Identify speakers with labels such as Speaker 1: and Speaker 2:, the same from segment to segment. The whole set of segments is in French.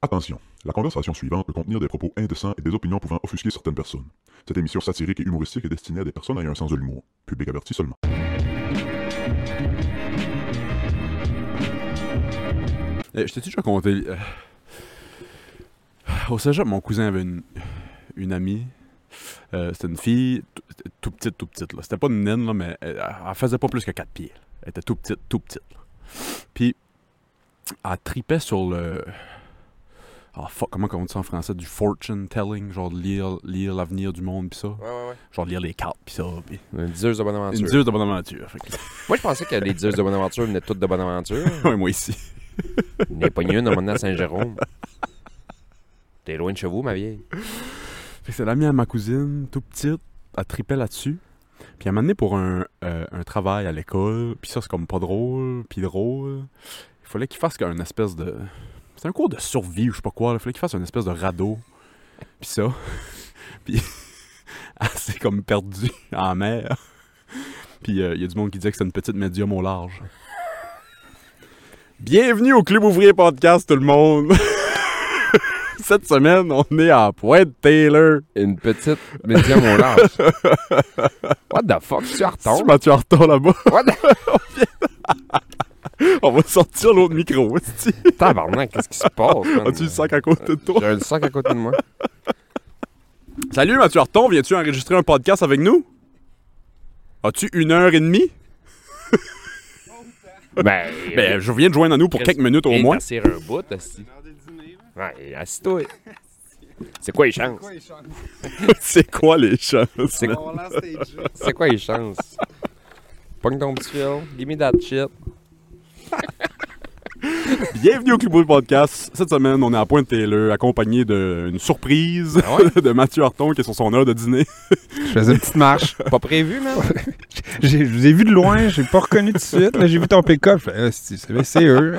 Speaker 1: Attention, la conversation suivante peut contenir des propos indécents et des opinions pouvant offusquer certaines personnes. Cette émission satirique et humoristique est destinée à des personnes ayant un sens de l'humour. Public averti seulement.
Speaker 2: Eh, je t'ai déjà raconté. euh, au cégep, mon cousin avait une, une amie. Euh, c'était une fille t- t- tout petite, tout petite. là. C'était pas une naine, là, mais elle, elle faisait pas plus que 4 pieds. là. Elle était tout petite, tout petite. là. Puis, elle tripait sur le. Ah, fuck, comment on dit ça en français? Du fortune telling, genre de lire, lire l'avenir du monde, pis ça.
Speaker 3: Ouais, ouais, ouais.
Speaker 2: Genre de lire les cartes, pis ça. Pis...
Speaker 3: Une diseuse de bonne
Speaker 2: Une
Speaker 3: aventure.
Speaker 2: dieuse de bonne aventure. Fait que-
Speaker 3: Moi, je pensais que les diseuses de bonne aventure venaient toutes de bonne aventure.
Speaker 2: Ouais, moi ici.
Speaker 3: Il n'y en a pas une à un moment donné, à Saint-Jérôme. T'es loin de chez vous, ma vieille.
Speaker 2: Fait que c'est l'ami à ma cousine, tout petite, elle tripait là-dessus. Puis elle m'a amené pour un, euh, un travail à l'école. Puis ça, c'est comme pas drôle, puis drôle. Il fallait qu'il fasse un espèce de... C'est un cours de survie ou je sais pas quoi. là. Il fallait qu'il fasse un espèce de radeau. Puis ça. puis elle s'est comme perdue en mer. Puis euh, il y a du monde qui disait que c'était une petite médium au large. Bienvenue au Club Ouvrier Podcast, tout le monde! Cette semaine, on est à Pointe-Taylor.
Speaker 3: Une petite médium au large. What the fuck? Tu en
Speaker 2: Si
Speaker 3: retard?
Speaker 2: Mathieu Arton là-bas,
Speaker 3: What the
Speaker 2: on va sortir l'autre micro. esti.
Speaker 3: tabarnak? Qu'est-ce qui se passe? man?
Speaker 2: As-tu le sac à côté de toi?
Speaker 3: J'ai un sac à côté de moi.
Speaker 2: Salut Mathieu Arton, viens-tu enregistrer un podcast avec nous? As-tu une heure et demie?
Speaker 3: Ben,
Speaker 2: Ben, je viens de joindre à nous pour quelques minutes au
Speaker 3: hey,
Speaker 2: moins.
Speaker 3: t'as serré un bout, assis. Ouais, assis-toi. C'est quoi les chances?
Speaker 4: quoi les chances?
Speaker 2: C'est quoi les chances?
Speaker 3: C'est-
Speaker 4: On va lancer tes jeux.
Speaker 3: C'est quoi les chances? Pogne ton petit fil. Give me that shit.
Speaker 2: Bienvenue au Club Brûle Podcast. Cette semaine, on est à Pointe-Taylor, accompagné d'une surprise
Speaker 3: Ah ouais?
Speaker 2: de Mathieu Arton qui est sur son heure de dîner.
Speaker 4: Je faisais une petite marche.
Speaker 3: Pas prévu, man?
Speaker 4: J'ai- Je vous ai vu de loin, j'ai pas reconnu tout de suite. Là, j'ai vu ton pick-up. Je fais, Ah, c'est- c'est c'est eux.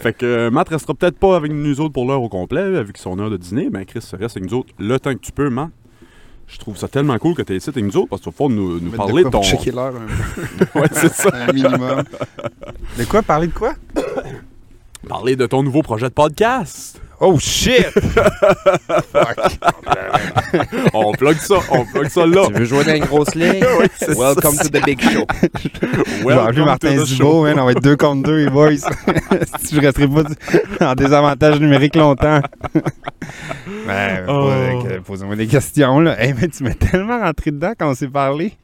Speaker 2: Fait que euh, Matt restera peut-être pas avec nous autres pour l'heure au complet, euh, vu que son heure de dîner, mais Chris reste avec nous autres le temps que tu peux, Matt. Je trouve ça tellement cool que tu es ici avec nous autres parce que tu vas pouvoir nous, nous parler de ton.
Speaker 4: checker l'heure un,
Speaker 2: Ouais, c'est ça.
Speaker 4: un minimum. De quoi? Parler de quoi?
Speaker 2: Parler de ton nouveau projet de podcast.
Speaker 4: Oh shit!
Speaker 2: On plug ça, on plug ça là.
Speaker 3: Tu veux jouer dans une grosse ligne?
Speaker 2: c'est
Speaker 3: Welcome to the big show.
Speaker 2: Welcome
Speaker 4: Je vais appeler
Speaker 2: to
Speaker 4: Martin
Speaker 2: the
Speaker 4: Dubo, man, on va être deux contre deux, les boys. si je resterai pas du- en désavantage numérique longtemps. ben,
Speaker 2: Oh.
Speaker 4: pose- posez-moi des questions, là. Hey, mais tu m'as tellement rentré dedans quand on s'est parlé.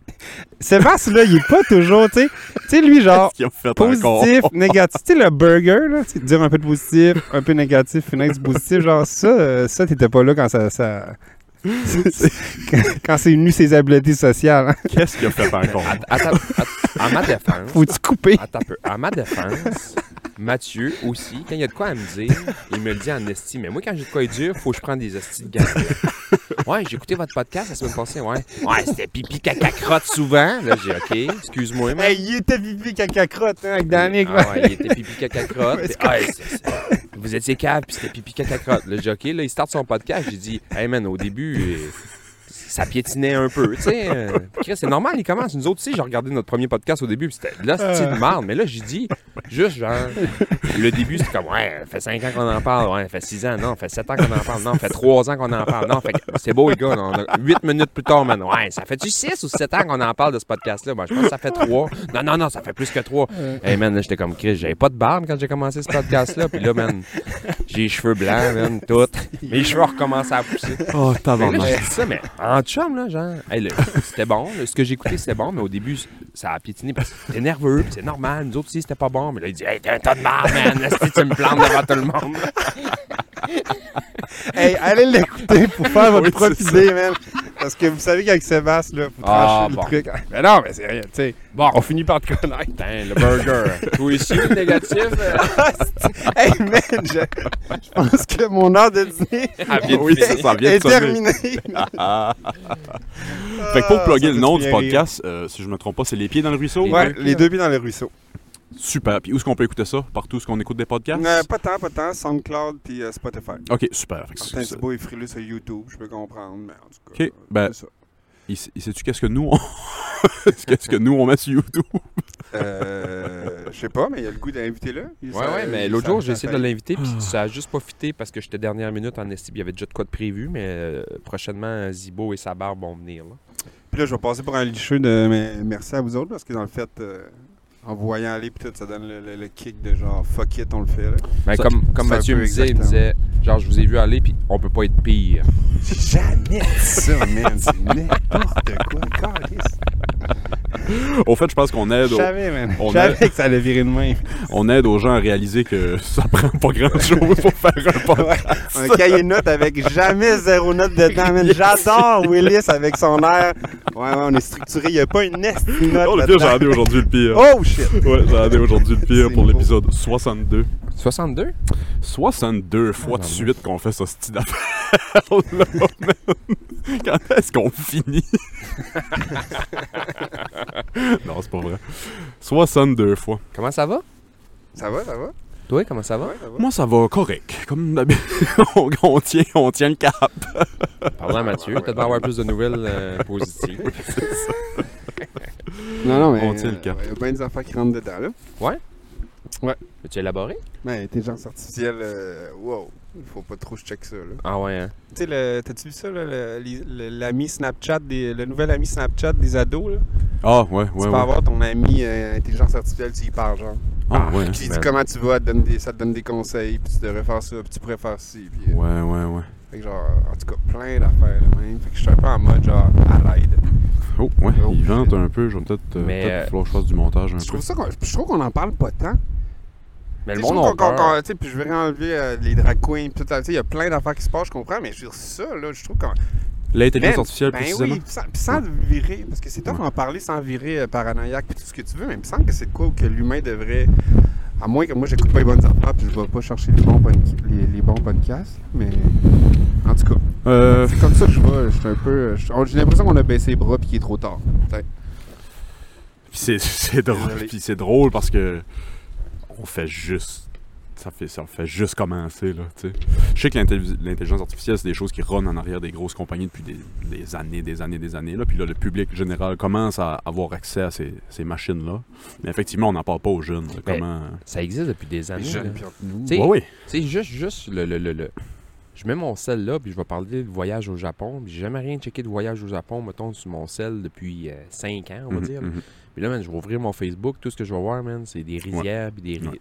Speaker 4: Sébastien, là, il est pas toujours, tu sais. Tu sais, lui, genre,
Speaker 2: Qu'est-ce qu'il a fait encore?
Speaker 4: positif, négatif. Tu sais, le burger, là, tu sais, dire un peu de positif, un peu négatif, une ex positif, genre, ça, euh, ça, t'étais pas là quand ça. ça... quand quand c'est nu ses habiletés sociales, hein.
Speaker 2: Qu'est-ce qu'il a fait encore?
Speaker 3: À ta- à- à ma défense,
Speaker 4: faut-tu couper?
Speaker 3: Attends un peu. À ma défense, Mathieu aussi, quand il y a de quoi à me dire, il me le dit en esti. Mais moi, quand j'ai de quoi à dire, faut que je prenne des estis de gaz. Ouais, j'ai écouté votre podcast la semaine passée, ouais. Ouais, c'était pipi caca crotte souvent. Là, j'ai OK, excuse-moi, mais.
Speaker 4: Hey, il était pipi caca crotte hein, avec Danny. quoi.
Speaker 3: Ah ouais, il était pipi caca crotte. Puis, ah, c'est- c'est- vous étiez cave, puis c'était pipi caca crotte. Là, j'ai OK, là, il start son podcast. J'ai dit, hey man, au début. euh, Ça piétinait un peu, tu sais. euh, Chris, c'est normal, il commence. Nous autres, tu sais, j'ai regardé notre premier podcast au début, puis c'était de l'hostie de marde. Mais là, j'ai dit, juste genre, le début, c'est comme, ouais, fait 5 ans qu'on en parle, ouais, fait 6 ans, non, fait 7 ans qu'on en parle, non, fait 3 ans qu'on en parle, non, fait que c'est beau, les gars, on a 8 minutes plus tard, man, ouais, ça fait-tu 6 ou 7 ans qu'on en parle de ce podcast-là? Ben, je pense que ça fait 3. Non, non, non, ça fait plus que 3. Hey, man, là, j'étais comme Chris, j'avais pas de barbe quand j'ai commencé ce podcast-là, puis là, man, j'ai les cheveux blancs, man, tout. Mes cheveux ont recommencé à pousser.
Speaker 2: Oh,
Speaker 3: Mais là,
Speaker 2: tabarnak.
Speaker 3: j'ai dit ça, mais en chum, là, genre, hey, le- c'était bon, là, ce que j'ai écouté, c'était bon, mais au début, c- ça a piétiné parce que t'es nerveux, puis c'est normal, nous autres aussi, c'était pas bon, mais là, il dit, hey, t'es un tas de marre, man, est-ce que tu me plantes devant tout le monde?
Speaker 4: Hey, allez l'écouter pour faire votre
Speaker 2: Oui,
Speaker 4: propre
Speaker 2: c'est
Speaker 4: idée, man. Parce que vous savez qu'avec Sébastien, là, faut
Speaker 3: Ah,
Speaker 4: trancher
Speaker 3: bon.
Speaker 4: le truc. Mais non, mais c'est rien, tu sais.
Speaker 3: Bon,
Speaker 4: On finit par te connaître.
Speaker 3: putain, le burger. Toi ici, le négatif, euh,
Speaker 4: hey, man, je, je pense que mon heure de dîner
Speaker 3: ah, bien
Speaker 2: Oui,
Speaker 3: fait.
Speaker 2: c'est ça, vient
Speaker 4: est
Speaker 2: de sonner.
Speaker 4: terminée.
Speaker 2: Fait que pour
Speaker 4: Ah,
Speaker 2: plugger
Speaker 4: ça
Speaker 2: le nom
Speaker 4: fait
Speaker 2: du
Speaker 4: bien rire.
Speaker 2: podcast, euh, si je me trompe pas, c'est Les Pieds dans le Ruisseau.
Speaker 3: Les
Speaker 4: Ouais, les deux pieds dans le ruisseau.
Speaker 2: Super. Puis où est-ce qu'on peut écouter ça? Partout où est-ce qu'on écoute des podcasts?
Speaker 4: Euh, pas tant, pas tant. SoundCloud puis euh, Spotify.
Speaker 2: Ok, super. Fait que
Speaker 4: Martin
Speaker 2: c'est- c'est-
Speaker 4: Thibault est frileux sur YouTube, je peux comprendre, mais en tout cas.
Speaker 2: Ok, ben-
Speaker 4: c'est ça.
Speaker 2: il s- il sait-tu qu'est-ce que nous on. qu'est-ce que nous on met sur YouTube?
Speaker 4: Euh, Je sais pas, mais il a le goût d'inviter-le. Il-
Speaker 3: Ouais,
Speaker 4: ça-
Speaker 3: ouais, mais
Speaker 4: il-
Speaker 3: l'autre
Speaker 4: ça-
Speaker 3: jour,
Speaker 4: ça
Speaker 3: j'ai essayé de
Speaker 4: fait-
Speaker 3: l'inviter, puis ça a juste pas fité parce que j'étais dernière minute en estime. Il y avait déjà de quoi de prévu, mais euh, prochainement, Zibo et sa barbe vont venir. Là.
Speaker 4: Puis là, je vais passer pour un licheux de mais merci à vous autres parce que dans le fait, euh, en vous voyant aller, puis tout, ça donne le, le- le kick de genre fuck it, on le fait. là.
Speaker 3: Mais
Speaker 4: Ça-
Speaker 3: Ben, comme, comme
Speaker 4: c'est un
Speaker 3: Mathieu
Speaker 4: peu
Speaker 3: me disait, il me disait genre, je vous ai vu aller, puis on peut pas être pire.
Speaker 4: J'ai jamais dit ça, man. C'est n'importe quoi. Calisse.
Speaker 2: Au fait, je pense qu'on aide,
Speaker 4: Je
Speaker 2: au-
Speaker 4: savais, man.
Speaker 2: on
Speaker 4: Je savais que ça allait virer de main.
Speaker 2: on aide aux gens à réaliser que ça prend pas grand-chose pour faire un podcast.
Speaker 4: Un cahier de notes avec jamais zéro note dedans, man. J'adore Willis avec son air. Ouais, ouais, on est structuré. Il n'y a pas une est note
Speaker 2: Oh, le pire,
Speaker 4: dedans.
Speaker 2: j'en ai aujourd'hui le pire.
Speaker 4: Oh, shit.
Speaker 2: Ouais, j'en ai aujourd'hui le pire
Speaker 4: C'est
Speaker 2: pour
Speaker 4: beau.
Speaker 2: l'épisode 62.
Speaker 3: 62?
Speaker 2: 62 fois de
Speaker 3: non,
Speaker 2: suite qu'on fait ce style d'affaire-là, man. Quand est-ce qu'on finit? non, c'est pas vrai. 62 fois.
Speaker 3: Comment ça va?
Speaker 4: Ça va, ça va?
Speaker 3: Toi, comment ça va?
Speaker 4: Ouais, ça va.
Speaker 2: Moi, ça va correct. Comme d'habitude, on, on tient, on tient le cap.
Speaker 3: Parlant à Mathieu, peut-être va avoir plus de nouvelles euh, positives.
Speaker 4: Non, non, mais.
Speaker 2: On tient le cap.
Speaker 4: euh, Il y a bien des affaires qui rentrent dedans, là.
Speaker 3: Peux-tu élaborer?
Speaker 4: Mais intelligence artificielle, euh, wow. Faut pas trop que je check ça, là.
Speaker 3: Ah ouais, hein?
Speaker 4: Tu sais, le- t'as-tu vu ça, là, le- le- l'ami Snapchat, des, le nouvel ami Snapchat des ados, là?
Speaker 2: Ah, ouais,
Speaker 4: tu
Speaker 2: ouais,
Speaker 4: peux
Speaker 2: ouais.
Speaker 4: avoir ton ami euh, intelligence artificielle, tu y parles, genre.
Speaker 2: Ah, ouais.
Speaker 4: Puis il dit
Speaker 3: man.
Speaker 4: comment tu vas, elle te donne des- ça te donne des conseils, puis tu devrais faire ça, puis tu pourrais faire ci, puis... euh,
Speaker 2: Ouais, ouais, ouais.
Speaker 4: Fait que genre, en tout cas, plein d'affaires, là, même. Fait que je suis un peu en mode, genre, à l'aide.
Speaker 2: Oh, ouais,
Speaker 4: Oh,
Speaker 2: il
Speaker 4: shit.
Speaker 2: vente un peu. Je vais peut-être euh,
Speaker 3: Mais,
Speaker 2: peut-être
Speaker 3: euh,
Speaker 2: falloir que je fasse du montage un
Speaker 4: Je
Speaker 2: peu.
Speaker 4: trouve ça qu'on je trouve qu'on en parle pas tant.
Speaker 3: Mais le
Speaker 4: Tu sais, je
Speaker 3: monde a
Speaker 4: trouve qu'on- qu'on-
Speaker 3: peur.
Speaker 4: qu'on- tu sais, Puis je vais enlever euh, les drag queens, puis tout ça. tu sais, Il y a plein d'affaires qui se passent, je comprends, mais je veux dire, ça, là, je trouve qu'on...
Speaker 2: L'intelligence
Speaker 4: Man,
Speaker 2: artificielle,
Speaker 4: ben
Speaker 2: précisément.
Speaker 4: oui, pis sans, pis sans virer, parce que c'est toi
Speaker 2: Ouais.
Speaker 4: d'en parler sans virer euh, paranoïaque puis tout ce que tu veux, mais il me semble que c'est de quoi ou que l'humain devrait, à moins que moi j'écoute pas les bonnes affaires puis je vais pas chercher les bons, podca- les, les bons podcasts, mais en tout cas,
Speaker 2: Euh,
Speaker 4: c'est comme ça que je vois, je suis un peu, je- on- j'ai l'impression qu'on a baissé les bras puis qu'il est trop tard. peut-être.
Speaker 2: Puis c'est- c'est drôle,
Speaker 4: Désolé.
Speaker 2: puis c'est drôle parce que on fait juste ça fait ça fait juste commencer là, tu sais. Je sais que l'intelli- l'intelligence artificielle c'est des choses qui run en arrière des grosses compagnies depuis des, des années, des années, des années là, puis là le public général commence à avoir accès à ces, ces machines là. Mais effectivement, on n'en parle pas aux jeunes, là,
Speaker 3: Ben,
Speaker 2: comment
Speaker 3: Ça existe depuis des
Speaker 4: Les
Speaker 3: années.
Speaker 4: jeunes,
Speaker 3: là.
Speaker 4: puis on-
Speaker 3: Tu sais,
Speaker 2: Ouais, ouais.
Speaker 3: Tu sais, juste, juste le, le, le, le- Je mets mon sel là, puis je vais parler de voyage au Japon. puis J'ai jamais rien checké de voyage au Japon, mettons, sur mon sel depuis 5 ans, on va
Speaker 2: Mhm,
Speaker 3: dire.
Speaker 2: mhm.
Speaker 3: Puis là, man, je vais ouvrir mon Facebook, tout ce que je vais voir, man, c'est des rizières, puis des... ri-
Speaker 2: Ouais.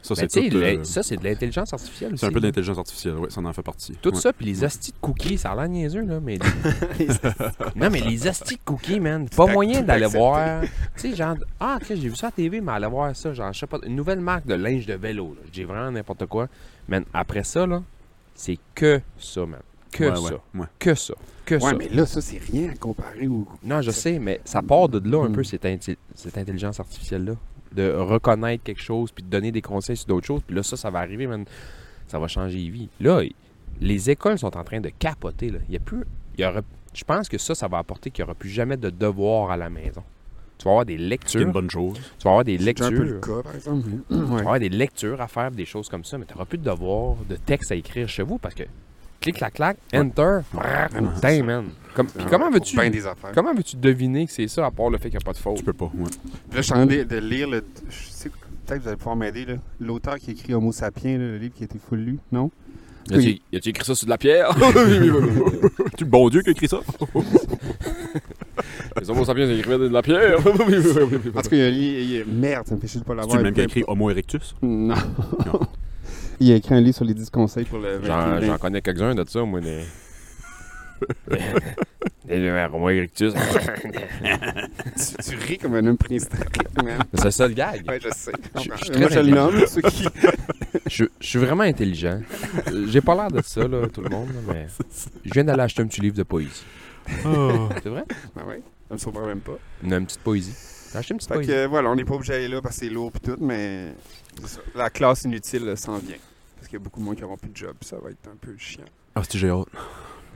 Speaker 2: Ça
Speaker 3: Ben,
Speaker 2: c'est
Speaker 3: tu sais,
Speaker 2: tout, euh,
Speaker 3: le- ça, c'est de l'intelligence artificielle aussi.
Speaker 2: c'est un peu
Speaker 3: là.
Speaker 2: d'intelligence artificielle, ouais, ça en fait partie.
Speaker 3: Tout
Speaker 2: Ouais.
Speaker 3: ça, puis les astis de cookies, ça a l'air niaiseux, là, mais... non, mais les astis de cookies, man, pas
Speaker 4: C'est
Speaker 3: moyen
Speaker 4: tout
Speaker 3: d'aller
Speaker 4: accepté.
Speaker 3: voir... Tu sais, genre, ah, ok, j'ai vu ça à la TV, mais aller voir ça, genre, je sais pas, une nouvelle marque de linge de vélo, là. je dis vraiment n'importe quoi. Man, après ça, là, c'est que ça, man, que
Speaker 2: Ouais, ouais,
Speaker 3: ça,
Speaker 2: ouais.
Speaker 3: que ça, que
Speaker 4: Ouais,
Speaker 3: ça.
Speaker 4: mais là ça c'est rien à comparer au.
Speaker 3: Non, je sais, mais ça part de là un
Speaker 4: Mm.
Speaker 3: peu, cette, inti- cette intelligence artificielle-là. De reconnaître quelque chose, puis de donner des conseils sur d'autres choses. Puis là, ça, ça va arriver, man. Ça va changer les vies. Là, i- les écoles sont en train de capoter. Là. Il y a plus... il y aura- Je pense que ça, ça va apporter qu'il n'y aura plus jamais de devoirs à la maison. Tu vas avoir des
Speaker 2: C'est une
Speaker 3: lectures.
Speaker 2: bonne chose.
Speaker 3: Tu vas avoir des
Speaker 4: C'est
Speaker 3: lectures.
Speaker 4: un peu le cas par exemple.
Speaker 3: Tu vas
Speaker 4: Ouais.
Speaker 3: avoir des lectures à faire, des choses comme ça, mais tu n'auras plus de devoirs, de textes à écrire chez vous parce que clic, clac, clac, enter, brrr,
Speaker 4: vraiment,
Speaker 3: dang,
Speaker 4: c'est ça.
Speaker 3: man. Comme- puis comment veux-tu
Speaker 4: Ben des affaires.
Speaker 3: Comment veux-tu deviner que c'est ça à part le fait qu'il n'y a pas de faute?
Speaker 2: Tu peux pas, ouais.
Speaker 4: Là, je suis en train de, de lire le. Je sais que peut-être vous allez pouvoir m'aider, là. L'auteur qui écrit Homo sapiens, là, le livre qui a été full lu, non? Oui.
Speaker 3: Y a-tu écrit ça sur de la pierre?
Speaker 2: Tu bon Dieu qui a écrit ça.
Speaker 3: Les hommes sapiens écrivaient de la pierre.
Speaker 4: En tout cas, il a li- il a- Merde, ça me fait chier de pas
Speaker 2: C'est
Speaker 4: l'avoir.
Speaker 2: le même qui a écrit Homo erectus.
Speaker 4: Non. il a écrit un livre sur les 10 conseils pour le.
Speaker 3: J'en,
Speaker 4: 21e.
Speaker 3: j'en connais quelques-uns de ça, moi. Des, des Romain Erectus.
Speaker 4: Tu, tu ris comme un homme préhistorique, man.
Speaker 3: c'est ça le gag.
Speaker 4: Ouais, je sais.
Speaker 3: Je- je suis
Speaker 4: Moi,
Speaker 3: très
Speaker 4: je le nomme. Ceux qui...
Speaker 3: Je, je suis vraiment intelligent. Euh, J'ai pas l'air de ça, là, tout le monde, là, mais je viens d'aller acheter un petit livre de poésie. C'est vrai?
Speaker 4: Ben ouais, ça me surprend même pas.
Speaker 3: Une, une petite poésie. J'ai acheté une petite
Speaker 4: Fait
Speaker 3: poésie.
Speaker 4: que euh, voilà, on n'est pas obligé d'aller là parce que c'est lourd pis tout, mais. c'est ça. La classe inutile là, s'en vient. Parce qu'il y a beaucoup de monde qui n'auront plus de job, pis ça va être un peu chiant.
Speaker 2: Ah, si j'ai hâte.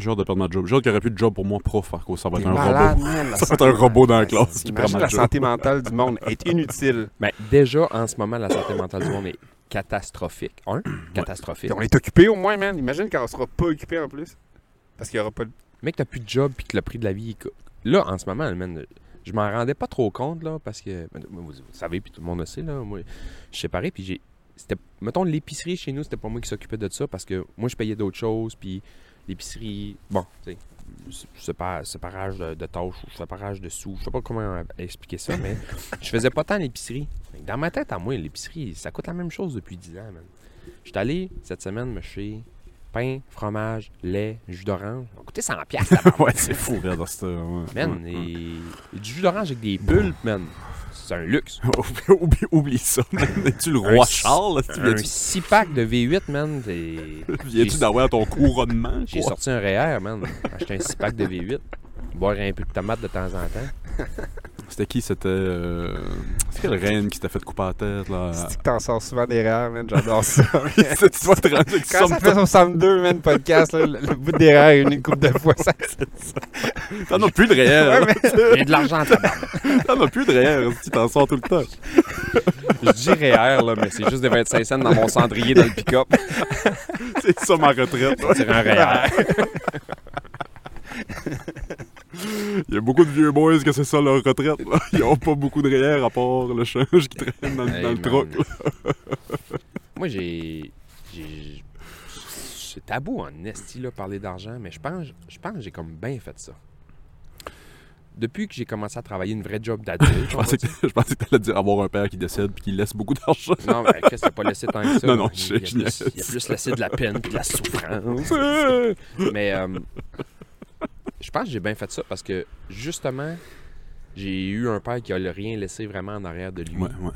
Speaker 2: J'ai hâte de perdre ma job. J'ai hâte qu'il n'y aurait plus de job pour moi, prof, à cause ça va
Speaker 4: T'es
Speaker 2: être un
Speaker 4: malade,
Speaker 2: robot.
Speaker 4: man,
Speaker 2: Ça
Speaker 4: la
Speaker 2: va être
Speaker 4: santé-
Speaker 2: un robot dans la classe qui prend
Speaker 4: Imagine
Speaker 2: ma
Speaker 4: la
Speaker 2: job.
Speaker 4: santé mentale du monde est inutile.
Speaker 3: Ben, déjà, en ce moment, la santé mentale du monde est catastrophique. Un, catastrophique.
Speaker 4: Puis on est occupé au moins, man. Imagine quand on sera pas occupé en plus. Parce qu'il y aura pas de.
Speaker 3: Mec, t'as plus de job puis que le prix de la vie. il co- Là, en ce moment, man, Je m'en rendais pas trop compte, là, parce que, ben, vous, vous savez, puis tout le monde le sait, là, moi, je suis séparé, puis j'ai... C'était, mettons, l'épicerie chez nous, c'était pas moi qui s'occupais de ça, parce que moi, je payais d'autres choses, puis l'épicerie... Bon, tu sais, ce- sépa- séparage de, de tâches, ou séparage de sous, je sais pas comment expliquer ça, mais je faisais pas tant l'épicerie. Dans ma tête, à moi, l'épicerie, ça coûte la même chose depuis 10 ans, man. J'étais allé, cette semaine, me chez pain, fromage, lait, jus d'orange. Ça m'a coûté 100$, piastres, la
Speaker 2: ouais, c'est fou, regarde, dans ce ouais.
Speaker 3: Man,
Speaker 2: Ouais, ouais.
Speaker 3: et... Mm, et du jus d'orange avec des pulpes, man. C'est un luxe.
Speaker 2: oublie, oublie ça, man. Es-tu le roi
Speaker 3: Un-
Speaker 2: Charles? Tu
Speaker 3: Un
Speaker 2: viens-tu
Speaker 3: 6 pack de V8, man. t'es-
Speaker 2: viens-tu d'avoir ton couronnement?
Speaker 3: J'ai
Speaker 2: quoi?
Speaker 3: sorti un REER, man. Acheter un 6 pack de V8. Boire un peu de tomate de temps en temps.
Speaker 2: C'était qui? C'était. euh, C'est quelle reine qui t'a fait couper la tête, là?
Speaker 4: C'est que t'en sors souvent des rares, man. J'adore ça. man.
Speaker 2: C'est toi, te rendre avec
Speaker 4: Quand
Speaker 2: ça,
Speaker 4: ça fait 62, man, podcast, là, le, le bout des rares est venu une coupe de fois. Ça,
Speaker 2: T'en as plus de
Speaker 4: Ouais,
Speaker 2: réel.
Speaker 3: J'ai de l'argent en tabac.
Speaker 2: T'en as plus de réel. Tu t'en sors tout le temps.
Speaker 3: Je dis REER, là, mais c'est juste des 25 cents dans mon cendrier dans le pick-up.
Speaker 2: C'est ça ma retraite.
Speaker 3: C'est un REER.
Speaker 2: Il y a beaucoup de vieux boys que c'est ça leur retraite. là. Ils ont pas beaucoup de réel à part le change qui traîne dans,
Speaker 3: Hey,
Speaker 2: dans le
Speaker 3: man.
Speaker 2: truck. là.
Speaker 3: Moi, j'ai. j'ai- C'est tabou en esti, là, parler d'argent, mais je pense, je pense que j'ai comme bien fait ça. Depuis que j'ai commencé à travailler une vraie job d'adulte.
Speaker 2: Je
Speaker 3: on va
Speaker 2: pensais
Speaker 3: dire.
Speaker 2: que, je pensais que t'allais dire avoir un père qui décède puis qui laisse beaucoup d'argent.
Speaker 3: Non, mais qu'est-ce que t'as pas laissé tant que ça?
Speaker 2: Non, non,
Speaker 3: là.
Speaker 2: je-
Speaker 3: il, y a
Speaker 2: je
Speaker 3: plus,
Speaker 2: niaise.
Speaker 3: il y a plus laissé de la peine puis de la souffrance.
Speaker 2: Ouais.
Speaker 3: mais euh, je pense que j'ai bien fait ça parce que, justement, j'ai eu un père qui a le rien laissé vraiment en arrière de lui.
Speaker 2: Ouais, ouais.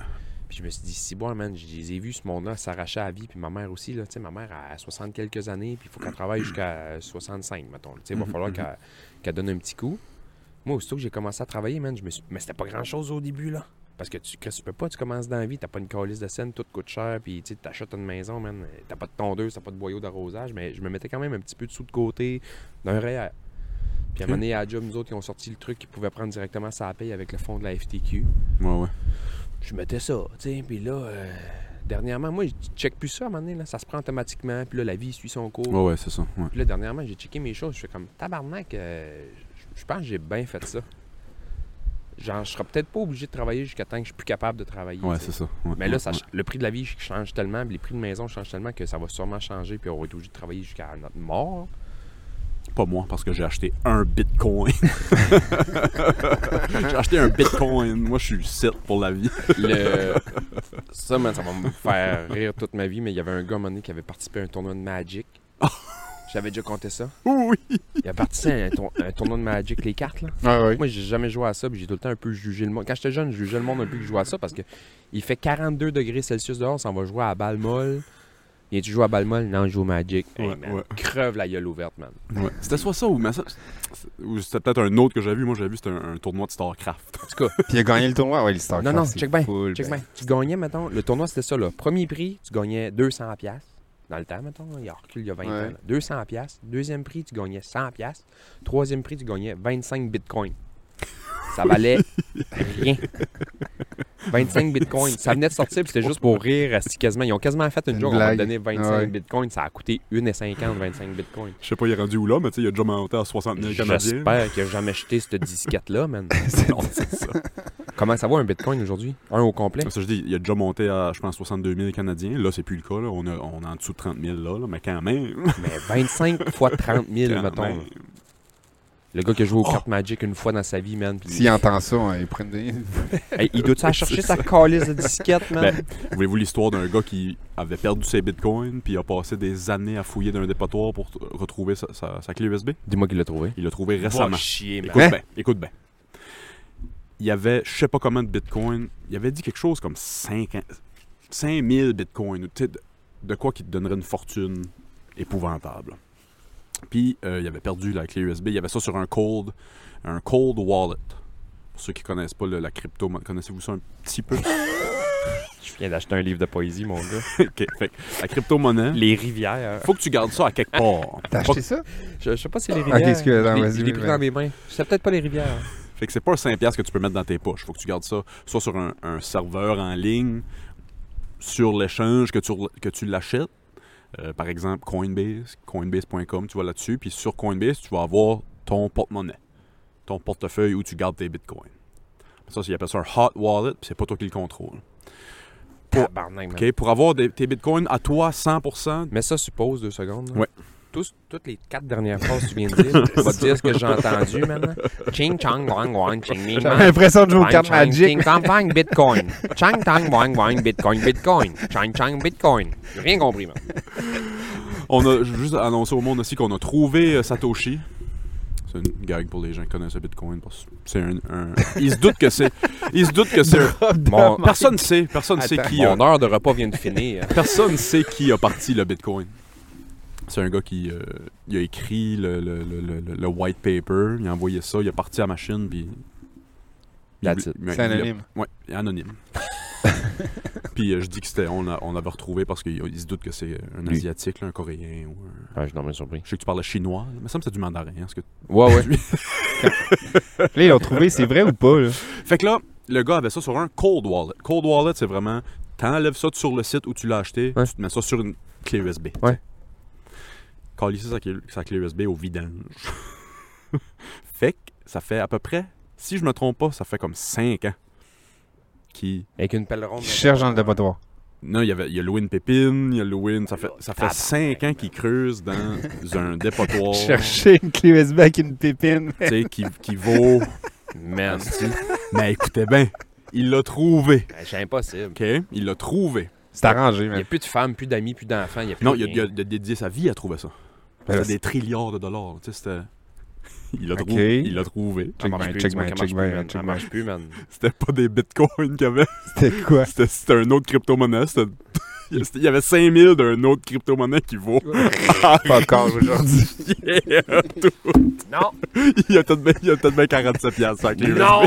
Speaker 3: Puis je me suis dit, si bon, man, je les ai vus, ce monde-là, s'arracher à la vie. Puis ma mère aussi, là, tu sais, ma mère a 60 quelques années, puis il faut qu'elle travaille jusqu'à 65, mettons. Tu sais, il va falloir qu'elle qu'elle donne un petit coup. Moi, aussitôt que j'ai commencé à travailler, man, je me suis... Mais c'était pas grand-chose au début, là. Parce que tu, Chris, tu peux pas, tu commences dans la vie, t'as pas une calice de scène, tout coûte cher, puis tu sais, t'achètes une maison, man, t'as pas de tondeuse, t'as pas de boyau d'arrosage, mais je me mettais quand même un petit peu de sous de côté d'un REER. Puis à
Speaker 2: Ok.
Speaker 3: un moment donné, à la job, nous autres, ils ont sorti le truc qu'ils pouvaient prendre directement sa paye avec le fonds de la FTQ
Speaker 2: Ouais, ouais.
Speaker 3: je mettais ça, tu sais, puis là, euh, dernièrement, moi, je check plus ça à un moment donné, là, ça se prend automatiquement, puis là, la vie suit son cours.
Speaker 2: Ouais, ouais, c'est ça. Ouais.
Speaker 3: Puis là, dernièrement, j'ai checké mes choses, je fais comme, tabarnak, euh, je- je pense que j'ai bien fait ça. Genre, je serais peut-être pas obligé de travailler jusqu'à temps que je suis plus capable de travailler.
Speaker 2: Ouais,
Speaker 3: tu sais.
Speaker 2: c'est ça. Ouais,
Speaker 3: Mais là,
Speaker 2: ouais,
Speaker 3: ça, ch- le prix de la vie change tellement, puis les prix de maison changent tellement que ça va sûrement changer, puis on va être obligé de travailler jusqu'à notre mort.
Speaker 2: Pas moi, parce que j'ai acheté un bitcoin. j'ai acheté un bitcoin. Moi, je suis 7 pour la vie.
Speaker 3: Le- ça, man, ça va me faire rire toute ma vie, mais il y avait un gars, à un moment donné, qui avait participé à un tournoi de Magic. J'avais déjà compté ça.
Speaker 2: Oui!
Speaker 3: Il a participé à un, tour- un tournoi de Magic, les cartes, là.
Speaker 4: Ah oui.
Speaker 3: Moi, j'ai jamais joué à ça, puis j'ai tout le temps un peu jugé le monde. Quand j'étais jeune, je jugeais le monde un peu qui jouait à ça parce que il fait 42 degrés Celsius dehors, ça va jouer à balle molle. Et tu joues à balle molle? Non, je joue au Magic. Hey,
Speaker 2: Ouais,
Speaker 3: man,
Speaker 2: ouais.
Speaker 3: Creve la gueule ouverte, man.
Speaker 2: Ouais. C'était soit ça ou, mais ça- ou c'était peut-être un autre que j'avais vu. Moi, j'avais vu, c'était un, un tournoi de StarCraft.
Speaker 3: En tout cas,
Speaker 4: Puis il a gagné le tournoi. Ouais, l'histoire.
Speaker 3: Non, non, check bien, check
Speaker 4: ben,
Speaker 3: bien. Tu gagnais, mettons, le tournoi, c'était ça, là. Premier prix, tu gagnais 200$. piastres. Dans le temps, mettons, là, il y a recul, il y a 20
Speaker 4: Ouais.
Speaker 3: ans. là. 200$. piastres. Deuxième prix, tu gagnais 100$. piastres. Troisième prix, tu gagnais 25 bitcoins. Ça valait rien. 25 bitcoins. Ça venait de sortir, puis c'était juste pour rire. asti, quasiment. Ils ont quasiment fait une,
Speaker 4: Une
Speaker 3: jour, on va te
Speaker 4: blague.
Speaker 3: donner 25
Speaker 4: Ouais.
Speaker 3: bitcoins. Ça a coûté 1,50$ 25 bitcoins.
Speaker 2: Je sais pas, il est rendu où là, mais tu sais, il a déjà monté à 60 000 Canadiens.
Speaker 3: J'espère qu'il n'a jamais jeté cette disquette-là, man.
Speaker 2: Non, c'est ça.
Speaker 3: Comment ça va un bitcoin aujourd'hui? Un au complet?
Speaker 2: Comme ça, je dis, il a déjà monté à, je pense, 62 000 Canadiens. Là, c'est plus le cas. Là. On, a- on est en dessous de 30 000 là, là, mais quand même.
Speaker 3: Mais 25 fois 30 000,
Speaker 2: Quand
Speaker 3: mettons.
Speaker 2: même.
Speaker 3: Le gars qui a joué aux cartes Magic une fois dans sa vie, man. Puis,
Speaker 4: S'il entend ça, hein, il prend des.
Speaker 3: Hey, il doit-tu aller chercher sa calice de disquette, man?
Speaker 2: Ben, Voulez-vous l'histoire d'un gars qui avait perdu ses bitcoins puis a passé des années à fouiller dans un dépotoir pour t- retrouver sa, sa- sa clé USB?
Speaker 3: Dis-moi qu'il l'a trouvé.
Speaker 2: Il l'a trouvé récemment.
Speaker 3: chier,
Speaker 2: Écoute
Speaker 4: Hein?
Speaker 2: bien, écoute bien. Il y avait, je sais pas comment de bitcoins, il avait dit quelque chose comme 5 5000 bitcoins, ou tu sais, de, de quoi qui te donnerait une fortune épouvantable. Puis euh, il avait perdu la clé USB, il y avait ça sur un cold, un cold wallet. Pour ceux qui connaissent pas le- la crypto, connaissez-vous ça un petit peu
Speaker 3: Je viens d'acheter un livre de poésie, mon gars.
Speaker 2: Ok, fait que la crypto-monnaie,
Speaker 3: Les rivières.
Speaker 2: faut que tu gardes ça à quelque part.
Speaker 4: T'as acheté ça?
Speaker 3: Je, je sais pas si c'est les
Speaker 4: Ok,
Speaker 3: rivières.
Speaker 4: excuse, attends,
Speaker 3: je l'ai-
Speaker 4: vas-y,
Speaker 3: je l'ai pris
Speaker 4: vas-y.
Speaker 3: dans mes mains. C'est peut-être pas les rivières. hein.
Speaker 2: Fait que c'est pas un 5$ piastres que tu peux mettre dans tes poches. Faut que tu gardes ça soit sur un, un serveur en ligne, sur l'échange que tu, re- que tu l'achètes. Euh, par exemple, Coinbase, coinbase.com, tu vas là-dessus. Puis sur Coinbase, tu vas avoir ton porte-monnaie, ton portefeuille où tu gardes tes bitcoins. Ça, ils appellent ça un hot wallet, puis c'est pas toi qui le contrôle.
Speaker 3: Tabarnak, man.
Speaker 2: OK? Pour avoir des- tes bitcoins à toi 100%,
Speaker 3: Mais ça suppose deux secondes. là.
Speaker 2: Ouais.
Speaker 3: Tous- toutes les quatre dernières phrases que tu viens de dire, on va te dire ce que j'ai entendu maintenant. Ching chang wang wang ching ming
Speaker 4: J'ai
Speaker 3: bang.
Speaker 4: l'impression de jouer aux
Speaker 3: Chang,
Speaker 4: cartes
Speaker 3: chang,
Speaker 4: Magic.
Speaker 3: ching, chang, bang, Bitcoin. Chang, chang, bang, bang, Bitcoin, Bitcoin. Chang, chang, Bitcoin. J'ai rien compris, man.
Speaker 2: on a juste annoncé au monde aussi qu'on a trouvé euh, Satoshi. C'est une gag pour les gens qui connaissent le bitcoin. parce que C'est un, un- Ils se doutent que c'est. Ils se doutent que c'est.
Speaker 3: Mon,
Speaker 2: Personne sait. Personne sait
Speaker 4: Attends.
Speaker 2: qui. a-
Speaker 3: mon heure de repas vient de finir.
Speaker 2: Personne sait qui a parti le Bitcoin. C'est un gars qui euh, il a écrit le, le- le- le- le white paper, il a envoyé ça, il a parti à la machine, puis. il-
Speaker 3: That's it.
Speaker 2: il-
Speaker 4: C'est
Speaker 2: il-
Speaker 4: anonyme.
Speaker 2: Ouais, il est anonyme. puis euh, je dis que c'était, on, l'a- on l'avait retrouvé parce qu'il il se doute que c'est un
Speaker 3: Lui.
Speaker 2: asiatique, là, un coréen. Ou un-
Speaker 3: Ah, je suis surpris.
Speaker 2: Je sais que tu parles chinois, mais ça me semble que c'est du mandarin. hein, ce que-
Speaker 3: Ouais, ouais.
Speaker 4: Là, ils l'ont trouvé, c'est vrai ou pas, là?
Speaker 2: Fait que là, le gars avait ça sur un cold wallet. Cold wallet, c'est vraiment, t'enlèves ça de sur le site où tu l'as acheté,
Speaker 3: Ouais.
Speaker 2: tu te mets ça sur une clé USB. tu
Speaker 3: Ouais.
Speaker 2: sais. Calisser sa, clé- sa clé USB au vidange. fait que ça fait à peu près, si je me trompe pas, ça fait comme 5 ans qui...
Speaker 3: Avec une
Speaker 2: Oh
Speaker 3: pelle ronde.
Speaker 4: Ils cherchent dans le dépotoir.
Speaker 2: Non, il, y avait, il a loué une pépine, il a loué une... Ça fait, ça fait
Speaker 3: Tabarnak.
Speaker 2: 5 ans qu'il creuse dans un dépotoir, tu
Speaker 4: Chercher une clé USB avec une pépine.
Speaker 2: sais, qui, qui vaut...
Speaker 3: Man,
Speaker 2: Mais écoutez bien, il l'a trouvé,
Speaker 3: c'est impossible.
Speaker 2: OK? Il l'a trouvé.
Speaker 4: C'est arrangé,
Speaker 3: Il n'y a
Speaker 4: man.
Speaker 3: plus de femmes, plus d'amis, plus d'enfants. Il y a plus
Speaker 2: Non, il a,
Speaker 3: rien.
Speaker 2: il a- il a dédié sa vie à trouver ça.
Speaker 4: Ben là,
Speaker 2: C'était des trilliards de dollars. Tu sais, c'était. Il l'a
Speaker 4: Ok.
Speaker 2: trouvé. Il l'a trouvé.
Speaker 3: Ça
Speaker 4: Check
Speaker 3: marche
Speaker 4: bien,
Speaker 3: plus,
Speaker 4: check
Speaker 3: dis-moi
Speaker 4: bien,
Speaker 3: qu'elle marche
Speaker 4: check bien,
Speaker 3: plus, man.
Speaker 4: check
Speaker 3: Elle marche plus, man.
Speaker 2: C'était pas des bitcoins qu'il y avait.
Speaker 4: C'était quoi?
Speaker 2: C'était, c'était un autre crypto-monnaie. C'était- c'était- Il y avait 5000 d'un autre crypto-monnaie qui vaut.
Speaker 4: Pas encore aujourd'hui.
Speaker 2: Yeah!
Speaker 3: Non,
Speaker 2: Il y a peut-être bien- il y a peut-être bien 47 piastres. fait que lui,
Speaker 3: non,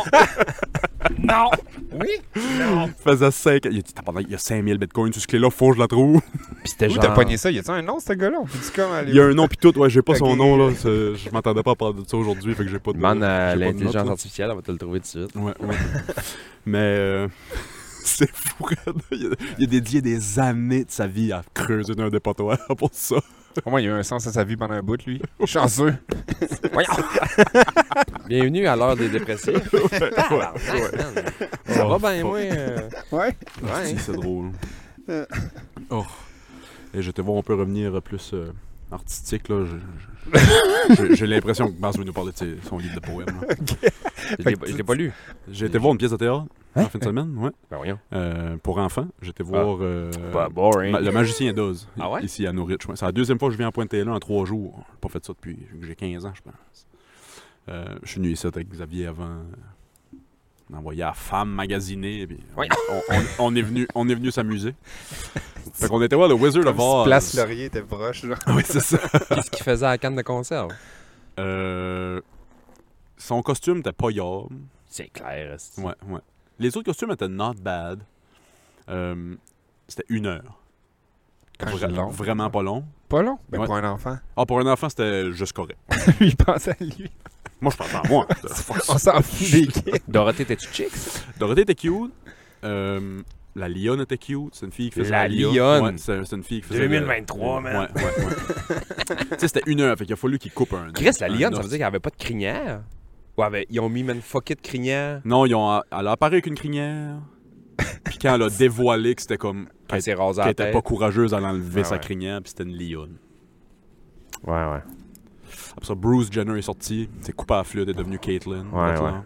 Speaker 3: non. Oui, non.
Speaker 2: Il faisait 5. Il a dit, Tabarnak, il y a 5000 bitcoins sur ce clé-là, faut que je la trouve.
Speaker 3: Puis c'était
Speaker 4: Où
Speaker 3: genre...
Speaker 4: t'as pogné ça? Y a-tu un nom, ce gars-là? On peut-tu comment aller?
Speaker 2: Il y a un nom pis tout. Ouais, j'ai pas son
Speaker 4: Ok.
Speaker 2: nom là. C'est- Je m'attendais pas à parler de ça aujourd'hui. Fait que j'ai pas de.
Speaker 3: Demande à
Speaker 2: j'ai pas de notes,
Speaker 3: l'intelligence
Speaker 2: là.
Speaker 3: artificielle, on va te le trouver tout de suite.
Speaker 2: Ouais, ouais. Mais euh, c'est fou. raide. Il a, il a dédié des années de sa vie à creuser dans un dépotoir pour ça.
Speaker 4: Au moins, il y a eu un sens à sa vie pendant un bout, lui. Chanceux.
Speaker 3: Voyons. Bienvenue à l'heure des dépressifs. Tabarnak, man. Ça
Speaker 2: Oh,
Speaker 3: va bien,
Speaker 2: fuck.
Speaker 3: moi. euh,
Speaker 4: Ouais.
Speaker 3: ouais.
Speaker 2: Si, C'est drôle. Oh. Et je te vois, on peut revenir plus euh, artistique. là. Je- je- je- J'ai l'impression que Baz veut nous parler de ses- son livre de poèmes. là.
Speaker 3: Je l'ai pas- je l'ai pas lu.
Speaker 2: J'ai été voir une pièce de théâtre en fin de semaine, ouais.
Speaker 3: Ben voyons.
Speaker 2: Euh, pour enfants. J'étais voir euh,
Speaker 3: Bah, boring.
Speaker 2: Ma- Le magicien d'Oz,
Speaker 3: Ah ouais?
Speaker 2: ici à Norwich. ouais. C'est la deuxième fois que je viens à Pointe-Taylor en trois jours. J'ai pas fait ça depuis que j'ai 15 ans, je pense. Euh, je suis venu ici avec Xavier avant. euh, On a envoyé à Femme magasiner. puis on,
Speaker 3: Ouais.
Speaker 2: on- on est venu, on est venu s'amuser. fait qu'on était voir euh, le Wizard of Oz.
Speaker 4: Place Laurier était proche, là.
Speaker 2: Ah oui, c'est ça.
Speaker 3: Qu'est-ce qu'il faisait à la canne de conserve?
Speaker 2: Euh, son costume était pas yard.
Speaker 3: C'est clair. est-ce que-
Speaker 2: Ouais, ouais. Les autres costumes étaient not bad. Euh, C'était une heure.
Speaker 4: Quand
Speaker 2: Vra-
Speaker 4: j'ai long.
Speaker 2: Vraiment pas long.
Speaker 4: Pas long. Mais
Speaker 2: Ouais.
Speaker 4: Ben, pour un enfant.
Speaker 2: Ah, pour un enfant, c'était juste correct.
Speaker 4: Lui, il pense à lui.
Speaker 2: Moi, je pense à moi.
Speaker 4: On s'en fout des kids.
Speaker 3: Dorothée, t'es-tu chic?
Speaker 2: Dorothée était cute. Euh, la lionne était cute. C'est une fille qui faisait
Speaker 3: La
Speaker 2: la, lionne.
Speaker 3: lionne.
Speaker 2: Ouais, c'est c'est une fille qui faisait. le-
Speaker 3: 2023, man.
Speaker 2: Ouais, ouais, ouais. tu sais, c'était une heure. Fait qu'il a fallu qu'il coupe un.
Speaker 3: Chris, la
Speaker 2: un
Speaker 3: lionne, ça
Speaker 2: os.
Speaker 3: veut dire qu'elle avait pas de crinière? Ou avait- ils ont mis man fuck it crinière?
Speaker 2: Non, ils ont, elle a apparu avec une crinière. Puis quand elle a dévoilé que c'était comme.
Speaker 3: Elle
Speaker 2: qu'elle
Speaker 3: s'est rasée à
Speaker 2: qu'elle
Speaker 3: la
Speaker 2: était
Speaker 3: tête.
Speaker 2: pas courageuse à l'enlever
Speaker 3: Ah
Speaker 2: sa
Speaker 3: ouais.
Speaker 2: crinière, puis c'était une lionne.
Speaker 3: Ouais, ouais.
Speaker 2: Après ça, Bruce Jenner est sorti. C'est coupé à la flûte, est devenu Caitlyn.
Speaker 3: Ouais,
Speaker 2: Fait que là-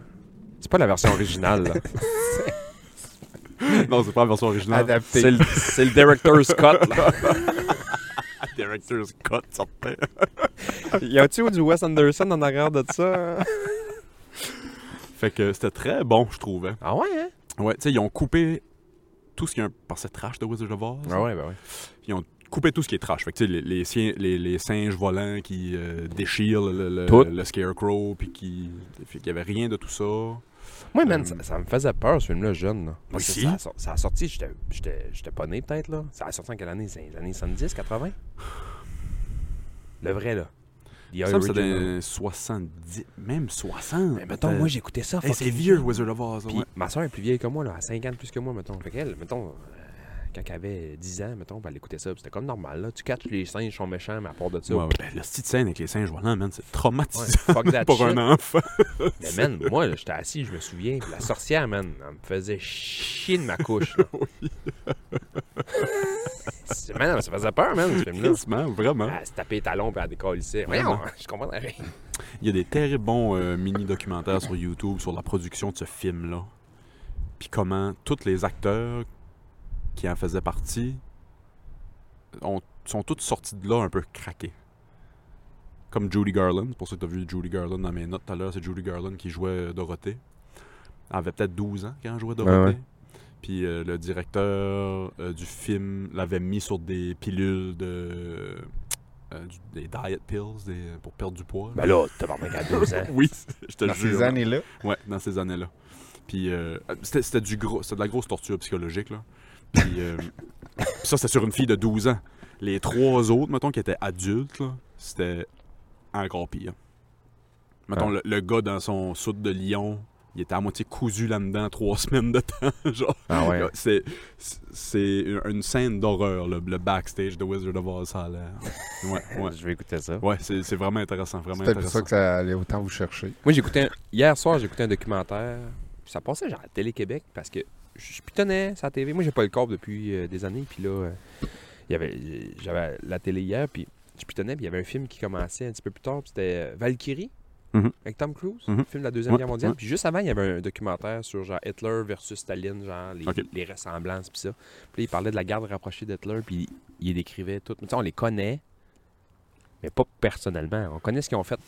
Speaker 3: C'est pas la version originale, là.
Speaker 2: Non, c'est pas la version originale.
Speaker 4: Adapté.
Speaker 3: C'est le, c'est le director Scott, là.
Speaker 2: Director's Cut, certain.
Speaker 3: Y a-tu du Wes Anderson en arrière de ça? hein?
Speaker 2: Fait que c'était très bon, je trouvais.
Speaker 3: Ah ouais, hein?
Speaker 2: Ouais, tu sais, ils ont coupé tout ce qui est un... par cette trash de Wizard of Oz.
Speaker 3: Ah ouais, ben ouais.
Speaker 2: Ils ont coupé tout ce qui est trash. Fait que, tu sais, les, les, sien- les- les singes volants qui euh, déchirent le, le-
Speaker 3: Tout.
Speaker 2: le scarecrow, puis qui... Fait qu'il y avait rien de tout ça.
Speaker 3: Moi, man,
Speaker 2: Euh,
Speaker 3: ça, ça me faisait peur, ce film-là, jeune. Là. Parce que
Speaker 2: Aussi?
Speaker 3: ça, a sor- ça a sorti, j'étais- j'étais j'étais pas né, peut-être, là. Ça a sorti en quelle année? C'est les années 70, 80? Le vrai, là. The
Speaker 2: Ça me semble que c'était
Speaker 3: original.
Speaker 2: dans les 70, même 60.
Speaker 3: Mais mettons, moi, j'écoutais ça.
Speaker 2: Hey,
Speaker 3: fucking
Speaker 2: Eh, c'est vieux,
Speaker 3: jeune.
Speaker 2: Wizard of Oz.
Speaker 3: Puis
Speaker 2: ouais.
Speaker 3: ma soeur est plus vieille que moi, là, à 50 plus que moi, mettons. Fait qu'elle, mettons, euh, quand elle avait 10 ans, mettons, puis elle écoutait ça. puis C'était comme normal, là. Tu catches les singes sont méchants, mais à part de ça.
Speaker 2: Ouais, ouais. Ben, le style de scène avec les singes volants, man, c'est
Speaker 3: ouais,
Speaker 2: traumatisant
Speaker 3: fuck that
Speaker 2: pour
Speaker 3: shit.
Speaker 2: un enfant.
Speaker 3: Mais man, moi, là, j'étais assis, je me souviens. puis La sorcière, man, elle me faisait chier de ma couche. là. C'est- man, ça faisait peur, man, ce film-là.
Speaker 2: Vraiment, vraiment.
Speaker 3: Elle se tapait les talons puis elle décollissait. hein? Voyons, hein? je comprends rien.
Speaker 2: Il y a des terribles bons euh, mini-documentaires sur YouTube sur la production de ce film-là. Puis comment tous les acteurs qui en faisaient partie ont- sont tous sortis de là un peu craqués. Comme Judy Garland, c'est pour ça que tu as vu Judy Garland dans mes notes tout à l'heure, c'est Judy Garland qui jouait euh, Dorothée. Elle avait peut-être 12 ans quand elle jouait Dorothée.
Speaker 4: ouais.
Speaker 2: Puis euh, le directeur euh, du film l'avait mis sur des pilules de. euh, du- des diet pills des- pour perdre du poids. là.
Speaker 3: Ben là, t'as pas à 12 ans.
Speaker 2: Oui, je te
Speaker 4: Dans
Speaker 2: jure.
Speaker 4: ces années-là.
Speaker 2: Ouais, dans ces années-là. Puis euh, c'était c'était du gros, c'était de la grosse torture psychologique là. Puis euh, ça c'était sur une fille de 12 ans. Les trois autres, mettons, qui étaient adultes, là, c'était encore pire. Mettons
Speaker 4: Ah.
Speaker 2: le, le gars dans son soute de lion, il était à moitié cousu là-dedans trois semaines de temps, genre.
Speaker 3: Ah ouais.
Speaker 2: C'est c'est une scène d'horreur le, le backstage de Wizard of Oz ça a l'air. Ouais, ouais.
Speaker 3: Je vais écouter ça.
Speaker 2: Ouais, c'est c'est vraiment intéressant, vraiment
Speaker 4: C'est peut-être pour
Speaker 2: intéressant.
Speaker 4: ça que ça allait autant vous chercher.
Speaker 3: Moi, j'écoutais. un- Hier soir, j'écoutais un documentaire. Puis ça passait genre à Télé-Québec parce que je je pitonnais sur la TV. Moi, j'ai pas le corps depuis euh, des années. Puis là, euh, il y avait, j'avais la télé hier. Puis je pitonnais. Puis il y avait un film qui commençait un petit peu plus tard. Puis c'était euh, Valkyrie
Speaker 2: Mhm.
Speaker 3: avec Tom Cruise,
Speaker 2: Mhm.
Speaker 3: le film de la Deuxième
Speaker 2: Ouais,
Speaker 3: Guerre mondiale.
Speaker 2: ouais.
Speaker 3: Puis juste avant, il y avait un documentaire sur genre Hitler versus Staline, genre les,
Speaker 2: Ok.
Speaker 3: les ressemblances. Puis ça. Puis là, il parlait de la garde rapprochée d'Hitler. Puis il décrivait tout. Mais tu sais, on les connaît, mais pas personnellement. On connaît ce qu'ils ont fait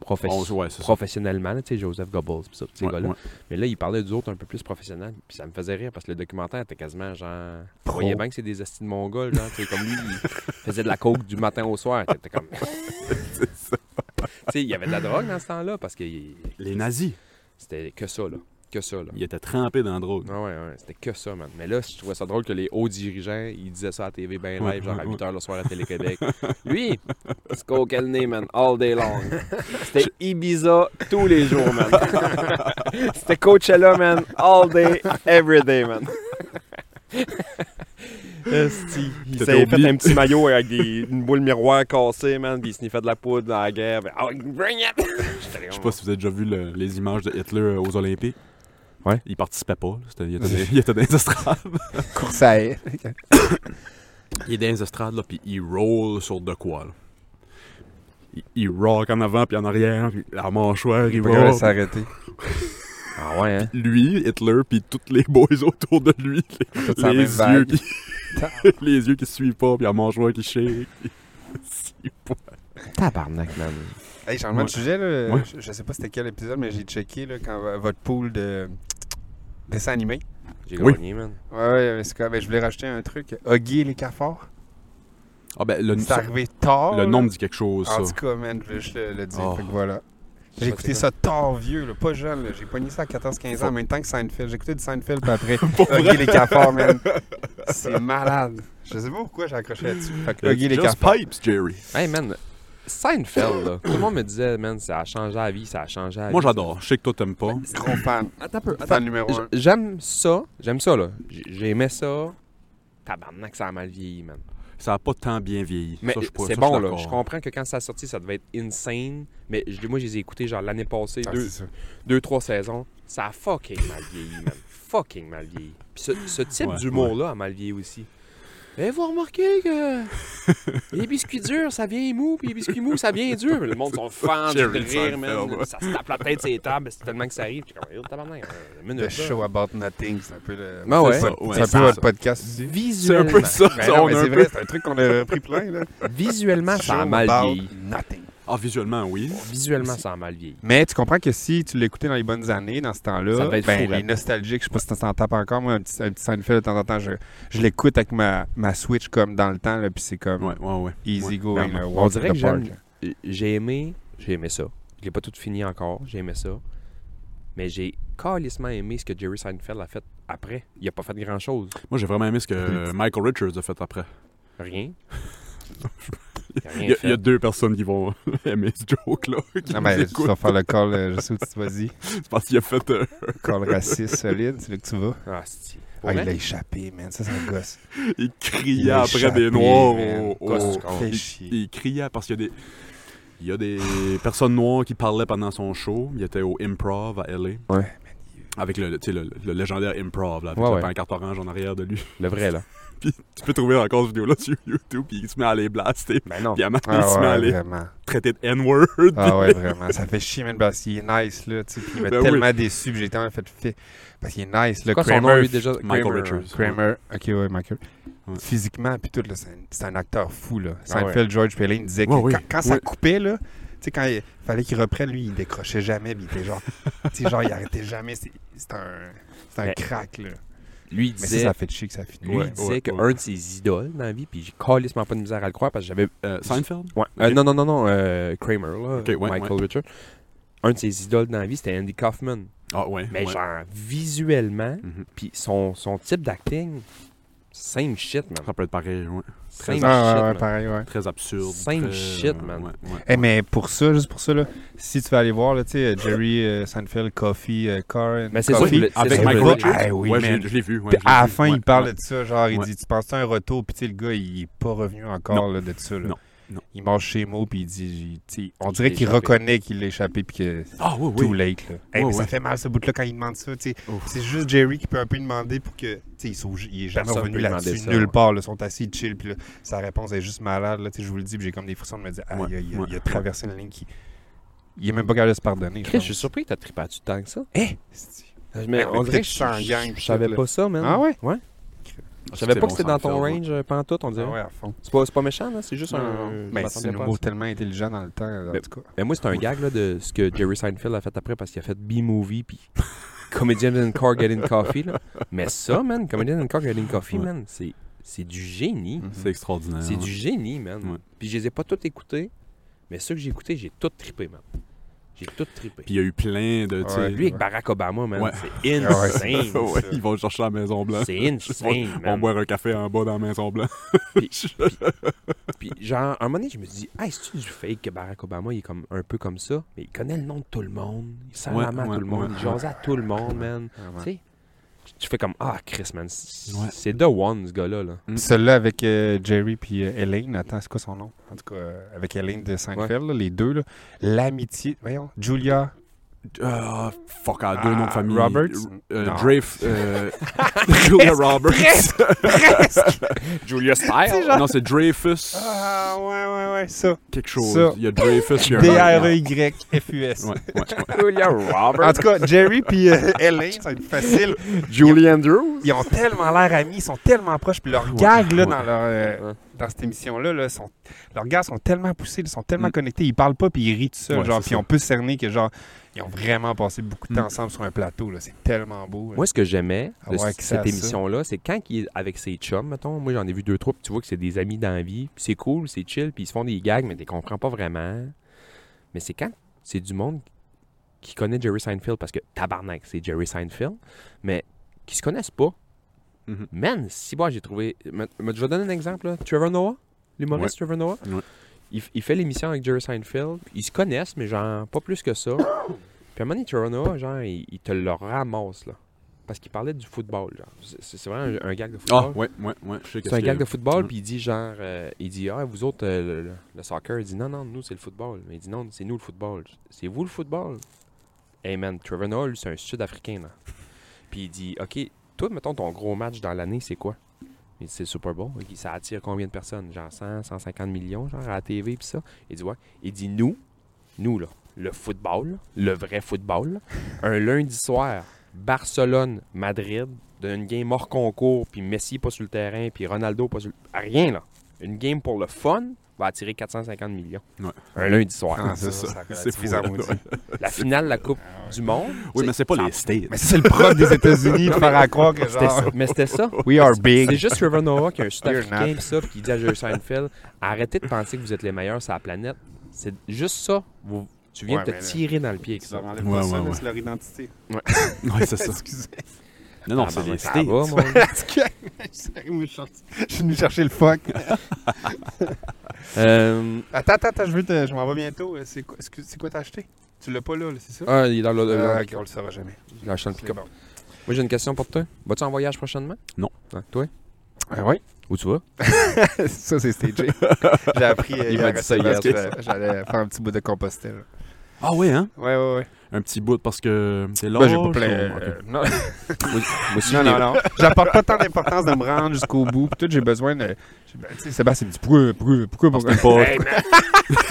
Speaker 3: professionnellement
Speaker 2: On- ouais, c'est ça.
Speaker 3: professionnellement, là, tu sais, Joseph Goebbels, pis ça, pis ces
Speaker 2: Ouais,
Speaker 3: gars-là.
Speaker 2: ouais.
Speaker 3: Mais là, il parlait d'eux autres un peu plus professionnels, puis ça me faisait rire parce que le documentaire était quasiment genre. Tu
Speaker 4: Pro.
Speaker 3: voyais bien que c'est des hosties de mongols, genre, tu sais, comme lui, il faisait de la coke du matin au soir. T'étais comme. Tu sais, il y avait de la drogue dans ce temps-là parce que il-
Speaker 2: Les nazis.
Speaker 3: c'était que ça, là. Que ça, là.
Speaker 2: Il était trempé dans la drogue.
Speaker 3: Ah ouais, ouais, c'était que ça, man. Mais là, je trouvais ça drôle que les hauts dirigeants, ils disaient ça à la TV ben
Speaker 2: Ouais,
Speaker 3: live, genre à
Speaker 2: ouais,
Speaker 3: 8 h le soir à Télé-Québec. Lui, il se coquait le nez, man, all day long. C'était Ibiza tous les jours, man. C'était Coachella, man, all day, every day, man. Esti, il
Speaker 2: T'as
Speaker 3: s'est fait
Speaker 2: oublié.
Speaker 3: un petit maillot avec des, une boule miroir cassée, man, puis il sniffait de la poudre dans la guerre. puis, Oh, bring it! J'étais
Speaker 2: Je sais
Speaker 3: comme,
Speaker 2: pas si vous avez déjà vu le- les images de Hitler aux Olympiques.
Speaker 3: Ouais.
Speaker 2: Il participait pas. là. C'était- Il était, dans- il était dans les estrades.
Speaker 4: Course à air.
Speaker 2: Il est dans les estrades, là, puis il roll sur de quoi, là. Il, il rock en avant, puis en arrière, puis la mâchoire,
Speaker 3: oh.
Speaker 2: il va.
Speaker 4: s'arrêter.
Speaker 3: Ah ouais, hein?
Speaker 2: Lui, Hitler, puis tous les boys autour de lui. les-
Speaker 4: Tout ça en
Speaker 2: Les,
Speaker 4: même
Speaker 2: yeux
Speaker 4: vague.
Speaker 2: qui, les yeux qui se suivent pas, puis la mâchoire qui shake. C'est pas-
Speaker 3: Tabarnak, man.
Speaker 4: Hey, changement
Speaker 2: Ouais.
Speaker 4: de sujet, là.
Speaker 2: Ouais.
Speaker 4: Je, je sais pas c'était quel épisode, mais j'ai checké là, quand v- votre pool de dessins animés.
Speaker 3: J'ai
Speaker 2: Oui.
Speaker 3: gagné, man.
Speaker 4: Ouais, ouais, c'est quoi? Ben, je voulais rajouter un truc. Huggy et les cafards.
Speaker 2: Ah ben, le,
Speaker 4: C'est arrivé tard.
Speaker 2: le
Speaker 4: là.
Speaker 2: nom me dit quelque chose, ça.
Speaker 4: En tout cas, man, je voulais juste le, le dire.
Speaker 2: Oh.
Speaker 4: Fait que
Speaker 3: Je
Speaker 4: voilà.
Speaker 3: sais
Speaker 4: J'ai
Speaker 3: pas
Speaker 4: écouté
Speaker 3: c'est
Speaker 4: ça tard vieux, là, pas jeune. là. J'ai pogné ça à 14-15 ans en même temps que Seinfeld. J'ai écouté du Seinfeld, puis après, Huggy et les cafards, man. C'est malade. Je sais pas pourquoi j'ai accroché là-dessus. Fait que
Speaker 2: It's
Speaker 4: Huggy et les
Speaker 2: just
Speaker 4: cafards.
Speaker 2: pipes, Jerry.
Speaker 3: Hey man, Seinfeld, là. Tout le monde me disait, man, ça a changé la vie, ça a changé la
Speaker 2: Moi,
Speaker 3: vie.
Speaker 2: j'adore. Je sais que toi, t'aimes pas.
Speaker 4: Gros fan.
Speaker 3: Attends un peu, attends.
Speaker 4: Fan numéro 1.
Speaker 3: J- J'aime ça, j'aime ça, là. J- J'aimais ça. Tabarnak, ça a mal vieilli, man.
Speaker 2: Ça a pas tant bien vieilli.
Speaker 3: Mais
Speaker 2: Ça, je suis pas-
Speaker 3: c'est
Speaker 2: ça,
Speaker 3: bon,
Speaker 2: suis
Speaker 3: là.
Speaker 2: d'accord.
Speaker 3: Je comprends que quand ça a sorti, ça devait être insane. Mais je- moi, je les ai écoutés, genre, l'année passée,
Speaker 4: Ah,
Speaker 3: deux,
Speaker 4: c'est ça.
Speaker 3: deux, trois saisons. Ça a fucking mal vieilli, man. Fucking mal vieilli. Puis ce, ce type
Speaker 2: Ouais,
Speaker 3: d'humour-là a mal vieilli aussi. Mais vous remarquez que les biscuits durs, ça vient mou, puis les biscuits mous, ça vient dur. Mais le monde sont fendus de
Speaker 2: Jerry
Speaker 3: rire, man.
Speaker 2: Seinfeld, ouais.
Speaker 3: Ça se tape la tête sur les tables, c'est tellement que ça arrive. Je suis comme, oh, tabarnak, euh, une
Speaker 4: The
Speaker 3: minute, là.
Speaker 4: Show About Nothing, c'est un peu le.
Speaker 3: Ah ouais.
Speaker 4: C'est ça,
Speaker 2: Ouais,
Speaker 4: c'est un
Speaker 2: c'est
Speaker 4: peu
Speaker 2: ça.
Speaker 4: votre podcast aussi.
Speaker 2: C'est un
Speaker 3: Visuellement,
Speaker 2: peu ça.
Speaker 4: Ben
Speaker 2: ça,
Speaker 4: non,
Speaker 2: on
Speaker 4: mais
Speaker 2: a un
Speaker 4: c'est
Speaker 2: peu-
Speaker 4: vrai, c'est un truc qu'on a repris plein, là.
Speaker 3: visuellement ça a
Speaker 4: Show
Speaker 3: mal
Speaker 4: About
Speaker 3: vieilli.
Speaker 4: Nothing.
Speaker 2: Ah, visuellement, oui.
Speaker 3: Visuellement, ça a mal vieilli.
Speaker 4: Mais tu comprends que si tu l'écoutais dans les bonnes années, dans ce temps-là,
Speaker 3: Ça devait être
Speaker 4: ben,
Speaker 3: fou,
Speaker 4: les
Speaker 2: hein.
Speaker 3: raide.
Speaker 4: nostalgiques, je sais pas si t'en tapes encore, moi, un petit, un petit Seinfeld de temps en temps, je, je l'écoute avec ma, ma Switch comme dans le temps, là, puis c'est comme
Speaker 2: Ouais, ouais, ouais.
Speaker 4: easy
Speaker 2: Ouais.
Speaker 4: going.
Speaker 2: Clairement.
Speaker 4: là,
Speaker 3: On
Speaker 4: walk
Speaker 3: dirait
Speaker 4: the
Speaker 3: que
Speaker 4: park,
Speaker 3: j'aime-
Speaker 4: là.
Speaker 3: J'ai aimé, j'ai aimé ça. Je l'ai pas tout fini encore, j'ai aimé ça. Mais j'ai calissement aimé ce que Jerry Seinfeld a fait après. Il a pas fait grand-chose.
Speaker 2: Moi, j'ai vraiment aimé ce que Michael Richards a fait après.
Speaker 3: Rien.
Speaker 2: Il y
Speaker 3: Il a rien
Speaker 2: a, il y a
Speaker 3: fait.
Speaker 2: deux personnes qui vont aimer ce joke-là. qui
Speaker 4: Non,
Speaker 2: nous
Speaker 4: mais tu
Speaker 2: écoutent.
Speaker 4: vas faire le call, euh, je sais où tu vas-y.
Speaker 2: C'est parce qu'il a fait. euh,
Speaker 4: Call raciste solide, c'est là que tu vas.
Speaker 3: Ah, c'est- Pour
Speaker 4: il
Speaker 3: vrai?
Speaker 4: l'a échappé, man. Ça, ça me gosse.
Speaker 2: Il
Speaker 4: Il
Speaker 2: criait
Speaker 4: a
Speaker 2: après
Speaker 4: échappé,
Speaker 2: des noirs.
Speaker 3: man.
Speaker 2: au- au-
Speaker 3: Qu'est-ce qu'on
Speaker 4: fait
Speaker 2: il,
Speaker 4: chier.
Speaker 2: il criait parce qu'il y a des. Il y a des personnes noires qui parlaient pendant son show. Il était au Improv à LA.
Speaker 4: Ouais.
Speaker 2: Avec le, tu sais, le, le légendaire Improv, là, avec
Speaker 3: Ouais,
Speaker 2: la
Speaker 3: ouais.
Speaker 2: pancarte orange en arrière de lui.
Speaker 3: Le vrai, là.
Speaker 2: Tu peux trouver encore cette vidéo-là sur YouTube, puis il se met à les blaster.
Speaker 3: Ben non.
Speaker 2: Puis à maintenant, il
Speaker 4: Ah
Speaker 2: se met à
Speaker 4: ouais,
Speaker 2: les
Speaker 4: vraiment.
Speaker 2: traiter de N-word.
Speaker 3: Euh,
Speaker 4: Ah ouais, vraiment. Ça fait chier, man, parce qu'il est nice, là. Tu sais, puis il m'a
Speaker 2: Ben oui.
Speaker 4: tellement déçu, puis j'ai tellement fait fi- Parce qu'il est nice, là.
Speaker 3: Quoi, son nom,
Speaker 4: Kramer,
Speaker 3: lui, déjà?
Speaker 2: Michael
Speaker 3: Kramer,
Speaker 2: Richards.
Speaker 3: hein.
Speaker 4: Kramer, ok, ouais, Michael.
Speaker 2: Ouais.
Speaker 4: Physiquement, puis tout, là, c'est un, c'est un acteur fou, là.
Speaker 3: Ah ouais.
Speaker 4: Seinfeld, George Pelin, il disait que
Speaker 2: Ouais, oui.
Speaker 4: quand, quand ça
Speaker 2: Ouais.
Speaker 4: coupait, là, tu sais, quand il fallait qu'il reprenne, lui, il décrochait jamais, puis il était genre, tu sais, genre, il arrêtait jamais. C'est c'est un, c'est un
Speaker 3: Mais-
Speaker 4: crack, là.
Speaker 3: Lui, il
Speaker 4: Mais ça,
Speaker 3: disait,
Speaker 4: ça fait chier que ça finit.
Speaker 3: lui,
Speaker 2: Ouais,
Speaker 3: il disait
Speaker 2: ouais,
Speaker 3: que
Speaker 2: ouais.
Speaker 3: un de ses idoles dans la vie, puis j'ai calissement pas de misère à le croire parce que j'avais.
Speaker 2: Euh, Seinfeld?
Speaker 3: Ouais. Euh,
Speaker 2: Ok.
Speaker 3: non, non, non, non, euh, Kramer, là.
Speaker 2: Ok, ouais,
Speaker 3: Michael Richards. Un de ses idoles dans la vie, c'était Andy Kaufman.
Speaker 2: Ah ouais.
Speaker 3: Mais
Speaker 2: ouais.
Speaker 3: genre, visuellement,
Speaker 2: Mhm.
Speaker 3: puis son, son type d'acting, same shit, man.
Speaker 2: Ça peut être pareil, ouais.
Speaker 3: Same shit,
Speaker 4: Ah, ouais, ouais,
Speaker 3: man.
Speaker 4: pareil, ouais.
Speaker 2: Très absurde.
Speaker 3: Same
Speaker 2: très- euh,
Speaker 3: shit, man.
Speaker 2: Ouais, ouais.
Speaker 4: Eh mais pour ça, juste pour ça, là, si tu vas aller voir, là, tu sais, Jerry euh, Seinfeld, Coffee, euh, Car and
Speaker 3: Mais c'est
Speaker 4: Coffee,
Speaker 3: ça qu'il voulait- c'est
Speaker 2: Avec
Speaker 3: ça
Speaker 2: Michael
Speaker 3: qu'il
Speaker 2: Richards?
Speaker 4: Ah oui,
Speaker 2: ouais,
Speaker 4: man.
Speaker 2: je l'ai- je l'ai vu. ouais,
Speaker 4: Puis
Speaker 2: je l'ai
Speaker 4: à la
Speaker 2: vu,
Speaker 4: fin,
Speaker 2: ouais,
Speaker 4: il parle
Speaker 2: ouais.
Speaker 4: de ça, genre, il
Speaker 2: Ouais.
Speaker 4: dit, tu penses-tu à un retour? Puis tu sais, le gars, il est pas revenu encore là, de ça, là.
Speaker 2: Non. Non.
Speaker 4: Il marche chez Mo, puis il dit, tu sais, on
Speaker 3: Il
Speaker 4: dirait
Speaker 3: l'a
Speaker 4: qu'il
Speaker 3: échappé.
Speaker 4: reconnaît qu'il l'a échappé, puis que c'est
Speaker 2: Ah oui,
Speaker 4: too
Speaker 2: oui.
Speaker 4: late, là. Eh,
Speaker 2: Ouais,
Speaker 4: mais ça
Speaker 2: ouais.
Speaker 4: fait mal, ce bout-là, quand il demande ça, tu sais.
Speaker 2: Ouf.
Speaker 4: C'est juste Jerry qui peut un peu demander pour que, tu sais, il sauve- il est jamais
Speaker 3: Personne
Speaker 4: revenu
Speaker 3: peut demander
Speaker 4: là-dessus,
Speaker 3: ça,
Speaker 4: nulle
Speaker 3: ouais.
Speaker 4: part, là. Ils sont assis, ils chill, puis là, sa réponse est juste malade, là, tu sais, je vous le dis, puis j'ai comme des frissons de me dire, ah,
Speaker 2: Ouais,
Speaker 4: il, a, il a-
Speaker 2: ouais.
Speaker 4: il a traversé une ligne qui... Il est même pas capable de se pardonner.
Speaker 3: Chris, je
Speaker 4: pense.
Speaker 3: suis surpris que t'as trippé à du temps que ça.
Speaker 4: C'est-
Speaker 3: Mais on
Speaker 4: peut-être
Speaker 3: dirait que
Speaker 4: que tu t'en
Speaker 3: Eh! Ben, je-
Speaker 4: gagnes,
Speaker 3: je- je savais
Speaker 4: là.
Speaker 3: pas ça, man.
Speaker 4: Ah ouais?
Speaker 3: Ouais. Je savais
Speaker 2: C'est
Speaker 3: pas
Speaker 2: bon,
Speaker 3: que c'était dans ton
Speaker 2: Seinfeld,
Speaker 3: range euh, pantoute, on dirait.
Speaker 4: Ah ouais, à fond. Euh,
Speaker 3: C'est pas, c'est pas méchant, là. C'est juste un. je
Speaker 4: Mais
Speaker 3: m'attendais
Speaker 4: c'est un
Speaker 3: pas à
Speaker 4: humour
Speaker 3: ça.
Speaker 4: tellement intelligent dans le temps, en
Speaker 3: Mais-
Speaker 4: tout cas.
Speaker 3: Mais moi, c'est un gag, là, de ce que Jerry Seinfeld a fait après parce qu'il a fait B-movie, puis Comedian in Car Getting Coffee, là. Mais ça, man, Comedian in Car Getting Coffee,
Speaker 2: Ouais.
Speaker 3: man, c'est c'est du génie.
Speaker 4: Mhm.
Speaker 2: C'est extraordinaire.
Speaker 3: C'est
Speaker 2: Ah, ouais.
Speaker 3: du génie, man.
Speaker 2: Ouais.
Speaker 3: Puis je les ai pas tous écoutés, mais ceux que j'ai écoutés, j'ai tous trippé, man. J'ai tous trippé.
Speaker 2: Puis il y a eu plein de. tu sais-
Speaker 4: Ouais.
Speaker 3: Lui avec Barack Obama, man,
Speaker 2: Ouais. Ah
Speaker 3: c'est insane.
Speaker 2: Ouais, ils vont chercher la Maison Blanche.
Speaker 3: C'est insane,
Speaker 2: On
Speaker 3: man.
Speaker 2: boire un café en bas dans la Maison Blanche.
Speaker 3: Puis genre, à un moment donné, je me dis, hey, c'est-tu du fake que Barack Obama, il est comme, un peu comme ça? Mais il connaît le nom de tout le monde, il sert
Speaker 2: Ouais,
Speaker 3: la main à
Speaker 2: ouais,
Speaker 3: tout le monde,
Speaker 2: ouais.
Speaker 3: il jase à tout le monde, man. Tu sais, tu fais comme, ah, Chris, man, c'est
Speaker 2: Ouais.
Speaker 3: c'est The One, ce gars-là. Là.
Speaker 2: Mm.
Speaker 4: Celui-là avec euh, Jerry puis euh, Elaine, attends, c'est quoi son nom? En tout cas, euh, avec Elaine de Seinfeld, là, les deux, là. l'amitié, voyons, Julia,
Speaker 2: Ah, fuck, à deux noms de famille.
Speaker 4: Roberts?
Speaker 2: Euh,
Speaker 4: Non.
Speaker 2: Dreyf. euh, Julia Roberts.
Speaker 3: Julia Style?
Speaker 2: Non, c'est Dreyfus.
Speaker 4: Ah, ouais, ouais, ouais, ça.
Speaker 2: Quelque chose.
Speaker 4: ça.
Speaker 2: Il y a Dreyfus. il y a un autre.
Speaker 4: E D-R-E-Y-F-U-S.
Speaker 2: Ouais, ouais.
Speaker 3: Julia Roberts?
Speaker 4: En tout cas, Jerry puis euh, Elaine, ça va être facile.
Speaker 3: Julie Andrews?
Speaker 4: Ils ont tellement l'air amis, ils sont tellement proches, puis leurs
Speaker 2: Ouais,
Speaker 4: gags, là,
Speaker 2: ouais.
Speaker 4: dans leur... euh,
Speaker 3: Ouais.
Speaker 4: dans cette émission-là, là, sont... leurs gars sont tellement poussés, ils sont tellement
Speaker 2: Mm.
Speaker 4: connectés, ils parlent pas puis ils rient tout seuls,
Speaker 2: Ouais,
Speaker 4: genre,
Speaker 2: c'est
Speaker 4: puis
Speaker 2: ça.
Speaker 4: on peut cerner que genre ils ont vraiment passé beaucoup de temps
Speaker 2: Mm.
Speaker 4: ensemble sur un plateau là, c'est tellement beau. là.
Speaker 3: Moi, ce que j'aimais
Speaker 4: Ah
Speaker 3: de
Speaker 4: ouais,
Speaker 3: c-
Speaker 4: que ça,
Speaker 3: cette
Speaker 4: ça.
Speaker 3: émission-là, c'est quand il est avec ses chums, mettons. Moi, j'en ai vu deux, trois, puis tu vois que c'est des amis dans la vie. Puis c'est cool, c'est chill, puis ils se font des gags, mais tu les comprends pas vraiment. Mais c'est quand c'est du monde qui connaît Jerry Seinfeld, parce que tabarnak, c'est Jerry Seinfeld, mais qui se connaissent pas.
Speaker 2: Mhm.
Speaker 3: Mm-hmm. Man, si moi j'ai trouvé. me- me- Je vais donner un exemple. là. Trevor Noah, l'humoriste Trevor Noah.
Speaker 2: Ouais.
Speaker 3: Il, f- il fait l'émission avec Jerry Seinfeld. Ils se connaissent, mais genre pas plus que ça. Puis à un moment donné, Trevor Noah, genre, il, il te le ramasse, là. Parce qu'il parlait du football, genre. C'est- C'est vraiment un, un gag de
Speaker 2: Ah,
Speaker 3: football.
Speaker 2: ouais, ouais, ouais. je sais
Speaker 3: C'est
Speaker 2: qu'est-ce
Speaker 3: un
Speaker 2: que-
Speaker 3: gag de football,
Speaker 2: Mm.
Speaker 3: puis il dit genre, euh, il dit, ah, vous autres, euh, le, le- le soccer, il dit, non, non, nous, c'est le football. Mais il dit, non, c'est nous le football. C'est vous le football. Hey man, Trevor Noah, lui, c'est un sud-africain, là. Puis il dit, ok, toi, mettons, ton gros match dans l'année, c'est quoi? Il dit, c'est le Super Bowl. Il dit, ça attire combien de personnes? Genre 100, 150 millions, genre, à la TV, puis ça. Il dit, ouais. Il dit, nous, nous, là, le football, là, le vrai football, là, un lundi soir, Barcelone, Madrid, d'une game hors concours, puis Messi pas sur le terrain, puis Ronaldo pas sur le... Rien, là. Une game pour le fun va attirer 450 millions.
Speaker 2: Ouais.
Speaker 3: Un lundi soir.
Speaker 4: Ah,
Speaker 2: c'est ça. C'est
Speaker 4: relativise
Speaker 2: fou,
Speaker 4: en
Speaker 2: là,
Speaker 4: maudit.
Speaker 2: ouais.
Speaker 3: La finale de la Coupe du Monde.
Speaker 2: Oui, mais c'est pas
Speaker 3: ça-
Speaker 2: les States.
Speaker 4: Mais ça, c'est le prof des États-Unis de faire à croire que
Speaker 3: C'était
Speaker 4: genre
Speaker 3: ça. Mais c'était ça.
Speaker 4: we are
Speaker 3: C'est
Speaker 4: big.
Speaker 3: juste Trevor Noah qui est un
Speaker 4: You're
Speaker 3: Sud-Africain
Speaker 4: not.
Speaker 3: pis ça, pis qui dit à Jerry Seinfeld Arrêtez de penser que vous êtes les meilleurs sur la planète. C'est juste ça. Vous- tu viens
Speaker 4: Ouais,
Speaker 3: de
Speaker 4: mais
Speaker 3: te
Speaker 4: là-
Speaker 3: tirer dans le pied avec ça.
Speaker 4: leur enlève
Speaker 2: Ouais, ouais, ouais.
Speaker 4: leur identité.
Speaker 2: Ouais, c'est ça. Non, non,
Speaker 3: Ah,
Speaker 2: c'est
Speaker 3: ben,
Speaker 2: les
Speaker 3: ça
Speaker 2: States.
Speaker 3: va, mon-
Speaker 4: Je suis venu chercher le fuck.
Speaker 3: Euh,
Speaker 4: Attends, attends, attends, je veux te... je m'en vais bientôt. Euh, C'est quoi, excuse- c'est quoi t'as acheté? Tu l'as pas là, là, c'est ça?
Speaker 3: Ah, il est dans le.
Speaker 4: Ah,
Speaker 3: dans-
Speaker 4: ok, on le saura jamais.
Speaker 3: dans le champ de
Speaker 4: C'est
Speaker 3: pick-up.
Speaker 4: bon.
Speaker 3: Moi, j'ai une question pour toi. Vas-tu en voyage prochainement?
Speaker 2: Non.
Speaker 3: Ah, toi?
Speaker 4: Ah ouais?
Speaker 3: Où tu vas?
Speaker 4: ça, c'est stagé. J'ai appris euh,
Speaker 3: Il m'a
Speaker 4: hier
Speaker 3: dit
Speaker 4: à
Speaker 3: ça
Speaker 4: Sébastien
Speaker 3: hier,
Speaker 4: que J'allais faire un petit bout de compostel.
Speaker 2: Ah oui, hein?
Speaker 4: Ouais, ouais, ouais.
Speaker 2: Un petit bout parce que c'est large.
Speaker 4: Ben, j'ai pas plein.
Speaker 2: ou-
Speaker 4: euh, non,
Speaker 3: Moi, moi aussi,
Speaker 4: non,
Speaker 3: je l'ai-
Speaker 4: non, non. J'apporte pas tant d'importance de me rendre jusqu'au bout. Puis tout, j'ai besoin de. j'ai- ben, tu sais, Sébastien me dit pourquoi, pourquoi, pourquoi, pourquoi.
Speaker 2: C'était pas-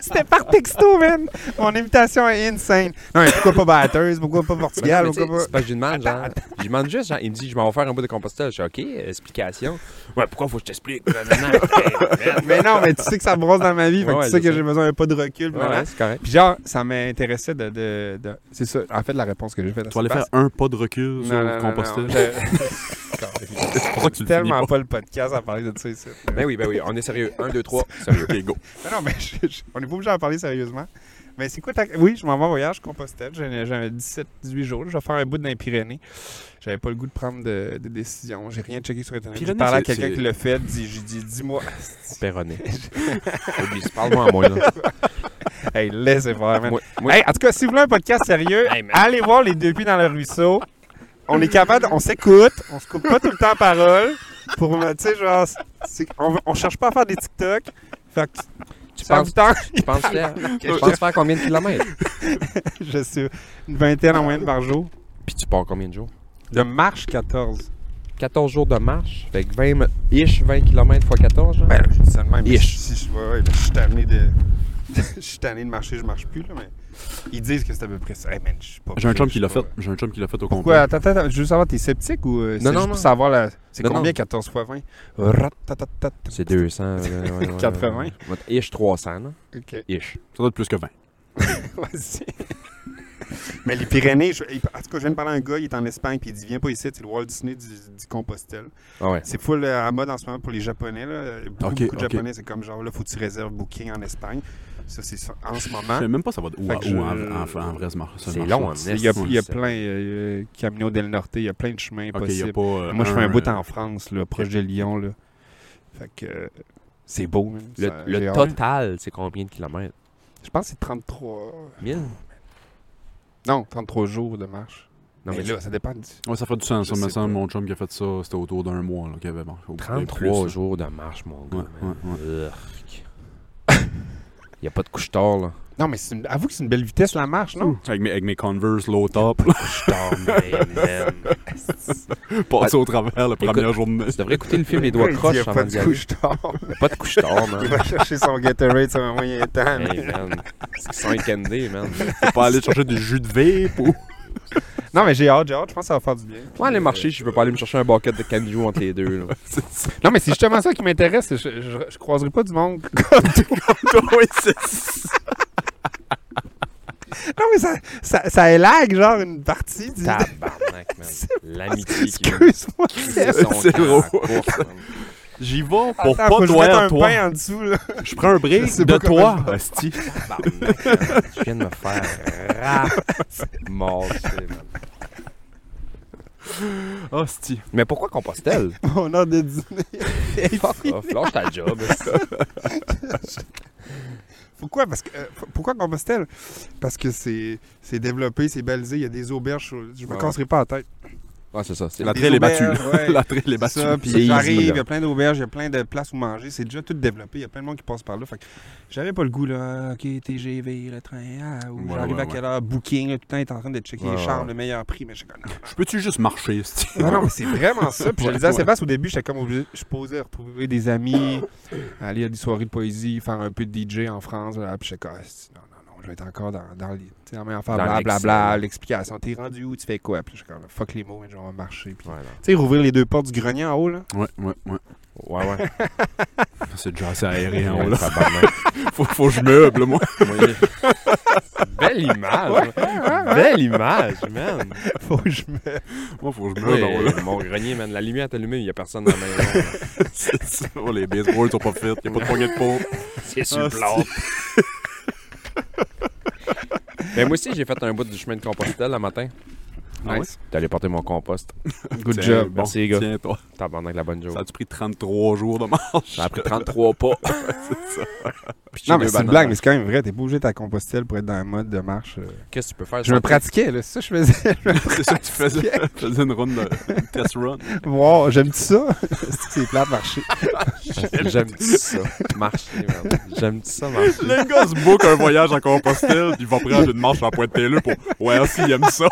Speaker 4: C'était par texto, man. Mon invitation est insane. Non, mais pourquoi pas batteuse? Pourquoi pas Portugal?
Speaker 3: Mais tu sais,
Speaker 4: Pourquoi
Speaker 3: c'est pas que je lui demande, genre. Je lui demande juste, genre, il me dit, je m'en vais faire un bout de compostage. Je dis, OK, explication. Ouais, pourquoi faut que je t'explique? Non, non, non, ok,
Speaker 4: pas?
Speaker 3: merde.
Speaker 4: Mais non, mais tu sais que ça brosse dans ma vie. fait que
Speaker 3: Ouais,
Speaker 4: tu sais
Speaker 3: je
Speaker 4: que
Speaker 3: sais.
Speaker 4: j'ai besoin d'un pas de recul.
Speaker 3: Ouais,
Speaker 4: blablabla.
Speaker 3: c'est correct.
Speaker 4: Puis genre, ça m'intéressait de. de, de- c'est ça, en fait, la réponse que j'ai faite. à
Speaker 2: Tu vas aller faire
Speaker 4: Sébastien.
Speaker 2: un pas de recul sur
Speaker 4: Non, non,
Speaker 2: le
Speaker 4: non,
Speaker 2: compostage.
Speaker 4: non, je-
Speaker 2: C'est pour ça que tu le finis
Speaker 4: tellement
Speaker 2: pas.
Speaker 4: pas. le podcast à parler de ça ici.
Speaker 3: Ben oui, ben oui, on est sérieux. 1, 2, 3, sérieux.
Speaker 2: Ok, go.
Speaker 4: Non, non, mais je- je- on n'est pas obligé d'en parler sérieusement. Mais c'est quoi ta. Oui, je m'en vais en voyage, Compostelle. J'en- J'avais 17-18 jours. Je vais faire un bout dans les Pyrénées. J'avais pas le goût de prendre de, de décision. J'ai rien checké sur Internet. J'ai
Speaker 2: Pyrénées,
Speaker 4: parlé à
Speaker 2: c'est-
Speaker 4: quelqu'un
Speaker 2: c'est-
Speaker 4: qui l'a fait. dis- J'ai dit, dis-moi.
Speaker 3: Perronné. Oublie, parle-moi à moi, là.
Speaker 4: hey, laissez faire, man.
Speaker 3: Moi, moi,
Speaker 4: Hey, en tout cas, si vous voulez un podcast sérieux,
Speaker 3: Hey, man.
Speaker 4: allez voir les deux pieds dans le ruisseau. On est capable, on s'écoute, on se coupe pas tout le temps la parole. Pour, tu sais, genre, c'est- on, on cherche pas à faire des TikTok. Fait que,
Speaker 3: tu
Speaker 4: ça
Speaker 3: penses,
Speaker 4: vous tente,
Speaker 3: tu penses faire, tu penses faire combien de kilomètres?
Speaker 4: je suis une vingtaine en moyenne par jour.
Speaker 3: Puis tu pars combien de jours?
Speaker 4: De marche 14.
Speaker 3: 14 jours de marche. Fait que 20, ish, 20 km x 14, genre.
Speaker 4: Ben, je dis ça de même. mais
Speaker 3: Ish.
Speaker 4: Si je, ouais, ouais, mais je suis tanné de. Je suis tanné de marcher, je marche plus, là, mais. Ils disent que c'est à peu près ça. Hey, man, je suis pas
Speaker 2: J'ai un
Speaker 4: prêt,
Speaker 2: chum
Speaker 4: je
Speaker 2: qui
Speaker 4: suis
Speaker 2: l'a
Speaker 4: pas-
Speaker 2: fait. J'ai un chum qui l'a fait au
Speaker 4: Pourquoi?
Speaker 2: complet.
Speaker 4: Attends, attends, attends, je veux savoir, t'es sceptique ou. euh, c'est
Speaker 3: Non, non,
Speaker 4: juste
Speaker 3: non.
Speaker 4: pour savoir la. C'est
Speaker 3: Non,
Speaker 4: combien
Speaker 3: non.
Speaker 4: 14 fois 20 Ratatatatat.
Speaker 3: C'est 200. euh, ouais, ouais, ouais.
Speaker 4: 80.
Speaker 3: Ish 300, là.
Speaker 4: Ok,
Speaker 3: Ish.
Speaker 2: Ça doit être plus que 20.
Speaker 4: vas-y. Mais les Pyrénées, je... en tout cas, je viens de parler à un gars, il est en Espagne, puis il dit Viens pas ici, c'est le Walt Disney du, du Compostelle.
Speaker 3: Ah ouais.
Speaker 4: C'est full euh, en mode en ce moment pour les Japonais. Là. Beaucoup,
Speaker 2: Ok,
Speaker 4: beaucoup de
Speaker 2: ok.
Speaker 4: Japonais, c'est comme genre là, faut que tu réserves Booking en Espagne. Ça, c'est ça en ce
Speaker 2: Je
Speaker 4: moment.
Speaker 2: sais même pas ça va où,
Speaker 4: Fait que
Speaker 2: où
Speaker 4: je-
Speaker 2: en, en- en vrai se marche.
Speaker 3: C'est long,
Speaker 2: hein,
Speaker 3: en
Speaker 4: Il y a, il y a
Speaker 3: C'est-
Speaker 4: plein, euh, euh, Camino del Norte, il y a plein de chemins
Speaker 2: Ok, il y
Speaker 4: possibles.
Speaker 2: a pas. euh,
Speaker 4: Moi, je fais un bout
Speaker 2: euh,
Speaker 4: en France, là, proche de Lyon. Là. Fait que euh, c'est beau. man.
Speaker 3: Le,
Speaker 4: Ça-
Speaker 3: le
Speaker 4: j'ai hâte.
Speaker 3: total, c'est combien de kilomètres?
Speaker 4: Je pense que c'est 33...
Speaker 3: 1000?
Speaker 4: Non, 33 jours de marche.
Speaker 3: Non,
Speaker 4: mais,
Speaker 3: mais
Speaker 4: là, ça dépend. du-
Speaker 2: Ouais, ça fait du sens.
Speaker 4: Je
Speaker 2: Ça me
Speaker 4: sais
Speaker 2: semble,
Speaker 4: pas.
Speaker 2: mon chum qui a fait ça, c'était autour d'un mois là, qu'il avait marché. Au-
Speaker 3: 33
Speaker 2: plus,
Speaker 3: jours de marche, mon gars.
Speaker 2: Ouais,
Speaker 3: man. Urk. Il n'y a pas de couche-tard, là.
Speaker 4: Non, mais c'est une- avoue que c'est une belle vitesse, la marche, non?
Speaker 2: Avec mes, avec mes Converse low top, là,
Speaker 3: Couche-tard, man, man.
Speaker 2: passer au travers la première
Speaker 3: Écoute,
Speaker 2: journée.
Speaker 3: Tu devrais écouter le film Les Doigts
Speaker 4: Il dit,
Speaker 3: Croches
Speaker 4: y a
Speaker 3: avant
Speaker 4: pas de
Speaker 3: d'y aller.
Speaker 4: couche tard.
Speaker 3: Pas de couche-tard,
Speaker 4: Il
Speaker 3: man.
Speaker 4: va chercher son Gatorade sur un moyen temps.
Speaker 3: Hey, man. C'est qu'ils sont un candy, man.
Speaker 2: Faut pas aller chercher du jus de vape ou.
Speaker 4: Non, mais j'ai hâte, j'ai hâte. Je pense que ça va faire du bien.
Speaker 3: Moi, aller marcher, je peux pas aller me chercher un bucket de canjou entre les deux, là.
Speaker 4: Non, mais c'est justement ça qui m'intéresse. Je, je, je croiserai pas du monde comme tout.
Speaker 2: oui, c'est
Speaker 4: Non, mais ça, ça, ça élague, genre, une partie du...
Speaker 3: Tabarnak, man. L'amitié qui
Speaker 4: Excuse-moi.
Speaker 3: C'est son
Speaker 2: C'est
Speaker 3: camp à
Speaker 2: drôle.
Speaker 3: course, man.
Speaker 2: J'y vais
Speaker 4: Attends,
Speaker 2: pour
Speaker 4: faut
Speaker 2: pas
Speaker 4: que je mette
Speaker 2: toi,
Speaker 4: un
Speaker 2: toi.
Speaker 4: pain en dessous, là.
Speaker 2: Je prends un break
Speaker 4: Je sais
Speaker 2: de
Speaker 4: pas comment
Speaker 2: toi, Asti.
Speaker 3: Tabarnak, man. Tu viens de me faire ramasser, man.
Speaker 2: Asti.
Speaker 3: Mais pourquoi Compostelle?
Speaker 4: Mon heure de dîner.
Speaker 3: Fuck off, lâche ta job.
Speaker 4: Pourquoi? Parce que, euh, p- pourquoi Compostelle? Parce que c'est c'est développé, c'est balisé, il y a des auberges. sur- Je me
Speaker 3: Ouais.
Speaker 4: casserai pas la tête.
Speaker 3: Ouais, c'est ça. C'est
Speaker 2: La
Speaker 4: Des
Speaker 2: trail est battue.
Speaker 4: auberges, ouais.
Speaker 2: La trail est
Speaker 4: C'est
Speaker 2: battue.
Speaker 4: ça,
Speaker 3: C'est
Speaker 4: puis
Speaker 3: easy,
Speaker 4: j'arrive, il y
Speaker 3: là.
Speaker 4: a plein d'auberges, il y a plein de places où manger, c'est déjà tout développé, il y a plein de monde qui passe par là. Fait que j'avais pas le goût, là, ok, TGV, le train, ah, ou
Speaker 2: Ouais,
Speaker 4: j'arrive
Speaker 2: ouais,
Speaker 4: à quelle heure, booking, là, tout le temps, il est en train de checker
Speaker 3: Ouais,
Speaker 4: les
Speaker 3: ouais.
Speaker 4: chambres, le meilleur prix, mais je suis comme, non,
Speaker 2: Je peux-tu juste marcher, Asti?
Speaker 4: Non, Ah non, mais c'est vraiment ça. Puis je le disais à
Speaker 2: Ouais.
Speaker 4: Sébastien au début, j'étais comme obligé, je posais retrouver des amis, aller à des soirées de poésie, faire un peu de DJ en France. Là, puis j'étais comme, Ah, c'est- non, non, non, je vais être encore dans, dans les. Tu sais, la même affaire,
Speaker 3: Dans
Speaker 4: blablabla,
Speaker 3: l'excel.
Speaker 4: l'explication. T'es rendu où, tu fais quoi? Puis j'étais comme, fuck les mots, mais on va marcher. Puis,
Speaker 3: Ouais,
Speaker 4: tu sais, rouvrir les deux portes du grenier en haut, là.
Speaker 2: Ouais, ouais, ouais.
Speaker 3: ouais. ouais.
Speaker 2: C'est déjà assez aéré en haut, là.
Speaker 3: Tabarnak.
Speaker 2: Faut, faut que je meuble, moi.
Speaker 3: Moi, Belle image. Belle image, man.
Speaker 4: Faut que je me.
Speaker 2: Moi, faut que je meuble en haut, là.
Speaker 3: Ouais, Mon grenier, man. La lumière est allumée, il n'y a personne dans la maison.
Speaker 2: C'est ça. Oh, les baseballs sont pas faites. Y a pas de poignée de peau.
Speaker 3: C'est
Speaker 2: Ah,
Speaker 3: sur Ben, Mais moi aussi, j'ai fait un bout du chemin de Compostelle le matin.
Speaker 2: Ah ouais?
Speaker 4: Nice.
Speaker 3: T'es allé porter mon compost.
Speaker 4: Good
Speaker 2: Tiens,
Speaker 4: job.
Speaker 3: merci, les gars.
Speaker 2: Tiens, toi.
Speaker 3: Tabarnak, la bonne joke.
Speaker 2: Ça a-tu pris 33 jours de marche?
Speaker 3: Ça a pris 33 pas. Puis j'ai
Speaker 4: Non, mais
Speaker 3: deux
Speaker 4: c'est une
Speaker 3: bananes.
Speaker 4: blague, mais c'est quand même vrai. T'es pas obligé de ta compostelle pour être dans le mode de marche. euh.
Speaker 3: Qu'est-ce que tu peux faire?
Speaker 4: Je me pratiquais, là. C'est ça que je faisais.
Speaker 2: C'est ça que tu faisais. Tu faisais une ronde de une test run.
Speaker 4: Wow, j'aime-tu ça? c'est plat de marcher.
Speaker 3: J'aime ça. Marcher, merde. J'aime ça, marcher.
Speaker 2: Le gars se book un voyage en Compostelle, puis il va prendre une marche à Pointe-Taylor pour ouais, aussi, il aime ça.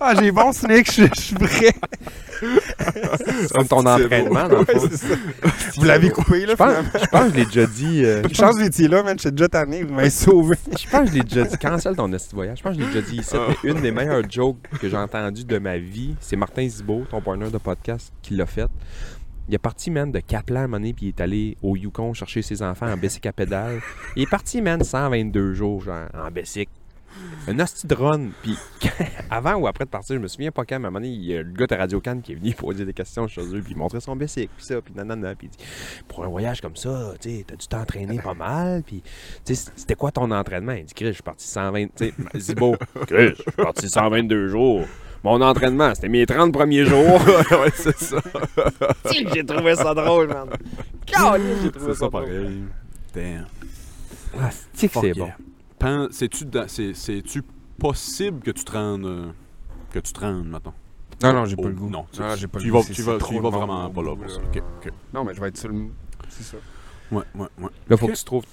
Speaker 4: Ah, j'ai bon, Snick, je je suis prêt.
Speaker 3: C'est comme ton entraînement, dans le fond.
Speaker 4: Ouais, c'est ça. Vous l'avez coupé, là,
Speaker 3: Je pense, je pense que je l'ai déjà dit. euh,
Speaker 4: Une chance que vous étiez là, man. J'étais déjà tanné. Vous m'avez sauvé.
Speaker 3: je pense que je l'ai déjà dit. Cancel ton esti de voyage. Je pense que je l'ai déjà dit ici. mais une des meilleures jokes que j'ai entendues de ma vie, c'est Martin Zibo, ton partner de podcast, qui l'a fait. Il est parti, man, de Kaplan, à un moment donné, puis il est allé au Yukon chercher ses enfants en bicycle à pédale. Il est parti, man, 122 jours, genre, en bicycle. Un hostie de run. Puis quand- avant ou après de partir, je me souviens pas quand, mais à un moment donné, il y a le gars de Radio Cannes qui est venu poser des questions chez eux, puis il montrait son bicycle, puis ça, puis nanana. Puis il dit Pour un voyage comme ça, tu sais, t'as dû t'entraîner pas mal, puis tu sais, c'était quoi ton entraînement? Il dit, Chris, je suis parti 120. Tu sais, Zibo, Chris, je suis parti 122 jours. Mon entraînement, c'était mes 30 premiers jours.
Speaker 2: ouais, c'est ça.
Speaker 3: Tu sais que j'ai trouvé ça drôle, man. Caliste, j'ai
Speaker 2: C'est
Speaker 3: trouvé ça,
Speaker 2: ça,
Speaker 3: drôle.
Speaker 2: pareil. Damn.
Speaker 3: Ah, c'est que
Speaker 2: Fuck
Speaker 3: c'est
Speaker 2: yeah.
Speaker 3: bon.
Speaker 2: Pen- C'est-tu dans- c'est- c'est-tu possible que tu te rendes. euh, que tu te rendes, maintenant?
Speaker 4: Ah Non, non, j'ai
Speaker 2: Oh,
Speaker 4: pas le goût.
Speaker 2: non, tu-
Speaker 4: non, j'ai pas
Speaker 2: tu
Speaker 4: le
Speaker 2: y
Speaker 4: goût.
Speaker 2: vas-
Speaker 4: C'est-
Speaker 2: tu
Speaker 4: c'est
Speaker 2: vas- tu
Speaker 4: trop
Speaker 2: y
Speaker 4: de
Speaker 2: vas
Speaker 4: monde
Speaker 2: vraiment
Speaker 4: au
Speaker 2: pas là
Speaker 4: bout,
Speaker 2: pour ça. Ok, ok.
Speaker 4: Non, mais je vais être sur le mou. C'est ça.
Speaker 2: Ouais, ouais, ouais.
Speaker 3: Là, faut
Speaker 2: Ok.
Speaker 3: que tu trouves.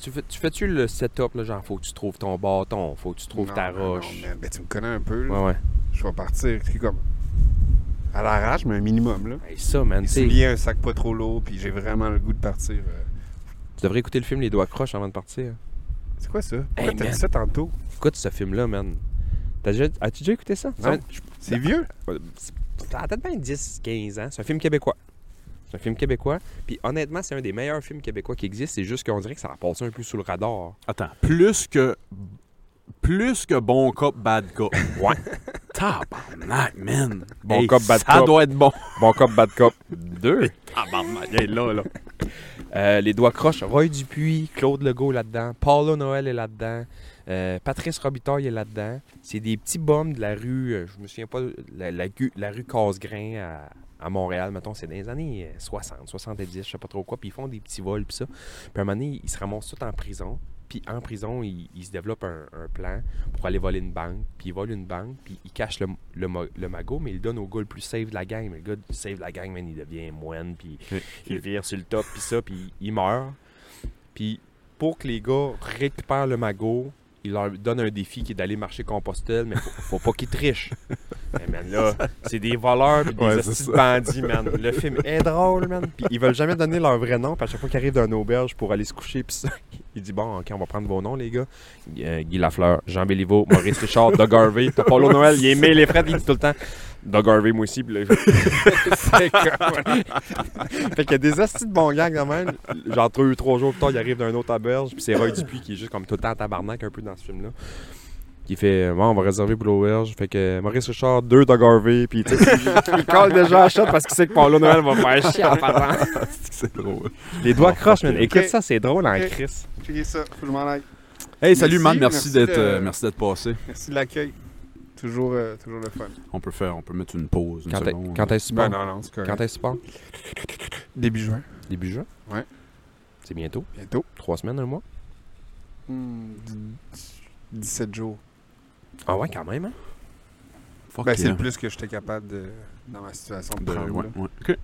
Speaker 3: Tu, fais, tu fais-tu le setup, là, genre, faut que tu trouves ton bâton, faut que tu trouves
Speaker 4: Non,
Speaker 3: ta
Speaker 4: non, non,
Speaker 3: roche.
Speaker 4: mais- ben, tu me connais un peu, là.
Speaker 3: ouais, ouais.
Speaker 4: Je vais partir. C'est comme. À l'arrache, mais un minimum, là.
Speaker 3: Hey, ça, man,
Speaker 4: Les
Speaker 3: tu sais,
Speaker 4: souliers, un sac pas trop lourd, puis j'ai vraiment le goût de partir. euh.
Speaker 3: tu devrais écouter le film Les Doigts Croches avant de partir.
Speaker 4: C'est quoi ça? Pourquoi
Speaker 3: Hey,
Speaker 4: t'as
Speaker 3: man.
Speaker 4: dit ça tantôt?
Speaker 3: Écoute ce film-là, man. T'as déjà, as-tu déjà écouté ça?
Speaker 4: Non.
Speaker 3: Je-
Speaker 4: C'est vieux?
Speaker 3: Euh, c'est- Ça a peut-être bien 10-15 ans. C'est un film québécois. C'est un film québécois. Puis honnêtement, c'est un des meilleurs films québécois qui existe. C'est juste qu'on dirait que ça a passé un peu sous le radar.
Speaker 2: Attends, plus que. Plus que bon cop, bad cop.
Speaker 3: Ouais.
Speaker 2: Tabarnak, man.
Speaker 3: Bon cop, bad
Speaker 2: Ça
Speaker 3: cop.
Speaker 2: doit être bon.
Speaker 3: Bon Cop, Bad Cop 2.
Speaker 2: Tabarnak, il est là, là.
Speaker 3: Euh, les doigts croches. Roy Dupuis, Claude Legault est là-dedans. Paulo Noël est là-dedans. Euh, Patrice Robitaille est là-dedans. C'est des petits bums de la rue, euh, je me souviens pas, la, la gu- la rue Casgrain à, à Montréal, mettons, c'est dans les années euh, 60, 70, je sais pas trop quoi, puis ils font des petits vols, puis ça. Puis à un moment donné, ils se ramassent tous en prison, puis en prison, ils, ils se développent un, un plan pour aller voler une banque, puis ils volent une banque, puis ils cachent le, le mo- le magot, mais ils le donnent au gars le plus safe de la gang. Mais le gars du safe de la gang, man, il devient moine, puis il vire sur le top, puis ça, puis il meurt. Puis pour que les gars récupèrent le magot, il leur donne un défi qui est d'aller marcher Compostelle, mais faut, faut pas qu'ils trichent. Mais man, là, c'est des voleurs pis des
Speaker 2: Ouais,
Speaker 3: hosties
Speaker 2: c'est
Speaker 3: de
Speaker 2: ça.
Speaker 3: bandits, man. Le film est drôle, man. Puis ils veulent jamais donner leur vrai nom, puis à chaque fois qu'ils arrivent d'une auberge pour aller se coucher, puis ça, il dit Bon, ok, on va prendre vos noms, les gars. Euh, Guy Lafleur, Jean Béliveau, Maurice Richard, Doug Harvey, t'as Paulo Noël, il aimait les frères, il dit tout le temps Doug Harvey, moi aussi, puis là, c'est comme- fait qu'il y a des hosties de bon gang quand même. Genre, trois, trois jours plus tard, il arrive d'un autre auberge, puis c'est Roy Dupuis qui est juste comme tout le temps en tabarnak un peu dans ce film-là. Qui fait, bon, on va réserver pour l'auberge. Fait que Maurice Richard, deux Doug Harvey, puis tu sais, il il colle déjà à shot parce qu'il sait que Paulo Noël va faire chier en parlant.
Speaker 2: C'est drôle.
Speaker 3: Les doigts crochent, man. Écoute
Speaker 4: Ok.
Speaker 3: ça, c'est drôle en
Speaker 4: Ok.
Speaker 3: crise.
Speaker 4: Checkez ça, faut que je m'en aille.
Speaker 2: Hey, salut,
Speaker 4: Merci,
Speaker 2: man. Merci
Speaker 4: merci
Speaker 2: d'être
Speaker 4: de-
Speaker 2: euh, merci d'être passé.
Speaker 4: Merci de l'accueil. Toujours, euh, toujours le fun.
Speaker 2: On peut faire, on peut mettre une pause, une
Speaker 3: Quand est-
Speaker 2: seconde.
Speaker 3: quand est-ce support?
Speaker 4: Ben, non, non, c'est
Speaker 3: Quand est-ce support?
Speaker 4: Début juin,
Speaker 3: Début juin?
Speaker 4: Ouais.
Speaker 3: C'est bientôt.
Speaker 4: bientôt.
Speaker 3: Trois semaines, un mois?
Speaker 4: Hmm, 17 jours.
Speaker 3: Ah ouais, quand même, hein?
Speaker 2: Fuck
Speaker 4: Ben, c'est
Speaker 2: yeah.
Speaker 4: le plus que j'étais capable de, dans ma situation de
Speaker 2: De-
Speaker 4: prendre.
Speaker 2: ouais,
Speaker 4: là.
Speaker 2: ouais. Ok.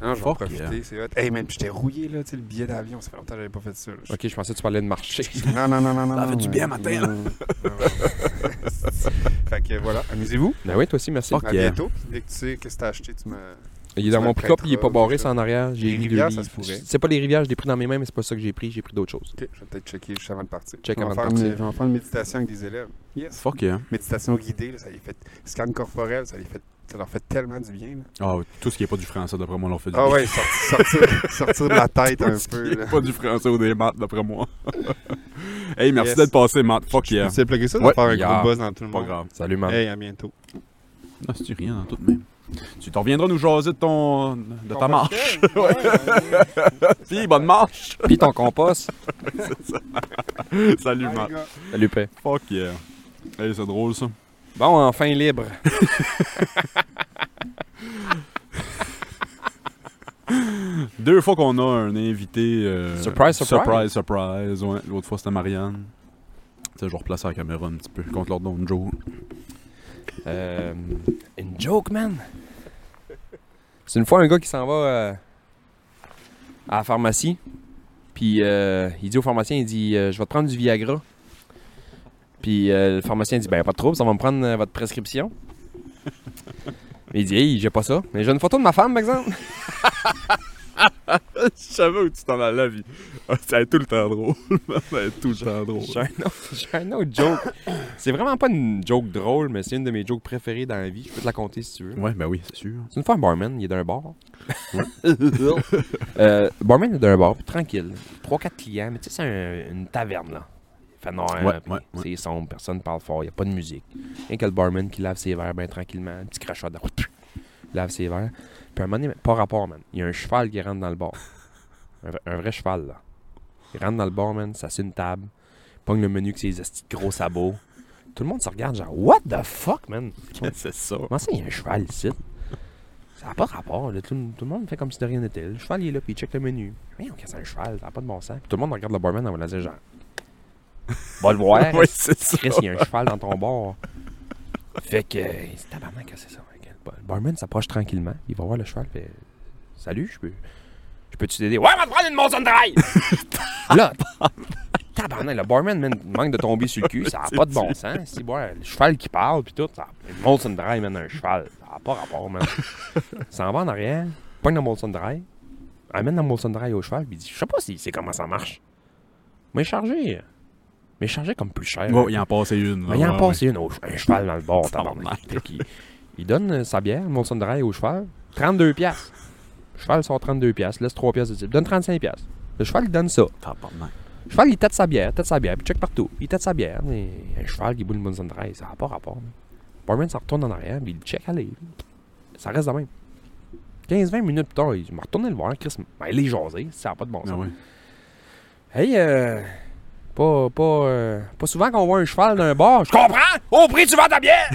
Speaker 4: Non, je vais en
Speaker 2: Fuck
Speaker 4: profiter,
Speaker 2: yeah.
Speaker 4: c'est hot. Hey man, puis j'étais rouillé là, tu sais, le billet d'avion, ça fait longtemps que j'avais pas fait ça. là.
Speaker 3: Ok, je pensais que tu parlais de marché.
Speaker 4: Non, non, non, non, non.
Speaker 2: Ça
Speaker 4: non,
Speaker 2: fait du
Speaker 4: ouais.
Speaker 2: bien matin, là.
Speaker 4: Non, non, non, non. fait que voilà, amusez-vous.
Speaker 3: ben oui, toi aussi, merci.
Speaker 2: Fuck
Speaker 4: À
Speaker 2: yeah.
Speaker 4: bientôt. puis Dès que tu sais qu'est-ce que t'as acheté, tu me.
Speaker 3: Il est dans
Speaker 4: Tu
Speaker 3: mon
Speaker 4: me
Speaker 3: pick-up, il est pas
Speaker 4: prêteras,
Speaker 3: barré,
Speaker 4: je-
Speaker 3: c'est en arrière. J'ai
Speaker 4: Les
Speaker 3: mis deux
Speaker 4: rivières,
Speaker 3: livres.
Speaker 4: ça se pourrait.
Speaker 3: C'est pas les rivières, je l'ai pris dans mes mains, mais c'est pas ça que j'ai pris, j'ai pris d'autres choses.
Speaker 4: Ok, je vais peut-être checker juste avant de partir.
Speaker 3: Check
Speaker 4: On va
Speaker 3: avant de
Speaker 4: faire une-
Speaker 3: partir.
Speaker 4: on va faire une méditation avec des élèves. Yes.
Speaker 2: Fuck yeah.
Speaker 4: Méditation guidée, là, ça les fait. Scan corporel, ça les fait. Ça leur fait tellement du bien. là.
Speaker 2: Ah, oui, tout ce qui est pas du français, d'après moi, on leur fait du
Speaker 4: Ah
Speaker 2: bien.
Speaker 4: ouais, sortir, sortir, sortir de la tête
Speaker 2: Tout
Speaker 4: un
Speaker 2: ce
Speaker 4: peu.
Speaker 2: qui est
Speaker 4: là.
Speaker 2: pas du français ou des maths, d'après moi. hey, merci
Speaker 4: Yes.
Speaker 2: d'être passé, Matt. Fuck yeah.
Speaker 4: Tu sais plugger ça,
Speaker 2: euh, Ouais,
Speaker 4: de faire un
Speaker 3: yeah.
Speaker 4: gros buzz dans tout le
Speaker 2: Pas
Speaker 4: monde.
Speaker 2: grave.
Speaker 3: Salut, man.
Speaker 4: Hey, à bientôt.
Speaker 2: Non, c'est Ah, rien dans tout de même. Tu t'en reviendras nous jaser de ton. de ta marche. Puis, bonne marche.
Speaker 3: Pis ton compost.
Speaker 2: Salut, Matt.
Speaker 3: Salut, paix.
Speaker 2: Fuck yeah. Hey, c'est drôle ça.
Speaker 3: Bon, enfin libre.
Speaker 2: Deux fois qu'on a un invité. euh,
Speaker 3: Surprise, surprise.
Speaker 2: Surprise, surprise, ouais. L'autre fois, c'était Marianne. Tu sais, je vais replacer la caméra un petit peu contre leur don Joe.
Speaker 3: Euh, une joke, man. C'est une fois un gars qui s'en va euh, à la pharmacie. Puis euh, il dit au pharmacien, il dit, euh, je vais te prendre du Viagra. Puis euh, le pharmacien dit, ben pas de trouble, ça va me prendre euh, votre prescription. Mais il dit, hey, j'ai pas ça. Mais j'ai une photo de ma femme, par exemple.
Speaker 2: je savais où tu t'en allais, vie. Ça tout le temps drôle. Ça tout le temps
Speaker 3: J'ai un, autre- j'ai un autre joke. C'est vraiment pas une joke drôle, mais c'est une de mes jokes préférées dans la vie. Je peux te la conter si tu veux.
Speaker 2: Ouais, ben oui, c'est sûr.
Speaker 3: C'est une fois un barman, il est d'un bar. euh, barman est d'un bar, puis tranquille. 3-4 clients, mais tu sais, c'est un- une taverne, là. Il fait noir,
Speaker 2: Ouais,
Speaker 3: puis
Speaker 2: ouais, ouais.
Speaker 3: c'est sombre, personne parle fort, il n'y a pas de musique. Rien que le barman qui lave ses verres bien tranquillement, un petit crachat dans lave ses verres. Puis à un moment donné, pas rapport, man. Il y a un cheval qui rentre dans le bar. Un, v- un vrai cheval, là. Il rentre dans le bar, man, s'assied une table, pogne le menu avec ses esti de gros sabots. Tout le monde se regarde, genre, what the fuck, man?
Speaker 2: c'est ça.
Speaker 3: Comment ça, il y a un cheval ici? Ça n'a pas de rapport. là. Tout, tout le monde fait comme si de rien n'était. Le cheval, il est là, puis il check le menu. Mais on casse un cheval, ça n'a pas de bon sens. Puis tout le monde regarde le barman en dire genre. Va le voir.
Speaker 2: Ouais, c'est ça.
Speaker 3: Chris, il y a un cheval dans ton bord. Fait que. euh, Il dit tabarnak, c'est ça. mec. Le barman s'approche tranquillement. Il va voir le cheval. Fait. Salut, je peux. Je peux-tu t'aider? Ouais, va te prendre une montagne de travail! là, tabarnak, le barman man, manque de tomber sur le cul. Ça n'a pas de bon sens. Si, ouais, le cheval qui parle, puis tout. Ça, une montagne de drive, man, un cheval. Ça n'a pas rapport, man. S'en va en arrière. Pogne la montagne de drive. Amène la montagne de drive au cheval. Puis il dit, je sais pas si c'est comment ça marche. Mais chargé. Mais chargé comme plus cher.
Speaker 2: Ouais, il en passait une. là,
Speaker 3: Mais il en
Speaker 2: ouais,
Speaker 3: passe une au- un cheval dans le bord,
Speaker 2: Tabarnak.
Speaker 3: tabarnak. Fait qu'il- Il donne euh, sa bière, Molson Dry au cheval, 32 piastres. Le cheval sort 32 piastres, laisse 3 piastres de type. Donne 35 piastres. Le cheval, il donne ça.
Speaker 2: ouais. Tabarnak.
Speaker 3: Le cheval, il tête sa bière, tête sa bière, puis check partout. Il tête sa bière. mais un cheval qui boule une Molson Dry, ça n'a pas rapport. mais. Barman, ça retourne en arrière, puis il check, allez. Ça reste de même. 15-20 minutes plus tard, il m'a retourné le voir, Chris. Ben, il est jasé, ça n'a pas de bon sens.
Speaker 2: Ah ouais.
Speaker 3: Hey, euh, pas, pas, euh, pas souvent qu'on voit un cheval d'un bar. Je comprends! Au prix, tu vends ta bière!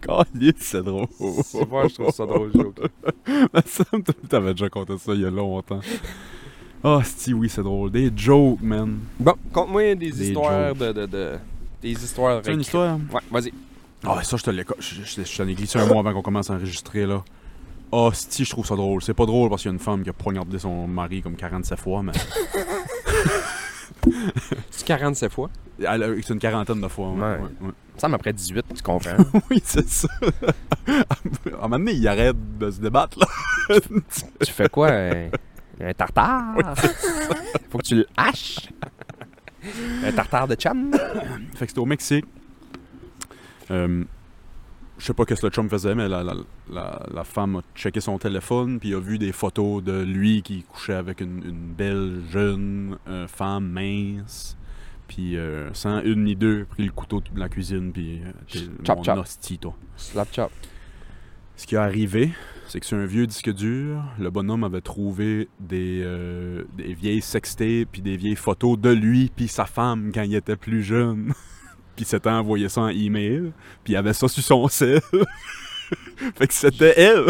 Speaker 2: Caliste, c'est drôle.
Speaker 3: je trouve ça drôle, joke.
Speaker 2: Me semble que T'avais déjà compté ça il y a longtemps. Ah, si oui, c'est drôle. Des jokes, man.
Speaker 3: Bon, conte-moi des,
Speaker 2: Des
Speaker 3: histoires de, de, de- Des histoires.
Speaker 2: C'est une
Speaker 3: récré-
Speaker 2: histoire?
Speaker 3: Ouais, vas-y.
Speaker 2: Ah, ça, je te l'ai. Je, je, je t'en ai glissé un mot avant qu'on commence à enregistrer, là. Ah, si, je trouve ça drôle. C'est pas drôle parce qu'il y a une femme qui a poignardé son mari comme 47 fois, mais.
Speaker 3: C'est 47 fois.
Speaker 2: Elle a- C'est une quarantaine de fois. ouais,
Speaker 3: Ouais.
Speaker 2: ouais, ouais.
Speaker 3: Ça m'après 18, tu comprends?
Speaker 2: Oui, c'est ça. à un moment donné, il arrête de se débattre, là.
Speaker 3: tu fais quoi? Un, un tartare? Faut que tu le haches. un tartare de cham?
Speaker 2: Fait que c'était au Mexique. Euh, je sais pas qu'est-ce que le chum faisait, mais la, la, la, la femme a checké son téléphone puis a vu des photos de lui qui couchait avec une, une belle jeune euh, femme mince. Puis euh, sans une ni deux, pris le couteau de la cuisine puis euh, t'es
Speaker 3: Chop,
Speaker 2: mon
Speaker 3: chop.
Speaker 2: hostie, toi.
Speaker 3: Slap chop.
Speaker 2: Ce qui est arrivé, c'est que sur un vieux disque dur, le bonhomme avait trouvé des, euh, des vieilles sextées puis des vieilles photos de lui puis sa femme quand il était plus jeune. puis il s'était envoyé ça en email, puis il avait ça sur son sel. fait que c'était elle,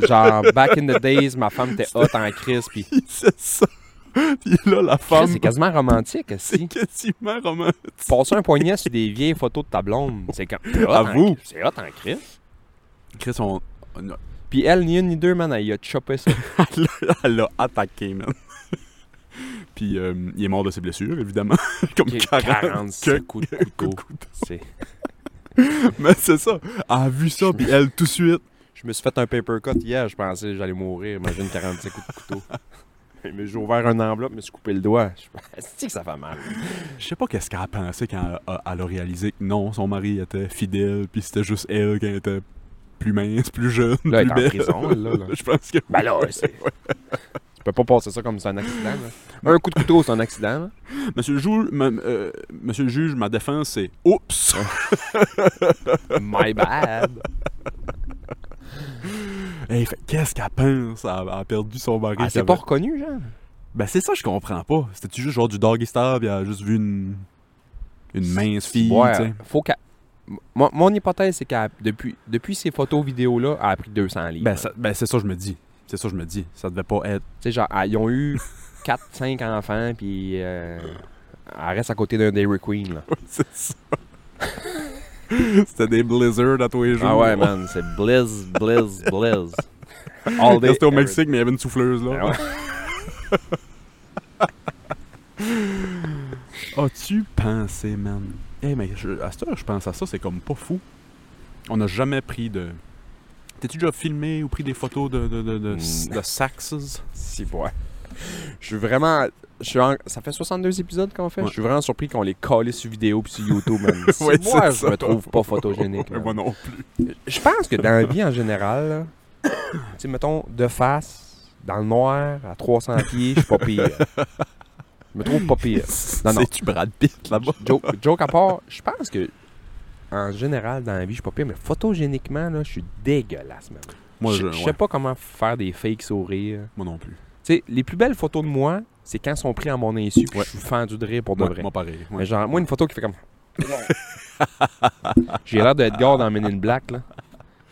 Speaker 3: Genre, back in the days, ma femme était hot en crise, puis
Speaker 2: c'est ça. Puis là, la
Speaker 3: Chris,
Speaker 2: femme,
Speaker 3: c'est quasiment romantique,
Speaker 2: c'est
Speaker 3: si.
Speaker 2: quasiment romantique.
Speaker 3: Passer un poignet sur des vieilles photos de ta blonde, c'est quand. c'est hot en-
Speaker 2: Avoue.
Speaker 3: C'est hot en crise.
Speaker 2: Chris, on...
Speaker 3: Puis elle, ni une ni deux, man, elle y a chopé ça.
Speaker 2: elle l'a- elle l'a attaqué, man. puis euh, il est mort de ses blessures, évidemment. Comme 40
Speaker 3: 46 coups de couteau.
Speaker 2: couteaux.
Speaker 3: C'est-
Speaker 2: Mais c'est ça. Elle a vu ça, puis elle, tout de suite.
Speaker 3: Je me suis fait un paper cut hier, je pensais que j'allais mourir. Imagine 45 coups de couteau. Mais j'ai ouvert un enveloppe, je me suis coupé le doigt. Je sais que ça fait mal.
Speaker 2: Je sais pas qu'est-ce qu'elle a pensé quand elle a, elle a réalisé que non, son mari était fidèle, puis c'était juste elle qui était plus mince, plus jeune,
Speaker 3: Là,
Speaker 2: plus
Speaker 3: elle est en
Speaker 2: belle.
Speaker 3: prison, elle, là, là.
Speaker 2: Je pense que.
Speaker 3: Ben là, c'est. Tu peux pas passer ça comme c'est un accident. là. Un coup de couteau, c'est un accident. là.
Speaker 2: Monsieur le, juge, ma- euh, monsieur le juge, ma défense, c'est oups!
Speaker 3: My bad.
Speaker 2: Hey, fait, qu'est-ce qu'elle pense? Elle, elle a perdu son mari.
Speaker 3: Elle
Speaker 2: qui
Speaker 3: s'est
Speaker 2: avait-
Speaker 3: pas reconnue, genre.
Speaker 2: Ben, c'est ça, je comprends pas. C'était-tu juste genre du doggy star, puis elle a juste vu une, une mince fille,
Speaker 3: Ouais,
Speaker 2: tu sais?
Speaker 3: faut qu'elle- Mon, mon hypothèse, c'est qu'elle, depuis, depuis ces photos vidéos-là, elle a pris 200 livres.
Speaker 2: Ben, ça- ben, c'est ça, je me dis. C'est ça, je me dis. Ça devait pas être.
Speaker 3: Tu sais, genre, ah, ils ont eu 4-5 enfants, puis euh, elle reste à côté d'un Dairy Queen, là.
Speaker 2: c'est ça. C'était des blizzards à tous les jours.
Speaker 3: Ah ouais, man, c'est blizz, blizz, blizz. All day.
Speaker 2: C'était au
Speaker 3: every-
Speaker 2: Mexique, mais il y avait une souffleuse, là.
Speaker 3: Ah ouais.
Speaker 2: Ah As-tu pensé, man? Eh, mais je- à cette heure, je pense à ça, c'est comme pas fou. On n'a jamais pris de. T'es-tu déjà filmé ou pris des photos de, de, de, de,
Speaker 3: Mm.
Speaker 2: de saxes?
Speaker 3: Si, ouais. Je suis vraiment. Je suis en- Ça fait 62 épisodes qu'on fait.
Speaker 2: Ouais.
Speaker 3: Je suis vraiment surpris qu'on les collé sur vidéo puis sur YouTube, man. Si
Speaker 2: Ouais,
Speaker 3: moi,
Speaker 2: c'est
Speaker 3: je
Speaker 2: ça.
Speaker 3: me trouve pas photogénique.
Speaker 2: Ouais,
Speaker 3: man.
Speaker 2: Euh, moi non plus.
Speaker 3: Je pense que dans la vie en général, là, tu sais, mettons, de face, dans le noir, à 300 pieds, je suis pas pire. Je me trouve pas pire. Non, non.
Speaker 2: C'est-tu Brad Pitt là-bas?
Speaker 3: Joke, joke à part, je pense que, en général, dans la vie, je suis pas pire, mais photogéniquement, là, je suis dégueulasse, man.
Speaker 2: Moi,
Speaker 3: je
Speaker 2: je,
Speaker 3: je
Speaker 2: ouais,
Speaker 3: sais pas comment faire des fake sourires.
Speaker 2: moi non plus.
Speaker 3: Tu sais, les plus belles photos de moi, c'est quand elles sont prises à mon insu, puis je suis fendu de rire pour de
Speaker 2: Ouais,
Speaker 3: vrai.
Speaker 2: Moi, pareil.
Speaker 3: Mais
Speaker 2: Ouais.
Speaker 3: genre, moi, une photo qui fait comme. j'ai l'air d'Edgar dans Men in Black, là.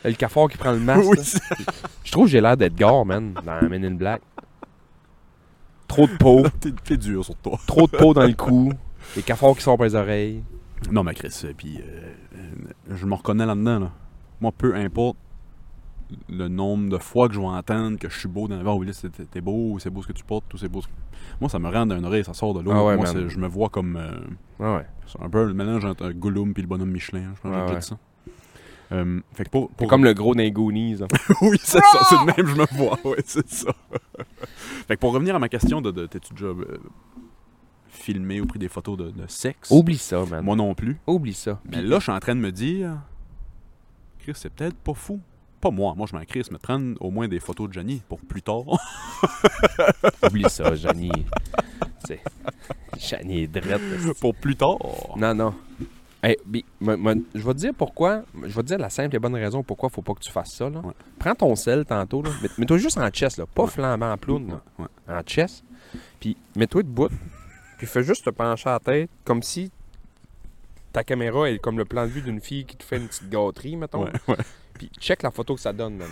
Speaker 3: Le cafard qui prend le masque.
Speaker 2: Oui,
Speaker 3: là.
Speaker 2: c'est-
Speaker 3: Je trouve que j'ai l'air d'Edgar, man, dans Men in Black. Trop de peau,
Speaker 2: t'es- t'es dur sur toi.
Speaker 3: trop de peau dans le cou, les cafards qui sortent par les oreilles.
Speaker 2: Non, mais Chris, euh, puis euh, euh, je me reconnais là-dedans. Là. Moi, peu importe le nombre de fois que je vais entendre que je suis beau dans la vie, Ah oui, là, c'est- t'es t'es beau, c'est beau ce que tu portes, tout c'est beau. ce que- Moi, ça me rend d'un oreille, ça sort de l'autre.
Speaker 3: Ah ouais,
Speaker 2: Moi,
Speaker 3: man.
Speaker 2: c'est- je me vois comme euh,
Speaker 3: Ah ouais.
Speaker 2: c'est un peu le mélange entre un Gollum puis le bonhomme Michelin. hein. Je pense que
Speaker 3: Ah
Speaker 2: j'ai déjà
Speaker 3: ouais.
Speaker 2: dit ça. Euh, fait que pour,
Speaker 3: T'es
Speaker 2: pour-
Speaker 3: comme le gros d'un Goonies, là.
Speaker 2: oui, c'est ça, c'est le même, je me vois, ouais, c'est ça. fait que pour revenir à ma question de, de t'es-tu déjà euh, filmé ou pris des photos de, de sexe
Speaker 3: Oublie ça, man.
Speaker 2: Moi non plus.
Speaker 3: Oublie ça.
Speaker 2: Mais Ben là, je suis en train de me dire, Chris, c'est peut-être pas fou. Pas moi, moi je m'en crisse, mais prendre au moins des photos de Johnny pour plus tard.
Speaker 3: Oublie ça, Janie. tu sais, Janie est drette. là.
Speaker 2: pour plus tard.
Speaker 3: Non, non. Hey, bi- me- me- je vais te dire pourquoi. Je vais te dire la simple et bonne raison pourquoi faut pas que tu fasses ça. Là.
Speaker 2: Ouais.
Speaker 3: Prends ton sel tantôt. Là. Mets- Mets-toi juste en chest, là. pas flambant en ploune. là.
Speaker 2: Ouais,
Speaker 3: en chest. Puis mets-toi debout. Puis fais juste te pencher la tête comme si ta caméra est comme le plan de vue d'une fille qui te fait une petite gâterie, mettons.
Speaker 2: ouais, ouais.
Speaker 3: Puis check la photo que ça donne, man.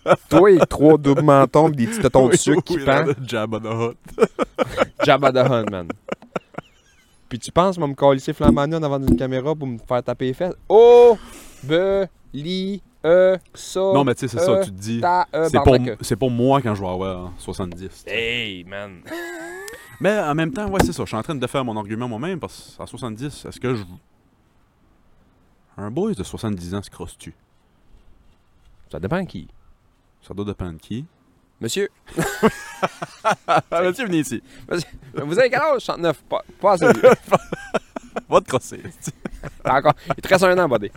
Speaker 3: Toi et trois doubles mentons pis des petits totons de
Speaker 2: Oui,
Speaker 3: sucre qui
Speaker 2: oui, là,
Speaker 3: pendent.
Speaker 2: le Jabba the Hutt.
Speaker 3: Jabba the Hutt, man. Puis tu penses, moi, me calisser flambagnon devant une caméra pour me faire taper les fesses. Oh, be, li, e, so,
Speaker 2: Non, mais tu sais, c'est ça,
Speaker 3: euh,
Speaker 2: tu te dis.
Speaker 3: ta, e,
Speaker 2: C'est pour,
Speaker 3: barbaque.
Speaker 2: c'est pour moi quand je vais avoir 70.
Speaker 3: Hey, man.
Speaker 2: Mais en même temps, ouais, c'est ça. Je suis en train de défaire mon argument moi-même parce qu'à 70, est-ce que je. Un boy de 70 ans se crosse-tu
Speaker 3: Ça dépend qui.
Speaker 2: Ça doit dépendre de qui.
Speaker 3: Monsieur,
Speaker 2: Ah, monsieur, venez ici.
Speaker 3: vous avez quel âge? 69. Pas, pas assez vieux.
Speaker 2: Va te crosser.
Speaker 3: T'as encore... Il te reste un an, buddy.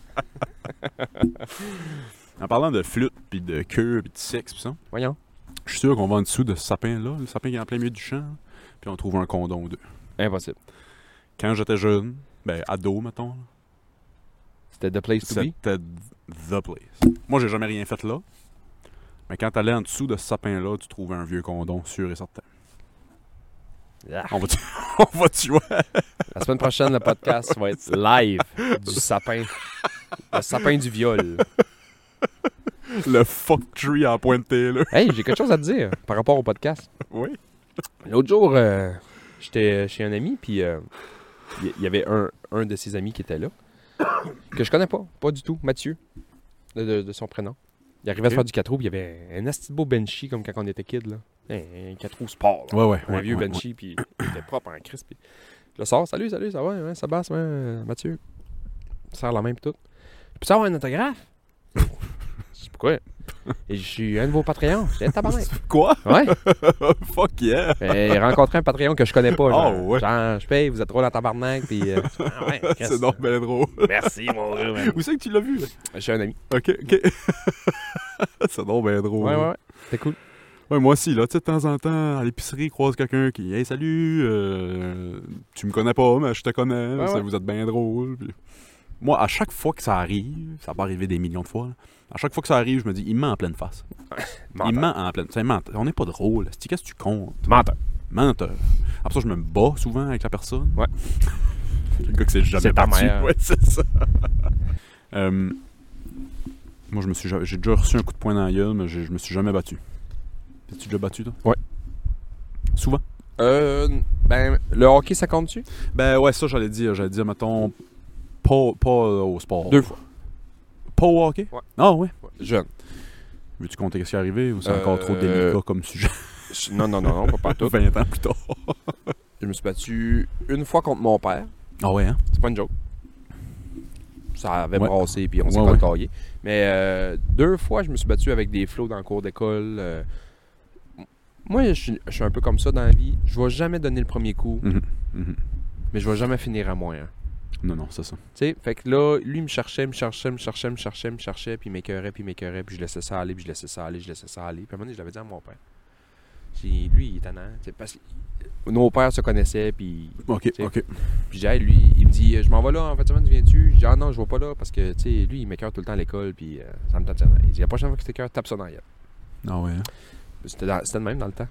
Speaker 2: En parlant de flûte, puis de queue, puis de sexe, puis ça.
Speaker 3: Voyons.
Speaker 2: Je suis sûr qu'on va en dessous de ce sapin-là, le sapin qui est en plein milieu du champ, là, puis on trouve un condom ou deux.
Speaker 3: Impossible.
Speaker 2: Quand j'étais jeune, ben ado, mettons, là,
Speaker 3: C'était the place to be.
Speaker 2: c'était the place. Moi, j'ai jamais rien fait là, mais quand t'allais en dessous de ce sapin-là, tu trouvais un vieux condom, sûr et certain.
Speaker 3: Ah.
Speaker 2: On va tu, on va tu vois.
Speaker 3: La semaine prochaine, le podcast va être live du sapin. Le sapin du viol.
Speaker 2: le fuck tree à pointer, là.
Speaker 3: Hey, j'ai quelque chose à te dire par rapport au podcast.
Speaker 2: Oui.
Speaker 3: L'autre jour, euh, j'étais chez un ami, puis euh, il y- il y avait un, un de ses amis qui était là, que je connais pas, pas du tout, Mathieu, de, de- de son prénom. Il arrivait à se
Speaker 2: Ok.
Speaker 3: faire du 4 roues, puis il y avait un asti de beau Benchy, comme quand on était kid, là. Un, un 4 roues sport, là.
Speaker 2: Ouais, ouais.
Speaker 3: un vieux Benchy, puis il était propre en crisp. puis Je le sors, salut, salut, ça va, hein, ça passe, hein, euh, Mathieu. Serre la main, puis tout. Puis ça, avoir un autographe. Je sais pourquoi. Et je suis un de vos Patreons. Je dis, tabarnak.
Speaker 2: Quoi?
Speaker 3: Ouais.
Speaker 2: fuck yeah!
Speaker 3: Et rencontrer Euh, un Patreon que je connais pas. Genre,
Speaker 2: Oh, ouais.
Speaker 3: genre, je paye, vous êtes trop dans tabarnak, puis... euh, ah ouais, Chris.
Speaker 2: C'est donc ben drôle.
Speaker 3: Merci, mon gars. man.
Speaker 2: Où c'est que tu l'as vu?
Speaker 3: Je suis un ami.
Speaker 2: Ok, ok. C'est donc ben drôle.
Speaker 3: Ouais, ouais, ouais. C'est cool.
Speaker 2: Ouais, moi aussi, là, tu sais, de temps en temps, à l'épicerie, croise quelqu'un qui Hey, salut, euh, tu me connais pas, mais je te connais,
Speaker 3: Ouais,
Speaker 2: ça-
Speaker 3: ouais.
Speaker 2: vous êtes bien drôle. Puis... Moi, à chaque fois que ça arrive, ça va arriver des millions de fois, là, à chaque fois que ça arrive, je me dis, il ment en pleine face. Il ment en pleine face. On n'est pas drôle. C'est qu'est-ce que tu comptes?
Speaker 3: Menteur.
Speaker 2: Menteur. Après ça, je me bats souvent avec la personne.
Speaker 3: Ouais.
Speaker 2: le gars que c'est jamais
Speaker 3: C'est ta
Speaker 2: battu.
Speaker 3: mère.
Speaker 2: Ouais, c'est ça. Euh, moi, je me suis ja- j'ai déjà reçu un coup de poing dans la gueule, mais j'ai- je me suis jamais battu. T'es-tu déjà battu, toi?
Speaker 3: Ouais.
Speaker 2: Souvent?
Speaker 3: Euh, ben, le hockey, ça compte-tu?
Speaker 2: Ben ouais, ça, j'allais dire. J'allais dire, mettons, pas, pas euh, au sport.
Speaker 3: Deux fois.
Speaker 2: Pas au hockey?
Speaker 3: Ouais.
Speaker 2: Ah ouais?
Speaker 3: Ouais, Jeune.
Speaker 2: Veux-tu compter qu'est-ce qui est arrivé ou c'est
Speaker 3: Euh,
Speaker 2: encore trop délicat comme sujet?
Speaker 3: Je- Non, non, non, non, pas partout.
Speaker 2: 20 ans plus tard.
Speaker 3: Je me suis battu une fois contre mon père.
Speaker 2: Ah ouais, hein?
Speaker 3: C'est pas une joke. Ça avait
Speaker 2: Ouais.
Speaker 3: brassé, puis on s'est
Speaker 2: Ouais,
Speaker 3: pas
Speaker 2: ouais.
Speaker 3: caillé. Mais euh, deux fois, je me suis battu avec des flots dans le cours d'école. euh. M- moi, je suis, je suis un peu comme ça dans la vie. Je vais jamais donner le premier coup,
Speaker 2: Mhm, mhm.
Speaker 3: mais je vais jamais finir à moins. un.
Speaker 2: Non, non, c'est ça.
Speaker 3: Tu sais, fait que là, lui me cherchait, me cherchait, me cherchait, me cherchait, me cherchait, puis il m'écœurait, puis il m'écœurait, puis je laissais ça aller, puis je laissais ça aller, je laissais ça aller. Puis à un moment donné, je l'avais dit à mon père. J'ai dit, lui, il est tannant. tu sais, Parce que nos pères se connaissaient, puis
Speaker 2: Ok,
Speaker 3: C'est-
Speaker 2: ok.
Speaker 3: puis j'ai, hey, lui, il me dit, je m'en vais là, en fin de semaine, tu viens-tu? Je dis, ah non, je vais pas là, parce que, tu sais, lui, il m'écœure tout le temps à l'école, puis euh, ça me tente. Il dit, la prochaine fois que tu t'écœures, tape ça dans la gueule.
Speaker 2: Ah ouais, hein?
Speaker 3: C'était, dans- c'était de même dans le temps.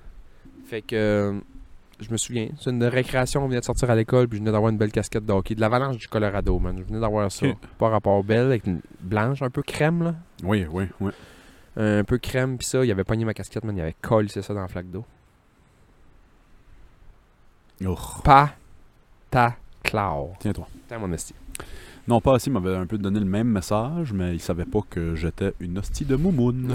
Speaker 3: Fait que, euh, je me souviens, c'est une récréation, on venait de sortir à l'école, puis je venais d'avoir une belle casquette de hockey, de l'avalanche du Colorado, man. Je venais d'avoir ça.
Speaker 2: Ok.
Speaker 3: Pas rapport belle, avec une blanche, un peu crème, là.
Speaker 2: Oui, oui, oui.
Speaker 3: Un peu crème, puis ça, il avait pogné ma casquette, man, il avait collé ça dans la flaque d'eau.
Speaker 2: Urgh.
Speaker 3: Pas, ta, claw.
Speaker 2: Tiens-toi.
Speaker 3: Putain, mon esti.
Speaker 2: Non, pas assis m'avait un peu donné le même message, mais il savait pas que j'étais une hostie de moumoune.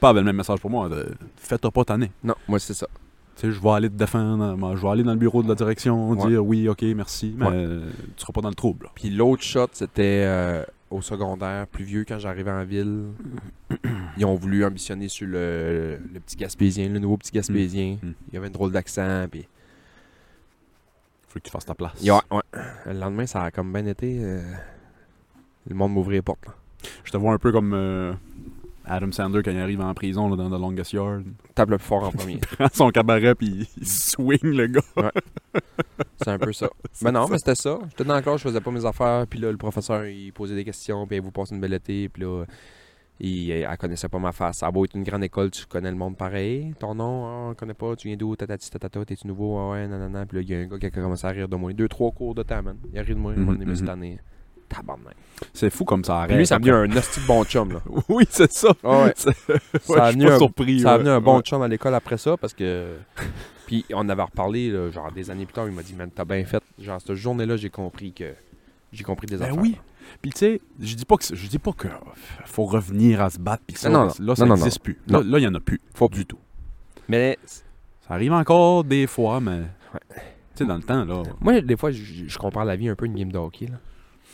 Speaker 2: pas avec le même message pour moi. de Fais-toi pas tanner.
Speaker 3: Non, moi, c'est ça.
Speaker 2: Tu sais, je vais aller te défendre, moi, je vais aller dans le bureau de la direction,
Speaker 3: Ouais.
Speaker 2: dire oui, ok, merci, mais
Speaker 3: Ouais.
Speaker 2: euh, tu seras pas dans le trouble.
Speaker 3: Puis l'autre shot, c'était euh, au secondaire, plus vieux, quand j'arrivais en ville. Ils ont voulu ambitionner sur le, le petit Gaspésien, le nouveau petit Gaspésien.
Speaker 2: Mm.
Speaker 3: Il y avait un drôle d'accent. Puis...
Speaker 2: Faut que tu fasses ta place.
Speaker 3: Ouais, ouais. Le lendemain, ça a comme bien été. euh, Le monde m'ouvrait les portes. là.
Speaker 2: Je te vois un peu comme euh, Adam Sandler quand il arrive en prison là, dans The Longest Yard.
Speaker 3: Tape le plus fort en premier.
Speaker 2: Il prend son cabaret puis il swing le gars.
Speaker 3: C'est un peu ça. Mais non, mais c'était ça. J'étais dans la classe, je faisais pas mes affaires. Puis là, le professeur, il posait des questions. Puis elle vous passe une belle été. Puis là, il, elle connaissait pas ma face. Ça a beau être une grande école, tu connais le monde pareil. Ton nom, ah, on connaît pas. Tu viens d'où Tatati, tatata, t'es-tu nouveau Ah ouais, nanana. Puis là, il y a un gars qui a commencé à rire de moi. Deux, trois cours de temps, man. Il a ri de moi. Il m'a
Speaker 2: Mhm,
Speaker 3: donné mais cette
Speaker 2: mhm.
Speaker 3: année. Tabarnak.
Speaker 2: C'est fou comme ça
Speaker 3: Mm-hmm. Puis
Speaker 2: arrête.
Speaker 3: lui, ça a venu un hostie de bon chum, là.
Speaker 2: Oui, c'est ça.
Speaker 3: Ah ouais.
Speaker 2: C'est-
Speaker 3: Ça
Speaker 2: ouais,
Speaker 3: a
Speaker 2: je suis
Speaker 3: venu
Speaker 2: pas
Speaker 3: un-
Speaker 2: surpris.
Speaker 3: Ça a
Speaker 2: ouais.
Speaker 3: venu un bon
Speaker 2: Ouais.
Speaker 3: chum à l'école après ça parce que. Puis on avait reparlé, là, genre des années plus tard, il m'a dit, man, t'as bien fait. Genre, cette journée-là, j'ai compris que. J'ai compris des
Speaker 2: Ben
Speaker 3: affaires.
Speaker 2: oui. Puis tu sais, je dis pas que c'est- je dis pas que euh, faut revenir à se battre puis ça
Speaker 3: Non, non,
Speaker 2: là,
Speaker 3: non.
Speaker 2: là, ça
Speaker 3: Non, non,
Speaker 2: n'existe plus. Là,
Speaker 3: Non.
Speaker 2: là, il y en a plus.
Speaker 3: Faut
Speaker 2: du tout.
Speaker 3: Mais
Speaker 2: Ça arrive encore des fois mais tu sais dans le temps là.
Speaker 3: moi, des fois, je je compare la vie un peu à une game de hockey. là.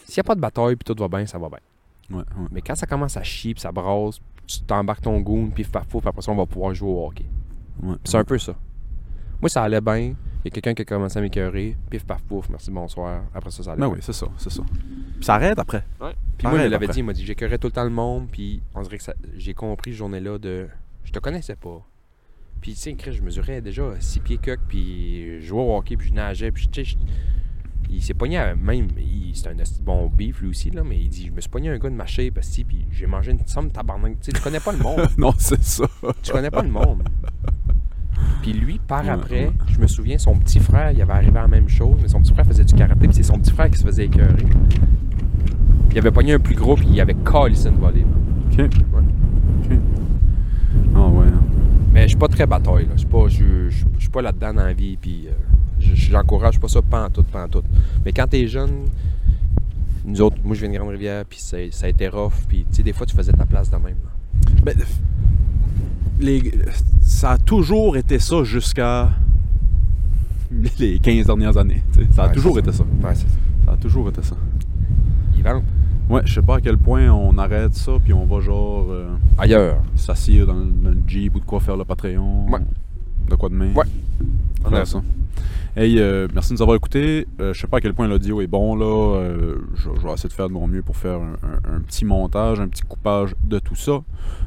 Speaker 3: S'il n'y a pas de bataille, puis tout va bien, ça va bien.
Speaker 2: Ouais, ouais.
Speaker 3: Mais quand ça commence à chier, puis ça brasse, tu t'embarques ton goon, puis paf, pouf, après ça, on va pouvoir jouer au hockey.
Speaker 2: ouais.
Speaker 3: Puis c'est un peu ça. Moi, ça allait bien. Il y a quelqu'un qui a commencé à m'écœurer. Pif, paf, pouf, merci, bonsoir. Après ça, ça allait
Speaker 2: Ben
Speaker 3: bien.
Speaker 2: oui, c'est ça, c'est ça. Puis ça arrête après.
Speaker 3: Puis moi,
Speaker 2: Pareil,
Speaker 3: Ah, il l'avait
Speaker 2: après.
Speaker 3: dit, il m'a dit, j'écœurais tout le temps le monde, puis on dirait que ça- j'ai compris cette journée-là de. Je te connaissais pas. Puis, tu sais, Chris, je mesurais déjà 6 pieds coq, puis je jouais au hockey, puis je nageais, puis tu sais, je- il s'est pogné à même. il- C'est un esti de bon beef, lui aussi, là, mais il dit, je me suis pogné un gars de ma shape, esti, puis j'ai mangé une somme tabarnak. Tu sais, tu connais pas le monde.
Speaker 2: non, c'est ça.
Speaker 3: tu connais pas le monde. Puis lui, par
Speaker 2: Ouais,
Speaker 3: après,
Speaker 2: ouais.
Speaker 3: je me souviens, son petit frère, il avait arrivé à la même chose, mais son petit frère faisait du karaté, puis c'est son petit frère qui se faisait écœurer. Il avait pogné un plus gros, puis il avait collé une volée. là.
Speaker 2: OK. OK. Ah ouais. hein.
Speaker 3: Mais je suis pas très bataille, là. Je suis pas, je, je- je suis pas là-dedans dans la vie, puis euh, je- je- j'encourage pas ça pantoute, pantoute. Mais quand t'es jeune, nous autres, moi je viens de Grande-Rivière, puis c'est- ça a été rough, puis tu sais, des fois tu faisais ta place de même. là.
Speaker 2: Ben, les- ça a toujours été ça jusqu'à les 15 dernières années. tu sais. Ça a
Speaker 3: Ouais,
Speaker 2: toujours
Speaker 3: c'est
Speaker 2: été ça.
Speaker 3: Ouais, c'est ça.
Speaker 2: Ça a toujours été ça.
Speaker 3: Ils vendent
Speaker 2: Ouais, je sais pas à quel point on arrête ça, puis on va genre euh,
Speaker 3: ailleurs.
Speaker 2: s'assire dans, le- dans le Jeep ou de quoi faire le Patreon.
Speaker 3: Ouais.
Speaker 2: De quoi demain.
Speaker 3: Ouais.
Speaker 2: On
Speaker 3: Ouais.
Speaker 2: a ça. Hey, euh, merci de nous avoir écoutés. Euh, je sais pas à quel point l'audio est bon, là. Euh, je, je vais essayer de faire de mon mieux pour faire un, un- un petit montage, un petit coupage de tout ça.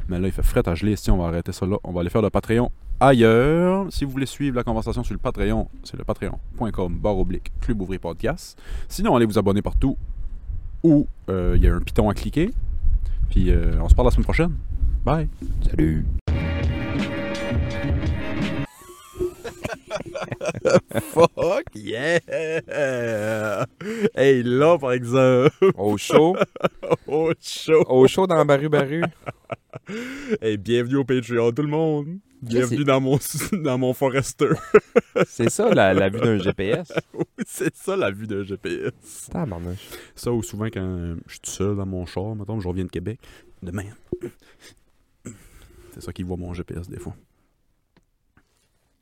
Speaker 2: Mais là, il fait fret à geler. Si on va arrêter ça là, on va aller faire le Patreon ailleurs. Si vous voulez suivre la conversation sur le Patreon, c'est le patreon.com barre oblique Club Ouvrier Podcast. Sinon, allez vous abonner partout où euh, il y a un piton à cliquer. Puis euh, on se parle la semaine prochaine. Bye!
Speaker 3: Salut.
Speaker 5: Fuck yeah! Hey, là, par exemple,
Speaker 3: Au show.
Speaker 5: au show.
Speaker 3: Au show dans Baru Baru.
Speaker 5: Hey, bienvenue au Patreon, tout le monde. Bienvenue
Speaker 3: c'est-
Speaker 5: dans mon, dans mon Forester.
Speaker 3: C'est ça, la, la vue d'un GPS.
Speaker 5: Oui, c'est ça la vue d'un GPS.
Speaker 3: Tabarnouche.
Speaker 2: Ça, ou souvent quand je suis tout seul dans mon char, mettons, je reviens de Québec, demain. C'est ça qui voit mon GPS des fois.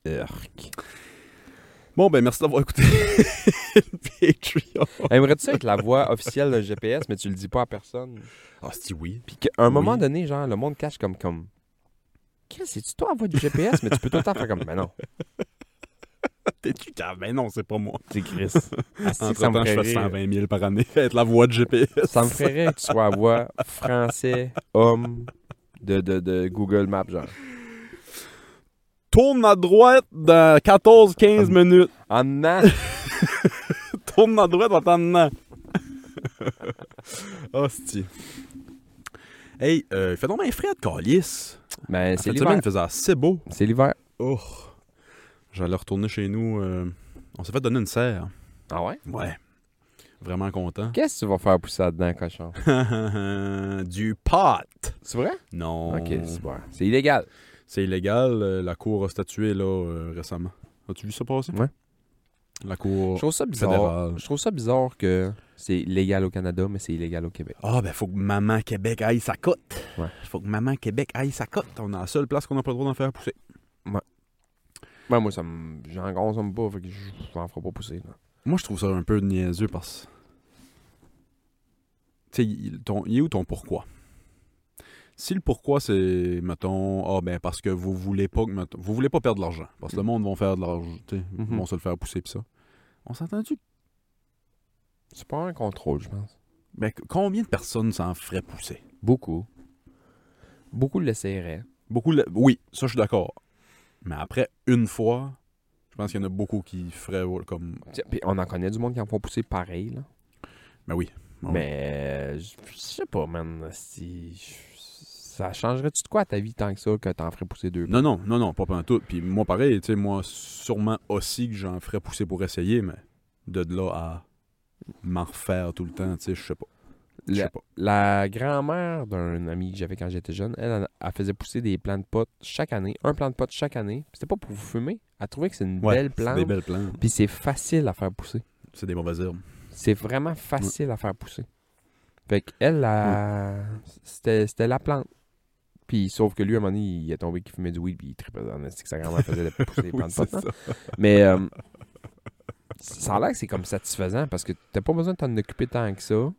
Speaker 3: Urk.
Speaker 2: Bon, ben merci d'avoir écouté le Patreon.
Speaker 3: Aimerais-tu être la voix officielle d'un GPS, mais tu le dis pas à personne?
Speaker 2: Ah, si oui.
Speaker 3: Puis qu'à un
Speaker 2: Oui.
Speaker 3: moment donné, genre, le monde cache comme. comme Chris, c'est-tu toi la voix du GPS? Mais tu peux tout le temps faire comme. Mais non,
Speaker 2: T'es-tu quand Ben non, c'est pas moi.
Speaker 3: c'est Chris. Asti que ça me
Speaker 2: Entre-temps, je
Speaker 3: ferait
Speaker 2: fais
Speaker 3: rire.
Speaker 2: 120 000 par année à être la voix de GPS.
Speaker 3: Ça me ferait rire que tu sois la voix français, homme de, de, de Google Maps, genre.
Speaker 2: Tourne à droite dans 14-15 minutes.
Speaker 3: En dedans,
Speaker 2: Tourne à droite en t'en
Speaker 3: eh,
Speaker 2: dedans. Hostie. Hey, euh, fais donc bien frais de calice.
Speaker 3: ben, c'est
Speaker 2: Cette
Speaker 3: l'hiver.
Speaker 2: semaine, il faisait assez beau.
Speaker 3: C'est l'hiver.
Speaker 2: Oh! J'allais retourner chez nous. euh, on s'est fait donner une serre.
Speaker 3: Ah ouais?
Speaker 2: Ouais. Vraiment content.
Speaker 3: Qu'est-ce que tu vas faire pousser là-dedans, cochon?
Speaker 2: du pot!
Speaker 3: C'est vrai?
Speaker 2: Non.
Speaker 3: Ok, c'est bon. C'est illégal.
Speaker 2: C'est illégal. euh, la cour a statué là, euh, récemment. As-tu vu ça passer?
Speaker 3: Ouais.
Speaker 2: La
Speaker 3: Je
Speaker 2: cour.
Speaker 3: trouve ça bizarre.
Speaker 2: Fédéral.
Speaker 3: Je trouve ça bizarre que c'est légal au Canada, mais c'est illégal au Québec.
Speaker 2: Ah, ben, faut que Maman Québec aille sa cote.
Speaker 3: Ouais.
Speaker 2: Faut que Maman Québec aille sa cote. On est la seule place qu'on n'a pas le droit d'en faire pousser.
Speaker 3: Ben, moi, ça me. J'en gros, ça me pas, fait que je je m'en ferai pas pousser. là.
Speaker 2: Moi, je trouve ça un peu niaiseux parce. Tu sais, il ton- il est où ton pourquoi? Si le pourquoi c'est, mettons, ah ben parce que vous voulez pas que, mettons- vous voulez pas perdre de l'argent, parce que le monde va faire de l'argent, tu sais,
Speaker 3: Mhm.
Speaker 2: vont se le faire pousser pis ça. On s'entend-tu?
Speaker 3: C'est pas un contrôle, je pense.
Speaker 2: Ben, c- combien de personnes s'en ferait pousser?
Speaker 3: Beaucoup. Beaucoup l'essayeraient.
Speaker 2: Beaucoup, le- oui, ça je suis d'accord. Mais après, une fois, je pense qu'il y en a beaucoup qui feraient ouais, comme,
Speaker 3: Tiens, Puis on en connaît du monde qui en font pousser pareil, là.
Speaker 2: ben oui. Ouais.
Speaker 3: Mais euh, je je sais pas, man. Si ça changerait-tu de quoi à ta vie tant que ça que t'en ferais pousser deux?
Speaker 2: Non, non, non, non, pas pendant tout. Puis moi, pareil, tu sais, moi, sûrement aussi que j'en ferais pousser pour essayer, mais de de là à m'en refaire tout le temps, tu sais, je sais pas. Je sais
Speaker 3: La,
Speaker 2: pas.
Speaker 3: la grand-mère d'un ami que j'avais quand j'étais jeune, elle, elle, elle faisait pousser des plants de potes chaque année, un plant de potes chaque année. Puis C'était pas pour vous fumer. Elle trouvait que c'est une
Speaker 2: Ouais,
Speaker 3: belle
Speaker 2: c'est
Speaker 3: plante.
Speaker 2: Des belles plantes.
Speaker 3: Puis c'est facile à faire pousser.
Speaker 2: C'est des mauvaises herbes.
Speaker 3: C'est vraiment facile à faire pousser. Fait qu'elle, elle, c'était c'était la plante. Puis sauf que lui, à un moment donné, il est tombé qu'il fumait du weed, puis il tripait en esti que sa grand-mère faisait de pousser les
Speaker 2: Oui,
Speaker 3: plantes de
Speaker 2: c'est
Speaker 3: potes. hein.
Speaker 2: ça.
Speaker 3: Mais euh, ça a l'air que c'est comme satisfaisant parce que t'as pas besoin de t'en occuper tant que ça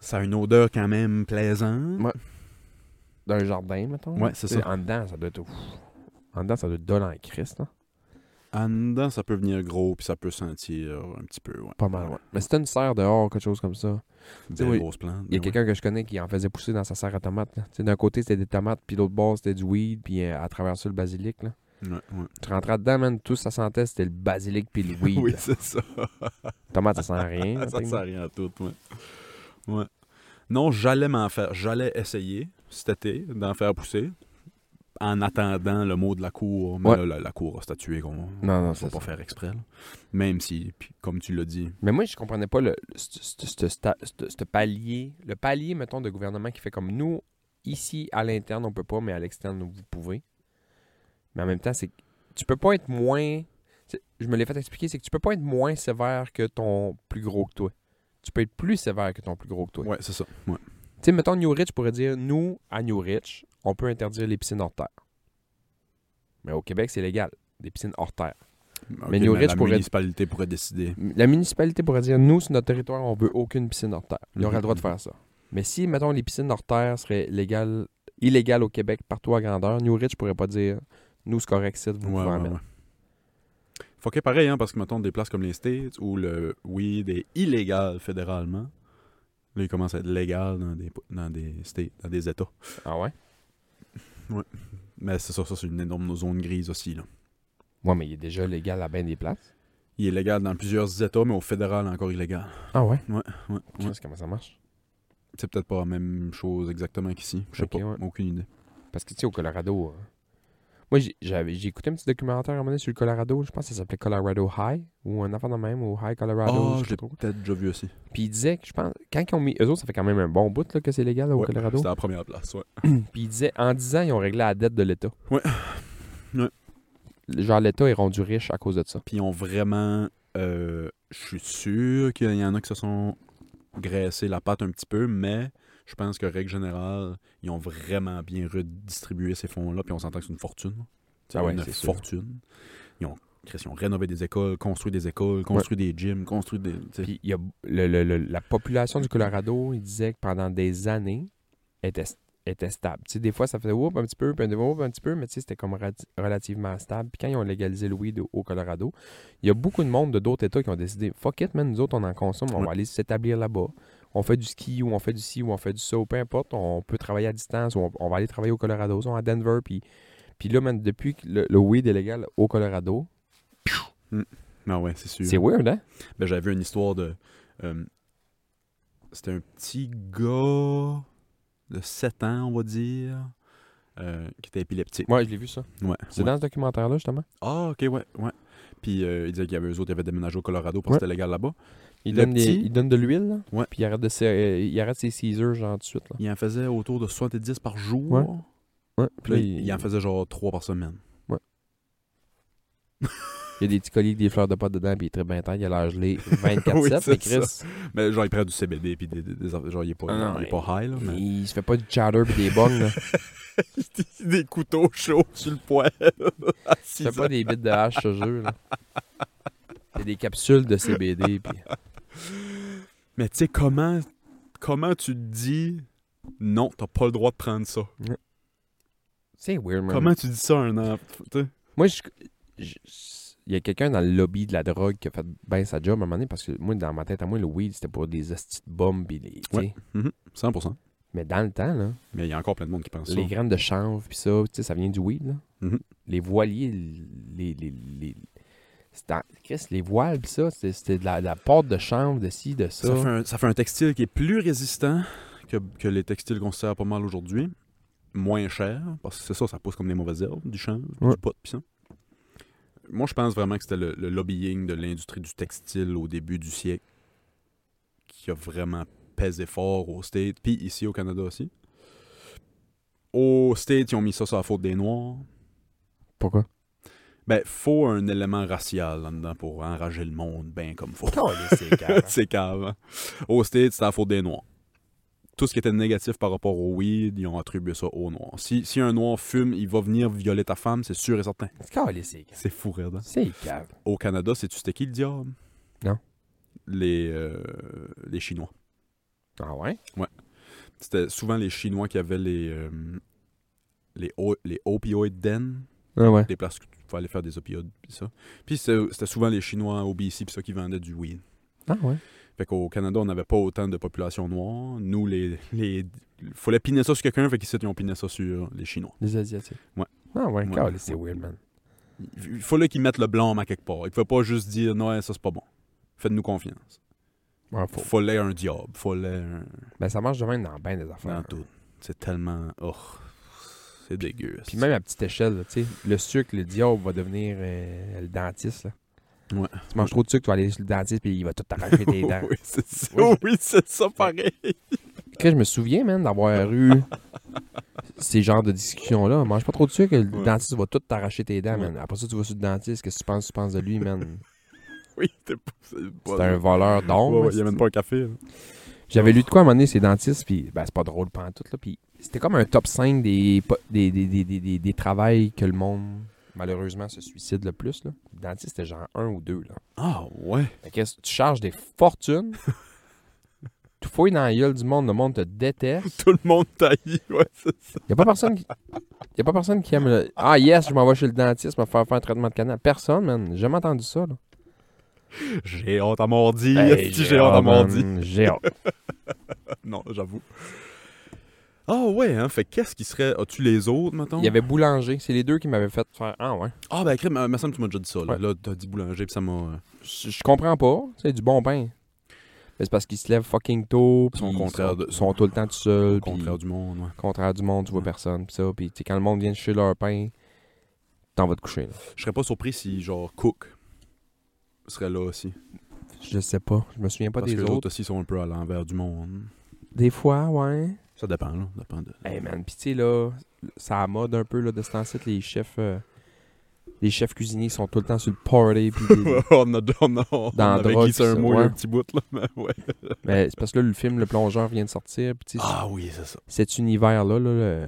Speaker 2: Ça a une odeur quand même plaisante.
Speaker 3: Ouais. d'un jardin, mettons.
Speaker 2: Ouais, c'est
Speaker 3: Tu sais,
Speaker 2: ça.
Speaker 3: En dedans, ça doit être. ouf. En dedans, ça doit être dolent en Christ, hein.
Speaker 2: En dedans, ça peut venir gros, puis ça peut sentir un petit peu, ouais.
Speaker 3: Pas mal, ouais. Mais si t'as une serre dehors, quelque chose comme ça.
Speaker 2: Des
Speaker 3: Tu sais, oui,
Speaker 2: grosses plantes. ben
Speaker 3: Il y a
Speaker 2: mais
Speaker 3: quelqu'un que je connais qui en faisait pousser dans sa serre à tomates. là. Tu sais, D'un côté, c'était des tomates, puis l'autre bord, c'était du weed, puis euh, à travers ça, le basilic. Là.
Speaker 2: ouais. Ouais, ouais.
Speaker 3: Tu rentrais dedans, man, tout ça sentait, c'était le basilic puis le weed.
Speaker 2: Oui, c'est ça.
Speaker 3: Tomate, ça sent rien. là,
Speaker 2: Ah, ça
Speaker 3: tu
Speaker 2: ne
Speaker 3: sais.
Speaker 2: sert à rien à tout, ouais. Ouais. Non, j'allais m'en faire. J'allais essayer cet été d'en faire pousser en attendant le mot de la cour. Mais
Speaker 3: Ouais.
Speaker 2: là, la, la cour a statué qu'on
Speaker 3: Non, non,
Speaker 2: ne
Speaker 3: c'est
Speaker 2: faut pas
Speaker 3: ça.
Speaker 2: faire exprès. là. Même si, puis comme tu l'as dit,
Speaker 3: Mais moi, je comprenais pas le, le- c'te- c'te- c'te sta- c'te- c'te palier, le palier, mettons, de gouvernement qui fait comme nous, ici, à l'interne, on peut pas, mais à l'externe, vous pouvez. Mais en même temps, c'est que tu peux pas être moins. c'est- Je me l'ai fait expliquer, c'est que tu peux pas être moins sévère que ton plus gros que toi. Tu peux être plus sévère que ton plus gros que toi.
Speaker 2: ouais, c'est ça. Ouais.
Speaker 3: Tu sais, mettons, New Rich pourrait dire nous, à New Rich, on peut interdire les piscines hors terre. Mais au Québec, c'est légal, des piscines hors terre.
Speaker 2: Ok,
Speaker 3: New Rich
Speaker 2: la
Speaker 3: pourrait-
Speaker 2: municipalité pourrait décider.
Speaker 3: La municipalité pourrait dire nous, sur notre territoire, on veut aucune piscine hors terre. Il aurait
Speaker 2: Mhm.
Speaker 3: le droit de faire ça. Mais si, mettons, les piscines hors terre seraient légales, illégales au Québec partout à grandeur, New Rich pourrait pas dire nous, c'est correct, site, vous
Speaker 2: Ouais,
Speaker 3: pouvez en
Speaker 2: ouais,
Speaker 3: mettre.
Speaker 2: ouais. Faut que pareil, hein, parce que mettons des places comme les States où le weed est illégal fédéralement. Là, il commence à être légal dans des, dans des, states, dans des États.
Speaker 3: Ah ouais?
Speaker 2: Mais c'est ça, ça c'est une énorme zone grise aussi. Là.
Speaker 3: Ouais, mais il est déjà légal à bien des places.
Speaker 2: Il est légal dans plusieurs États, mais au fédéral encore illégal.
Speaker 3: Ah ouais?
Speaker 2: Ouais, ouais, ouais.
Speaker 3: comment ça marche?
Speaker 2: C'est peut-être pas la même chose exactement qu'ici. Je sais
Speaker 3: Ok,
Speaker 2: pas,
Speaker 3: ouais.
Speaker 2: aucune idée.
Speaker 3: Parce que, tu sais, au Colorado... euh, Moi, j'ai- j'avais- j'ai écouté un petit documentaire à un moment donné sur le Colorado. Je pense que ça s'appelait Colorado High ou un affaire de même, ou High Colorado.
Speaker 2: Ah,
Speaker 3: je
Speaker 2: je
Speaker 3: sais
Speaker 2: l'ai
Speaker 3: pas trop.
Speaker 2: peut-être déjà vu aussi.
Speaker 3: Puis ils disaient que, je pense, quand ils ont mis... Eux autres, ça fait quand même un bon bout là, que c'est légal là, au
Speaker 2: Ouais,
Speaker 3: Colorado.
Speaker 2: C'était à la première place, ouais.
Speaker 3: Puis ils disaient, en 10 ans, ils ont réglé la dette de l'État.
Speaker 2: Ouais. Ouais.
Speaker 3: Genre, l'État est rendu riche à cause de ça.
Speaker 2: Puis ils ont vraiment. euh, je suis sûr qu'il y en a qui se sont graissés la patte un petit peu, mais je pense que, règle générale, ils ont vraiment bien redistribué ces fonds-là. Puis on s'entend que c'est une fortune. C'est
Speaker 3: Ah ouais,
Speaker 2: une
Speaker 3: c'est sûr.
Speaker 2: fortune. Ils ont, Chris, ils ont rénové des écoles, construit des écoles, construit des gyms, construit des. tu sais.
Speaker 3: Puis il y a le- le- le- la population du Colorado, il disait que pendant des années, était, était stable. Tu sais, des fois, ça faisait whoop un petit peu, puis un whoop un petit peu, mais tu sais, c'était comme rati- relativement stable. Puis quand ils ont légalisé le weed au- au Colorado, il y a beaucoup de monde de d'autres États qui ont décidé fuck it, man, nous autres, on en consomme, on va
Speaker 2: Ouais.
Speaker 3: aller s'établir là-bas. On fait du ski ou on fait du ci ou on fait du ça ou peu importe, on peut travailler à distance ou on, on va aller travailler au Colorado, on à Denver. Puis, puis là, man, depuis que le, le weed est légal au Colorado,
Speaker 2: Ah ouais, c'est sûr.
Speaker 3: c'est weird, hein?
Speaker 2: Ben, j'avais vu une histoire de. euh, C'était un petit gars de 7 ans, on va dire, euh, qui était épileptique.
Speaker 3: Moi, je l'ai vu ça.
Speaker 2: Ouais,
Speaker 3: C'est
Speaker 2: ouais.
Speaker 3: dans ce documentaire-là, justement.
Speaker 2: Ah, ok, ouais, ouais. Puis euh, il disait qu'il y avait eux autres qui avaient déménagé au Colorado parce que
Speaker 3: Ouais.
Speaker 2: c'était légal là-bas.
Speaker 3: Il
Speaker 2: Le
Speaker 3: donne, des-
Speaker 2: petit-
Speaker 3: il donne de l'huile, là.
Speaker 2: Ouais.
Speaker 3: Puis il arrête, de, se- euh, il arrête ses Caesars, genre, tout de suite, là.
Speaker 2: Il en faisait autour de 70 par jour.
Speaker 3: Ouais. Ouais.
Speaker 2: Puis là, il, il en faisait genre 3 par semaine.
Speaker 3: il y a des petits colliers avec des fleurs de potes dedans, puis il est très bien temps. Il a l'âge gelé 24-7,
Speaker 2: Oui, c'est
Speaker 3: mais Chris,
Speaker 2: Mais Ben, genre, il prend du CBD puis des, des- des affaires- genre, il est pas,
Speaker 3: Ah non,
Speaker 2: il est pas high, là. mais-
Speaker 3: il se fait pas du chowder puis des bonnes, là.
Speaker 2: des couteaux chauds sur le poêle.
Speaker 3: Il se fait pas des bits de hache, ce jeu, là. Il y a des capsules de CBD, puis...
Speaker 2: Mais tu sais, comment, comment tu te dis non, t'as pas le droit de prendre ça?
Speaker 3: C'est weird, man.
Speaker 2: Comment tu dis ça à un enfant? tu sais?
Speaker 3: Moi, je... je- Il y a quelqu'un dans le lobby de la drogue qui a fait ben sa job à un moment donné, parce que moi, dans ma tête, à moi, le weed, c'était pour des hosties de bombes, puis les... tu
Speaker 2: Ouais.
Speaker 3: sais.
Speaker 2: 100%.
Speaker 3: Mais dans le temps, là...
Speaker 2: Mais il y a encore plein de monde qui pense ça.
Speaker 3: Les graines de chanvre, puis ça, tu sais, ça vient du weed, là.
Speaker 2: Mhm.
Speaker 3: Les voiliers, les... les, les- c'est dans- Chris, les voiles, pis ça, c'était- c'était de la, de la pâte de chanvre, de ci, de ça.
Speaker 2: Ça fait, un, ça fait un textile qui est plus résistant que, que les textiles qu'on sert pas mal aujourd'hui. Moins cher, parce que c'est ça, ça pousse comme des mauvaises herbes, du chanvre,
Speaker 3: Ouais.
Speaker 2: du pot, pis ça. Moi, je pense vraiment que c'était le, le lobbying de l'industrie du textile au début du siècle qui a vraiment pesé fort aux States, puis ici au Canada aussi. Aux States, ils ont mis ça sur la faute des Noirs.
Speaker 3: Pourquoi?
Speaker 2: Ben, faut un élément racial là-dedans pour enrager le monde, ben comme faut. c'est cave. hein. Au States, c'est la faute des Noirs. Tout ce qui était négatif par rapport au weed, ils ont attribué ça aux Noirs. Si, si un Noir fume, il va venir violer ta femme, c'est sûr et certain.
Speaker 3: C'est calé, c'est cave.
Speaker 2: C'est fou, raide, hein.
Speaker 3: C'est cave.
Speaker 2: Au Canada, c'est-tu c'était qui le diable?
Speaker 3: Non.
Speaker 2: Les, euh, les Chinois.
Speaker 3: Ah ouais?
Speaker 2: C'était souvent les Chinois qui avaient les, euh, les, o- les opioïdes den,
Speaker 3: Ah ouais.
Speaker 2: des places où tu pouvais aller faire des opioïdes, pis ça. Puis c'est- c'était souvent les Chinois au BC, pis ça, qui vendaient du weed.
Speaker 3: Ah ouais.
Speaker 2: Fait qu'au Canada, on n'avait pas autant de population noire. Nous, les. les... Fallait piner ça sur quelqu'un, fait qu'ici, ils ont piné ça sur les Chinois.
Speaker 3: Les Asiatiques.
Speaker 2: Ouais.
Speaker 3: Ah ouais,
Speaker 2: Ouais.
Speaker 3: calé, c'est weird, man.
Speaker 2: Il fallait qu'ils mettent le blanc à quelque part. Ils pouvaient pas juste dire, non, ça, c'est pas bon. Faites-nous confiance.
Speaker 3: Ouais, Ah, faut-
Speaker 2: Fallait un diable. Fallait un.
Speaker 3: Ben, ça marche de même dans ben des
Speaker 2: Dans
Speaker 3: affaires.
Speaker 2: tout. C'est tellement. Oh. C'est dégueu.
Speaker 3: Puis même à petite échelle, là, tu sais, le sucre, le diable va devenir euh, le dentiste, là.
Speaker 2: Ouais.
Speaker 3: Tu manges trop de sucre, tu vas aller chez le dentiste, puis il va tout t'arracher tes dents.
Speaker 2: oui, c'est ça.
Speaker 3: Oui.
Speaker 2: Oui, c'est ça, pareil.
Speaker 3: Chris, je me souviens, man, d'avoir eu ces genres de discussions-là. Mange pas trop de sucre, le
Speaker 2: Ouais.
Speaker 3: dentiste va tout t'arracher tes dents,
Speaker 2: Ouais.
Speaker 3: man. Après ça, tu vas sur le dentiste, qu'est-ce que tu penses, tu penses de lui, man?
Speaker 2: Oui, t'es pas. C'est
Speaker 3: C'est
Speaker 2: pas-
Speaker 3: un voleur
Speaker 2: Ouais,
Speaker 3: d'or.
Speaker 2: ouais, il y a même pas un café. là.
Speaker 3: J'avais lu de quoi à un moment donné, ces dentistes, puis ben, c'est pas drôle pendant tout, là. Puis c'était comme un top 5 des, po- des, des, des, des, des, des travails que le monde, malheureusement, se suicide le plus, là. Le dentiste, c'était genre un ou deux, là.
Speaker 2: Ah, ouais.
Speaker 3: Fait que tu charges des fortunes, tu fouilles dans la gueule du monde, le monde te déteste.
Speaker 2: Tout le monde taillit. Ouais, c'est ça.
Speaker 3: Il a pas personne qui... y a pas personne qui aime le... Ah yes, je m'en vais chez le dentiste, me faire faire un traitement de canal. Personne, man. J'ai jamais entendu ça, là.
Speaker 2: J'ai honte à mordi.
Speaker 3: Hey,
Speaker 2: Ah, J'ai honte Ben, à
Speaker 3: man.
Speaker 2: mordi.
Speaker 3: J'ai hâte.
Speaker 2: Non, j'avoue. Ah ouais, hein? Fait qu'est-ce qui serait. As-tu les autres, mettons?
Speaker 3: Il y avait Boulanger. C'est les deux qui m'avaient fait faire. Ah ouais.
Speaker 2: Ah ben, crème, euh, me semble que tu m'as déjà dit ça. Là,
Speaker 3: Ouais.
Speaker 2: Là, t'as dit boulanger, puis ça m'a. euh,
Speaker 3: Je je comprends pas. C'est du bon pain. Mais c'est parce qu'ils se lèvent fucking tôt.
Speaker 2: Ils sont
Speaker 3: puis
Speaker 2: au contraire
Speaker 3: sont-
Speaker 2: de-
Speaker 3: sont tout le temps tout seuls. Euh, puis-
Speaker 2: contraire du monde, ouais.
Speaker 3: contraire du monde, tu vois
Speaker 2: Ouais.
Speaker 3: personne. Pis ça. Puis tu sais, quand le monde vient de chez leur pain, t'en vas te coucher. là.
Speaker 2: Je serais pas surpris si, genre, Cook serait là aussi.
Speaker 3: Je sais pas. Je me souviens pas
Speaker 2: Parce
Speaker 3: des
Speaker 2: que les
Speaker 3: autres.
Speaker 2: autres aussi sont un peu à l'envers du monde.
Speaker 3: Des fois, ouais.
Speaker 2: Ça dépend, là. Ça dépend de...
Speaker 3: Hey man, pis tu sais là, ça à mode un peu là de ce temps-ci, les chefs euh, les chefs cuisiniers sont tout le temps sur le party pis des-
Speaker 2: on a déjà on a, on
Speaker 3: Dans
Speaker 2: avait
Speaker 3: drogue,
Speaker 2: glissé un
Speaker 3: ça,
Speaker 2: mot il y a
Speaker 3: ouais.
Speaker 2: un petit bout, là. Mais ouais.
Speaker 3: Mais c'est parce que là le film Le plongeur vient de sortir, pis tu sais,
Speaker 2: Ah oui, c'est ça.
Speaker 3: cet univers là là le,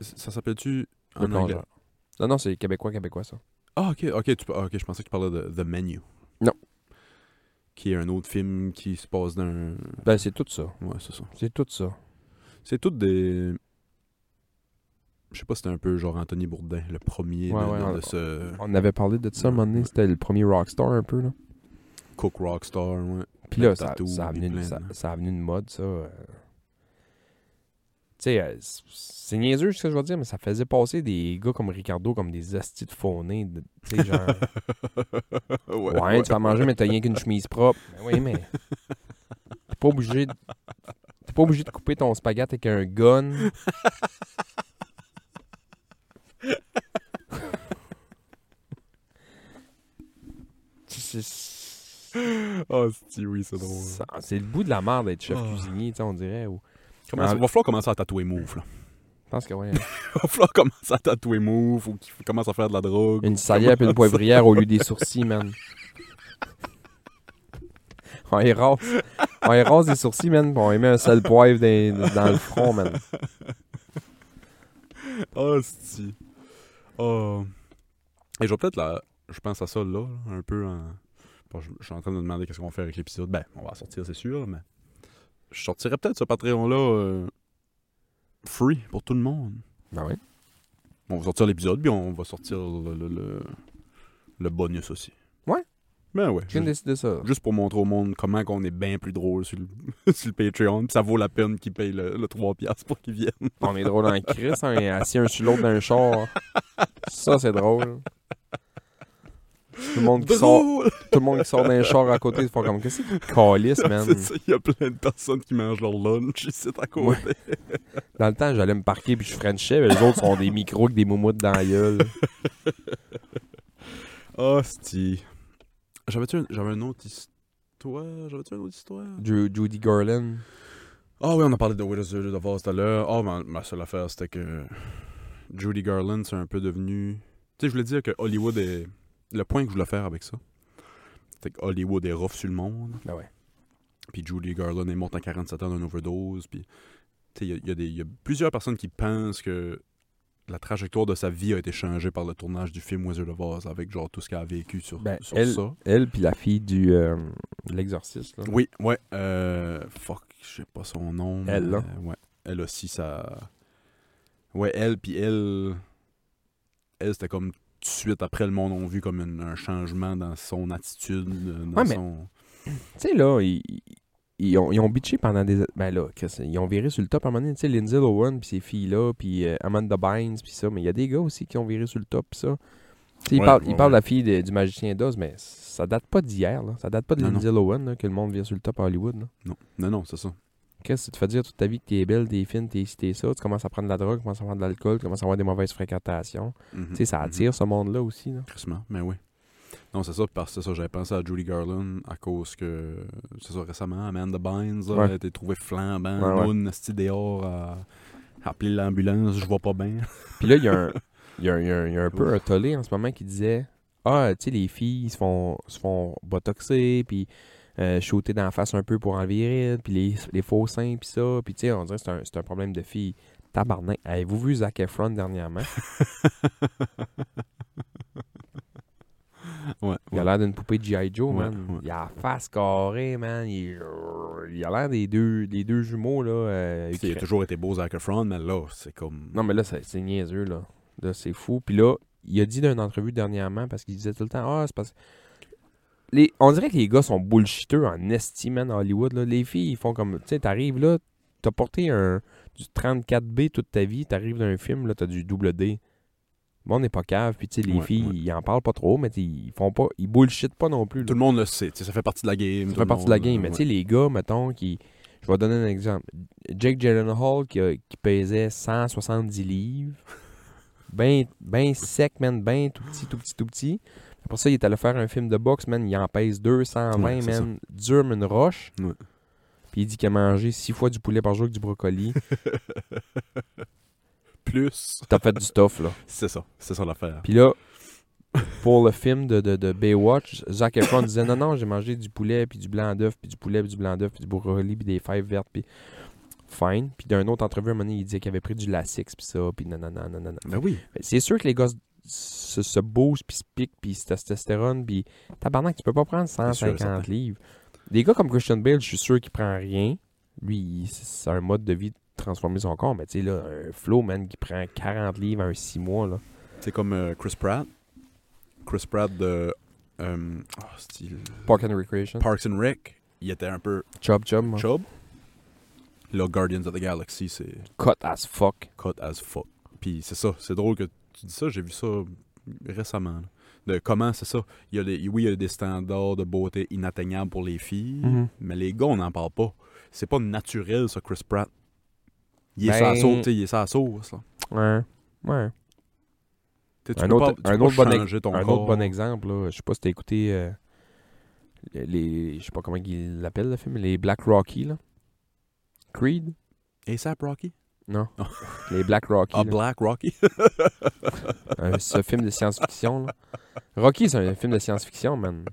Speaker 2: Ça, ça s'appelle-tu
Speaker 3: le
Speaker 2: en anglais?
Speaker 3: plongeur. Non non, c'est québécois québécois ça.
Speaker 2: Ah, ok, ok, tu, ah, ok, je pensais que tu parlais de The Menu.
Speaker 3: Non.
Speaker 2: Qui est un autre film qui se passe d'un.
Speaker 3: Ben c'est tout ça,
Speaker 2: Ouais, c'est ça.
Speaker 3: c'est tout ça.
Speaker 2: C'est tout des. Je sais pas si c'était un peu genre Anthony Bourdin, le premier
Speaker 3: Ouais,
Speaker 2: de,
Speaker 3: ouais,
Speaker 2: de-
Speaker 3: on-
Speaker 2: de ce
Speaker 3: On avait parlé de ça à un moment donné, c'était le premier rockstar un peu là.
Speaker 2: Cook Rockstar. Ouais.
Speaker 3: Puis
Speaker 2: Le
Speaker 3: là ça,
Speaker 2: tatou,
Speaker 3: ça a
Speaker 2: puis
Speaker 3: venu de,
Speaker 2: plein
Speaker 3: ça,
Speaker 2: de-
Speaker 3: ça a venu de mode ça. euh. Tu sais, euh, c'est- c'est niaiseux ce que je veux dire, mais ça faisait passer des gars comme Ricardo comme des astis de faunés, de- tu sais genre
Speaker 2: ouais,
Speaker 3: Ouais, tu vas manger, mais t'as rien qu'une chemise propre. Ben oui, mais. T'es pas obligé de. T'es pas obligé de couper ton spaghetti avec un gun. C'est- c'est-
Speaker 2: Ah, si, oui, c'est drôle.
Speaker 3: ça- C'est le bout de la merde d'être chef
Speaker 2: Oh.
Speaker 3: cuisinier, tu sais, on dirait. ou-
Speaker 2: Comment, Ah, va falloir commencer à tatouer Move, là.
Speaker 3: Je pense que ouais.
Speaker 2: va falloir commencer à tatouer Move ou qu'il commence à faire de la drogue.
Speaker 3: Une salière puis une poivrière au lieu des sourcils, man. On les rase. On les rase des sourcils, man, pis on y met un sel poivre dans, dans le front, man.
Speaker 2: Ah, si. Ah. Et je vais peut-être là. Je pense à ça là, là, un peu en. Bon, je, je suis en train de me demander qu'est-ce qu'on va faire avec l'épisode. Ben, on va en sortir, c'est sûr, mais. Je sortirais peut-être ce Patreon-là euh, free pour tout le monde.
Speaker 3: Ben oui.
Speaker 2: On va sortir l'épisode, puis on va sortir le, le, le- le bonus aussi.
Speaker 3: Ouais.
Speaker 2: Ben ouais.
Speaker 3: Je viens de décider ça.
Speaker 2: Juste pour montrer au monde comment qu'on est bien plus drôle sur le, sur le Patreon. puis ça vaut la peine qu'ils payent le, le 3$ pour qu'ils viennent.
Speaker 3: On est drôle en Chris, on est assis un sur l'autre d'un char. Ça, c'est drôle. Tout le monde qui sort,
Speaker 2: Drôle!
Speaker 3: tout le monde qui sort d'un char à côté, ils font comme qu'est-ce qui calisse, man.
Speaker 2: C'est ça, il y a plein de personnes qui mangent leur lunch ici à côté.
Speaker 3: Dans le temps, j'allais me parquer puis je frenchais, mais les autres sont des micros avec des moumoutes dans la gueule.
Speaker 2: Hostie. J'avais-tu un, j'avais une autre histoire? J'avais-tu une autre histoire?
Speaker 3: Ju- Judy Garland.
Speaker 2: Ah oui, on a parlé de Widows of Davos tout à l'heure. Ah, ma, ma seule affaire, c'était que Judy Garland, c'est un peu devenu... Tu sais, je voulais dire que Hollywood est... Le point que je voulais faire avec ça, c'est que Hollywood est rough sur le monde.
Speaker 3: Ben ouais.
Speaker 2: puis Judy Garland est morte à 47 ans d'une overdose, puis tu sais, il y a- il y, a des- il y a plusieurs personnes qui pensent que la trajectoire de sa vie a été changée par le tournage du film Wizard of Oz avec genre tout ce qu'elle a vécu sur,
Speaker 3: Ben,
Speaker 2: sur ça.
Speaker 3: Elle puis la fille du euh, de l'exorciste. là.
Speaker 2: Oui, ouais, euh, fuck, je sais pas son nom. mais,
Speaker 3: Elle, là.
Speaker 2: euh, ouais, elle aussi, ça... Ouais, elle, puis elle... Elle, c'était comme tout de suite après, le monde ont vu comme une- un changement dans son attitude, euh, dans
Speaker 3: Ouais, mais-
Speaker 2: son...
Speaker 3: Tu sais, là, ils, ils ont, ils ont bitché pendant des. Ben là, Chris, ils ont viré sur le top à un moment donné. Tu sais, Lindsay Lohan, puis ces filles-là, puis euh, Amanda Bynes, puis ça. Mais il y a des gars aussi qui ont viré sur le top, puis ça. Tu sais, ils
Speaker 2: Ouais,
Speaker 3: parlent
Speaker 2: ouais,
Speaker 3: ils parlent de
Speaker 2: ouais.
Speaker 3: la fille de- du magicien d'Oz, mais ça date pas d'hier, là. Ça date pas de
Speaker 2: Non, non.
Speaker 3: Lindsay Lohan, là, que le monde vire sur le top à Hollywood, là.
Speaker 2: Non, non, non, c'est ça.
Speaker 3: Qu'est-ce que tu te fais dire toute ta vie que t'es belle, t'es fine, t'es ci, t'es ça, tu commences à prendre de la drogue, tu commences à prendre de l'alcool, tu commences à avoir des mauvaises fréquentations.
Speaker 2: Mhm,
Speaker 3: Tu sais, ça
Speaker 2: mhm.
Speaker 3: attire ce monde-là aussi, là.
Speaker 2: Crissement, mais oui. Non, c'est ça, parce que c'est ça, j'avais pensé à Julie Garland à cause que, c'est ça, récemment, Amanda Bynes là,
Speaker 3: Ouais.
Speaker 2: elle a été trouvée flambant,
Speaker 3: Ouais, ouais.
Speaker 2: moune, esti dehors, à appeler l'ambulance, je vois pas bien.
Speaker 3: Puis là, il y a un, il y a un- il y a un- il y a un peu un tollé en ce moment qui disait Ah, tu sais, les filles se font, se font botoxer, puis euh, shooter dans la face un peu pour enlever les rides, puis les, les faux seins, puis ça. Puis tu sais, on dirait que c'est un, c'est un problème de filles. Tabarnak. Avez-vous vu Zac Efron dernièrement
Speaker 2: ouais,
Speaker 3: Il a
Speaker 2: ouais.
Speaker 3: l'air d'une poupée de G.I. Joe,
Speaker 2: Ouais,
Speaker 3: man.
Speaker 2: ouais.
Speaker 3: Il a la face carrée, man. Il, est- il a l'air des deux, des deux jumeaux, là. euh,
Speaker 2: Tu sais, Il a
Speaker 3: ukrainiens.
Speaker 2: toujours été beau Zac Efron, mais là, c'est comme...
Speaker 3: Non, mais là, c'est c'est niaiseux, là. Là, c'est fou. Puis là, il a dit dans une entrevue dernièrement, parce qu'il disait tout le temps, ah, c'est parce les... On dirait que les gars sont bullshiteux en estime, man, à Hollywood. Là. Les filles, ils font comme, tu sais, t'arrives là, t'as porté un... du 34B toute ta vie, t'arrives dans un film, là, t'as du double D. Bon, on n'est pas cave, puis tu sais, les
Speaker 2: Ouais,
Speaker 3: filles,
Speaker 2: ouais.
Speaker 3: ils en parlent pas trop, mais tu sais, ils font pas, ils bullshit pas non plus. là.
Speaker 2: Tout le monde le sait, tu sais, ça fait partie de la game. tout
Speaker 3: Ça fait
Speaker 2: le
Speaker 3: partie de la
Speaker 2: monde,
Speaker 3: game. Mais
Speaker 2: ouais.
Speaker 3: tu sais, les gars, mettons, qui. Je vais donner un exemple. Jake Gyllenhaal, qui, a- qui pesait 170 livres, ben, ben sec, man, ben tout petit, tout petit, tout petit. Après ça, il est allé faire un film de boxe, man, il en pèse 220,
Speaker 2: Ouais, c'est
Speaker 3: man, dur comme une roche.
Speaker 2: Ouais.
Speaker 3: Puis il dit qu'il a mangé 6 fois du poulet par jour avec du brocoli.
Speaker 2: Plus,
Speaker 3: T'as fait du stuff, là.
Speaker 2: c'est ça, c'est ça l'affaire.
Speaker 3: Puis là, pour le film de, de, de Baywatch, Zac Efron disait non, non, j'ai mangé du poulet, puis du blanc d'œuf, puis du poulet, puis du blanc d'œuf, puis du brocoli, puis des fèves vertes, puis fine. Puis d'un autre entrevue, à un moment donné, il disait qu'il avait pris du Lasix, puis ça, puis nanana, nanana.
Speaker 2: Ben oui.
Speaker 3: Mais C'est sûr que les gars se, se bougent, puis se piquent, puis se testostérone, puis tabarnak, tu peux pas prendre
Speaker 2: sûr, certain.
Speaker 3: 150 livres. Des gars comme Christian Bale, je suis sûr qu'il prend rien. Lui, il- c'est un mode de vie de transformer son corps, mais tu sais, là, un flow, man, qui prend 40 livres en 6 mois, là.
Speaker 2: C'est comme euh, Chris Pratt. Chris Pratt de euh, oh, c'est-tu le-
Speaker 3: Park and Recreation.
Speaker 2: Parks and Rec. Il était un peu
Speaker 3: Chub Chub, moi.
Speaker 2: chub. Là, Guardians of the Galaxy, c'est
Speaker 3: Cut as fuck.
Speaker 2: cut as fuck. Puis c'est ça, c'est drôle que tu dis ça, j'ai vu ça récemment. là. De comment c'est ça. Il y a les- oui, il y a des standards de beauté inatteignables pour les filles,
Speaker 3: Mm. Mhm.
Speaker 2: mais les gars, on n'en parle pas. C'est pas naturel, ça, Chris Pratt. Il est
Speaker 3: Ben-
Speaker 2: sa sauce, tu sais, il est sa sauce. Là.
Speaker 3: Ouais. Ouais.
Speaker 2: Tu sais, tu
Speaker 3: Un
Speaker 2: peux
Speaker 3: autre-
Speaker 2: pas- tu peux
Speaker 3: un
Speaker 2: pas
Speaker 3: autre bon ex-
Speaker 2: changer ton
Speaker 3: Un
Speaker 2: corps.
Speaker 3: autre bon exemple, là, je sais pas si t'as écouté euh, les. Je sais pas comment ils l'appellent le film, les Black Rocky, là. Creed
Speaker 2: Et ça, Rocky?
Speaker 3: Non.
Speaker 2: Non.
Speaker 3: les Black Rocky.
Speaker 2: Ah,
Speaker 3: là.
Speaker 2: Black Rocky?
Speaker 3: Un- ce film de science-fiction, là. Rocky, c'est un film de science-fiction, man.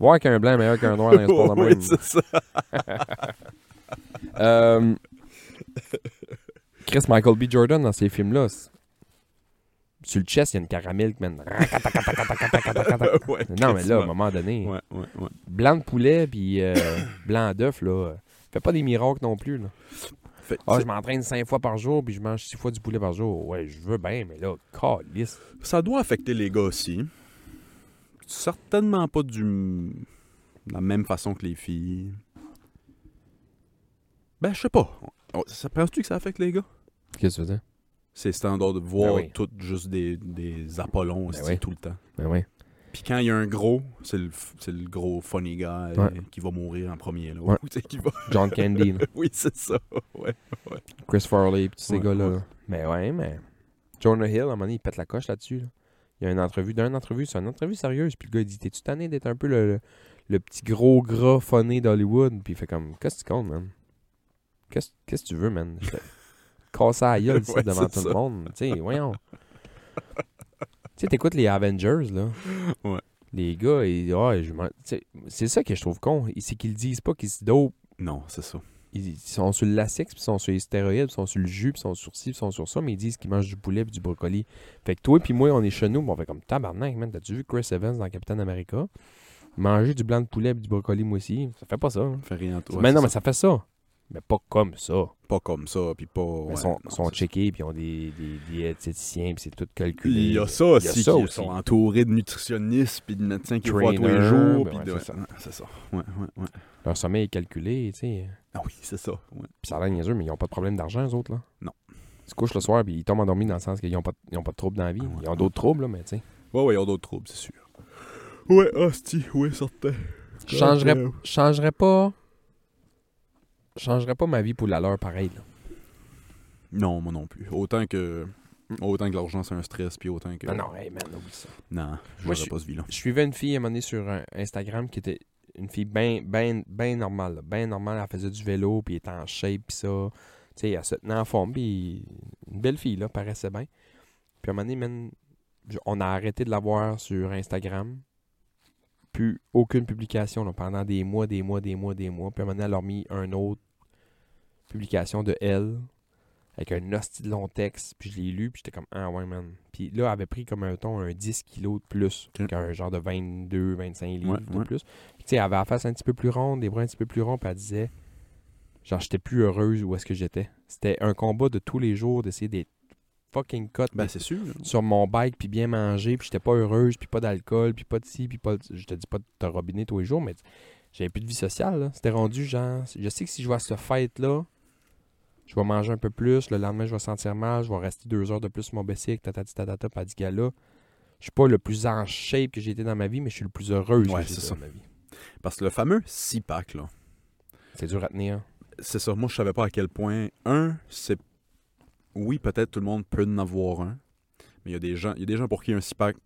Speaker 3: Voir qu'un blanc est meilleur qu'un noir dans un sport de
Speaker 2: Oui,
Speaker 3: même.
Speaker 2: c'est ça.
Speaker 3: Euh, Chris Michael B. Jordan dans ces films-là. c'est- Sur le chest, il y a une caramel qui mène.
Speaker 2: Ouais,
Speaker 3: Non, mais là, à un
Speaker 2: quasiment.
Speaker 3: moment donné,
Speaker 2: Ouais, ouais, ouais.
Speaker 3: blanc de poulet puis euh, blanc d'œuf, là, euh, fais pas des miracles non plus. Là.
Speaker 2: Fait que,
Speaker 3: Ah,
Speaker 2: tu
Speaker 3: je m'entraîne cinq fois par jour puis je mange six fois du poulet par jour. Ouais, je veux bien, mais là, calisse.
Speaker 2: sais, Ça doit affecter les gars aussi. Certainement pas du... de la même façon que les filles. Ben, je sais pas. On- Ça penses-tu que ça affecte les gars?
Speaker 3: Qu'est-ce que tu veux dire?
Speaker 2: C'est standard de voir
Speaker 3: Ben oui.
Speaker 2: tout juste des, des Apollons
Speaker 3: Ben
Speaker 2: aussi,
Speaker 3: oui.
Speaker 2: tout le temps.
Speaker 3: Ben ouais.
Speaker 2: Puis quand il y a un gros, c'est le, f- c'est le gros funny guy
Speaker 3: Ouais.
Speaker 2: qui va mourir en premier. Là.
Speaker 3: Ouais.
Speaker 2: Tu sais, qui va-
Speaker 3: John Candy, là,
Speaker 2: Oui, c'est ça. Ouais.
Speaker 3: Chris Farley puis tous ces
Speaker 2: Ouais, Ben
Speaker 3: gars-là.
Speaker 2: ouais.
Speaker 3: là. Mais ouais, mais. Jonah Hill, à un moment donné, il pète la coche là-dessus. là. Il y a une entrevue, d'une entrevue, c'est une entrevue sérieuse. Puis le gars, il dit T'es-tu tanné d'être un peu le, le- le petit gros gras phoné d'Hollywood Puis il fait comme Qu'est-ce que tu comptes, man Qu'est-ce qu'est-ce que tu veux, man Je fais, Casse à la gueule ici
Speaker 2: Ouais,
Speaker 3: devant
Speaker 2: c'est
Speaker 3: tout
Speaker 2: ça.
Speaker 3: le monde. Tu sais, voyons. tu sais, t'écoutes les Avengers, là.
Speaker 2: Ouais.
Speaker 3: Les gars, ils, ah, je m'en- tu sais, c'est ça que je trouve con. C'est qu'ils disent pas qu'ils se dopent
Speaker 2: Non, c'est ça.
Speaker 3: ils ils sont sur le latex, puis ils sont sur les stéroïdes, puis ils sont sur le jus, puis ils sont sur ci, puis ils sont sur ça, mais ils disent qu'ils mangent du poulet puis du brocoli. Fait que toi puis moi, on est chez nous, puis on fait comme tabarnak, man, t'as-tu vu Chris Evans dans Captain America? Manger du blanc de poulet puis du brocoli, moi aussi, ça fait pas ça. hein.
Speaker 2: Fait rien. ouais,
Speaker 3: mais non,
Speaker 2: c'est
Speaker 3: mais ça fait ça. Mais pas comme ça.
Speaker 2: ça. Pas comme ça, puis pas...
Speaker 3: Ils
Speaker 2: ouais,
Speaker 3: sont,
Speaker 2: non,
Speaker 3: sont
Speaker 2: c'est ça.
Speaker 3: checkés, puis ils ont des, des diététiciens, puis c'est tout calculé.
Speaker 2: Il y a ça
Speaker 3: Il y a
Speaker 2: aussi,
Speaker 3: ça
Speaker 2: qui
Speaker 3: aussi.
Speaker 2: sont entourés de nutritionnistes, puis de médecins qui voient tous les
Speaker 3: Trainer,
Speaker 2: jours,
Speaker 3: ben
Speaker 2: puis
Speaker 3: ouais,
Speaker 2: de...
Speaker 3: c'est ça.
Speaker 2: Ouais, C'est ça. Ouais, ouais, ouais.
Speaker 3: Leur sommeil est calculé, tu sais.
Speaker 2: Ah oui, c'est ça. ouais.
Speaker 3: Puis ça a l'air niaiseux, mais ils ont pas de problème d'argent, les autres, là.
Speaker 2: Non.
Speaker 3: Ils se couchent le soir, puis ils tombent endormis dans le sens qu'ils ont pas, ils ont pas de troubles dans la
Speaker 2: Ah
Speaker 3: vie. Ils ont d'autres troubles, là, mais tu sais.
Speaker 2: Ouais, ouais, ils ont d'autres troubles, c'est sûr. Ouais, hostie, ouais, certain.
Speaker 3: Je changerais, je changerais pas. je changerais pas ma vie pour la leur pareil. là.
Speaker 2: Non, moi non plus. Autant que... Autant que l'argent, c'est un stress, puis autant que...
Speaker 3: Ah Non, non, hey man, oublie ça.
Speaker 2: Non, je
Speaker 3: Moi,
Speaker 2: n'aurais pas ce vie-là.
Speaker 3: Je suivais une fille à un moment donné sur euh, Instagram qui était une fille bien ben, ben normale. là, Ben normale, elle faisait du vélo, puis elle était en shape, puis ça. Tu sais, elle se tenait en forme, puis une belle fille, là, paraissait bien. Puis à un moment donné, man, je- on a arrêté de la voir sur Instagram. Plus aucune publication là, pendant des mois, des mois, des mois, des mois. Puis à un moment donné, elle a remis un autre publication de elle avec un hostie de long texte. Puis je l'ai lu, puis j'étais comme Ah ouais, man. Puis là, elle avait pris comme un ton un 10 kilos de plus
Speaker 2: Ok.
Speaker 3: qu'un genre de 22, 25 livres
Speaker 2: Ouais,
Speaker 3: de
Speaker 2: ouais.
Speaker 3: plus. Puis tu sais, elle avait la face un petit peu plus ronde, des bras un petit peu plus ronds, puis elle disait Genre, j'étais plus heureuse où est-ce que j'étais. C'était un combat de tous les jours d'essayer d'être fucking cut,
Speaker 2: Ben, c'est sûr.
Speaker 3: sur mon bike puis bien manger puis j'étais pas heureuse puis pas d'alcool puis pas de ci puis pas de- je te dis pas de te robiner tous les jours mais t- j'avais plus de vie sociale là. c'était rendu genre je sais que si je vais à cette fête là je vais manger un peu plus, le lendemain, je vais sentir mal, je vais rester deux heures de plus sur mon bicycle, tatati tatata, pas gala. Je suis pas le plus en shape que j'ai été dans ma vie, mais je suis le plus heureux
Speaker 2: Ouais,
Speaker 3: que j'ai
Speaker 2: c'est
Speaker 3: été
Speaker 2: ça.
Speaker 3: dans ma vie.
Speaker 2: Parce que le fameux six pack là,
Speaker 3: C'est dur à tenir.
Speaker 2: c'est ça, moi je savais pas à quel point. Un, c'est. Oui, peut-être tout le monde peut en avoir un. Mais il y a des gens, il y a des gens pour qui un six pack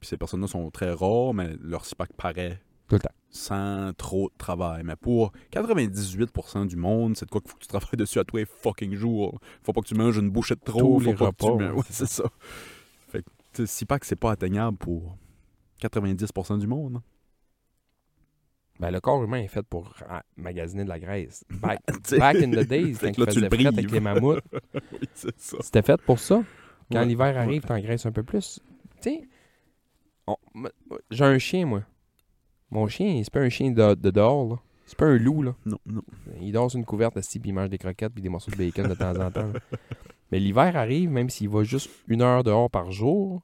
Speaker 2: puis ces personnes-là sont très rares, mais leur six pack paraît.
Speaker 3: Tout le temps.
Speaker 2: Sans trop de travail. Mais pour 98% du monde, c'est de quoi qu'il faut que tu travailles dessus à tous les fucking jours. Faut pas que tu manges une bouchée de trop.
Speaker 3: Tous
Speaker 2: faut
Speaker 3: les
Speaker 2: pas que tu-
Speaker 3: repas,
Speaker 2: mais
Speaker 3: ouais,
Speaker 2: ouais,
Speaker 3: c'est
Speaker 2: c'est ça. Fait que, tu sais, six pack, c'est pas atteignable pour 90% du monde. hein.
Speaker 3: Ben, le corps humain est fait pour ah, magasiner de la graisse. Back,
Speaker 2: T'sais.
Speaker 3: back in the days, quand
Speaker 2: Fait que
Speaker 3: il
Speaker 2: là, tu
Speaker 3: faisait
Speaker 2: le
Speaker 3: fret avec
Speaker 2: prives.
Speaker 3: les mammouths,
Speaker 2: Oui, c'est ça.
Speaker 3: c'était fait pour ça. Quand
Speaker 2: Ouais.
Speaker 3: l'hiver arrive, t'engraisses un peu plus. Tu sais, on- m- j'ai un chien, moi. Mon chien, c'est pas un chien de, de dehors, là. C'est pas un loup, là.
Speaker 2: Non, non.
Speaker 3: Il dort sur une couverte assis, puis il mange des croquettes, puis des morceaux de bacon de temps en temps. Mais l'hiver arrive, même s'il va juste une heure dehors par jour,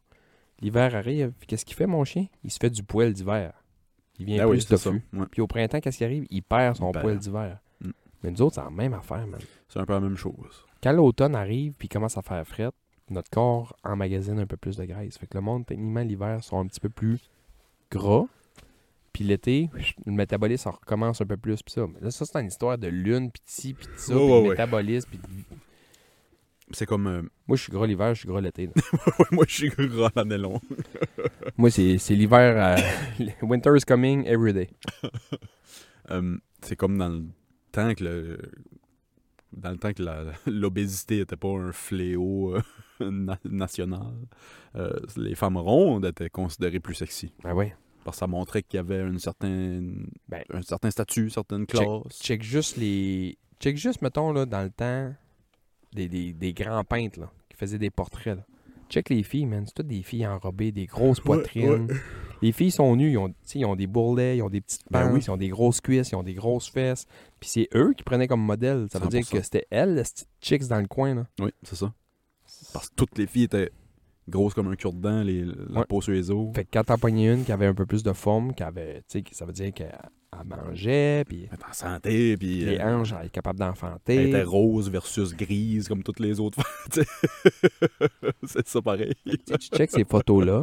Speaker 3: l'hiver arrive, puis qu'est-ce qu'il fait, mon chien? Il se fait du poêle d'hiver. Il vient
Speaker 2: Ah
Speaker 3: plus
Speaker 2: oui, c'est ça.
Speaker 3: tofu.
Speaker 2: Ouais.
Speaker 3: Puis au printemps, qu'est-ce qui arrive? Il perd son
Speaker 2: Il perd.
Speaker 3: poil d'hiver.
Speaker 2: Mm.
Speaker 3: Mais nous autres, c'est la même affaire, man.
Speaker 2: C'est un peu la même chose.
Speaker 3: Quand l'automne arrive puis commence à faire fret, notre corps emmagasine un peu plus de graisse. Fait que le monde, techniquement, l'hiver, sont un petit peu plus gras. Puis l'été, le métabolisme en recommence un peu plus. Puis ça, Mais là, ça, c'est une histoire de lune, puis de ci, puis de ça,
Speaker 2: Ouais,
Speaker 3: puis
Speaker 2: ouais,
Speaker 3: de
Speaker 2: ouais.
Speaker 3: métabolisme. puis de-
Speaker 2: C'est comme. euh,
Speaker 3: Moi, je suis gras l'hiver, je suis gras l'été. là.
Speaker 2: moi, je suis gras l'année longue.
Speaker 3: Moi, c'est c'est l'hiver. euh, Winter is coming every day.
Speaker 2: Euh, c'est comme dans le temps que le. Dans le temps que la- l'obésité n'était pas un fléau euh, na- national, euh, les femmes rondes étaient considérées plus sexy.
Speaker 3: Ah ouais.
Speaker 2: Parce que ça montrait qu'il y avait une certaine,
Speaker 3: Ben,
Speaker 2: un certain statut, certaines classes.
Speaker 3: Check juste les. Check juste, mettons, là, dans le temps, des, des, des grands peintres là, qui faisaient des portraits. là. Check les filles, man. C'est toutes des filles enrobées, des grosses poitrines. Les filles sont nues, ils ont, tu sais, ils ont des bourrelets, ils ont des petites
Speaker 2: Ben
Speaker 3: pinces,
Speaker 2: oui.
Speaker 3: ils ont des grosses cuisses, ils ont des grosses fesses. Puis c'est eux qui prenaient comme modèle. Ça veut dire
Speaker 2: 100%.
Speaker 3: que c'était elles, les petites chicks dans le coin. Là.
Speaker 2: Oui, c'est ça. Parce que toutes les filles étaient grosses comme un cure-dent, les- la
Speaker 3: Ouais.
Speaker 2: peau sur les os.
Speaker 3: Fait que quand t'en pognais une qui avait un peu plus de forme, qui avait, tu sais, que ça veut dire qu'elle elle mangeait, puis
Speaker 2: Elle était en santé, puis.
Speaker 3: les
Speaker 2: euh,
Speaker 3: hanches, elle est capable
Speaker 2: Elle
Speaker 3: d'enfanter.
Speaker 2: était rose versus grise, comme toutes les autres. tu sais. c'est ça pareil.
Speaker 3: Tu sais, tu check ces photos-là.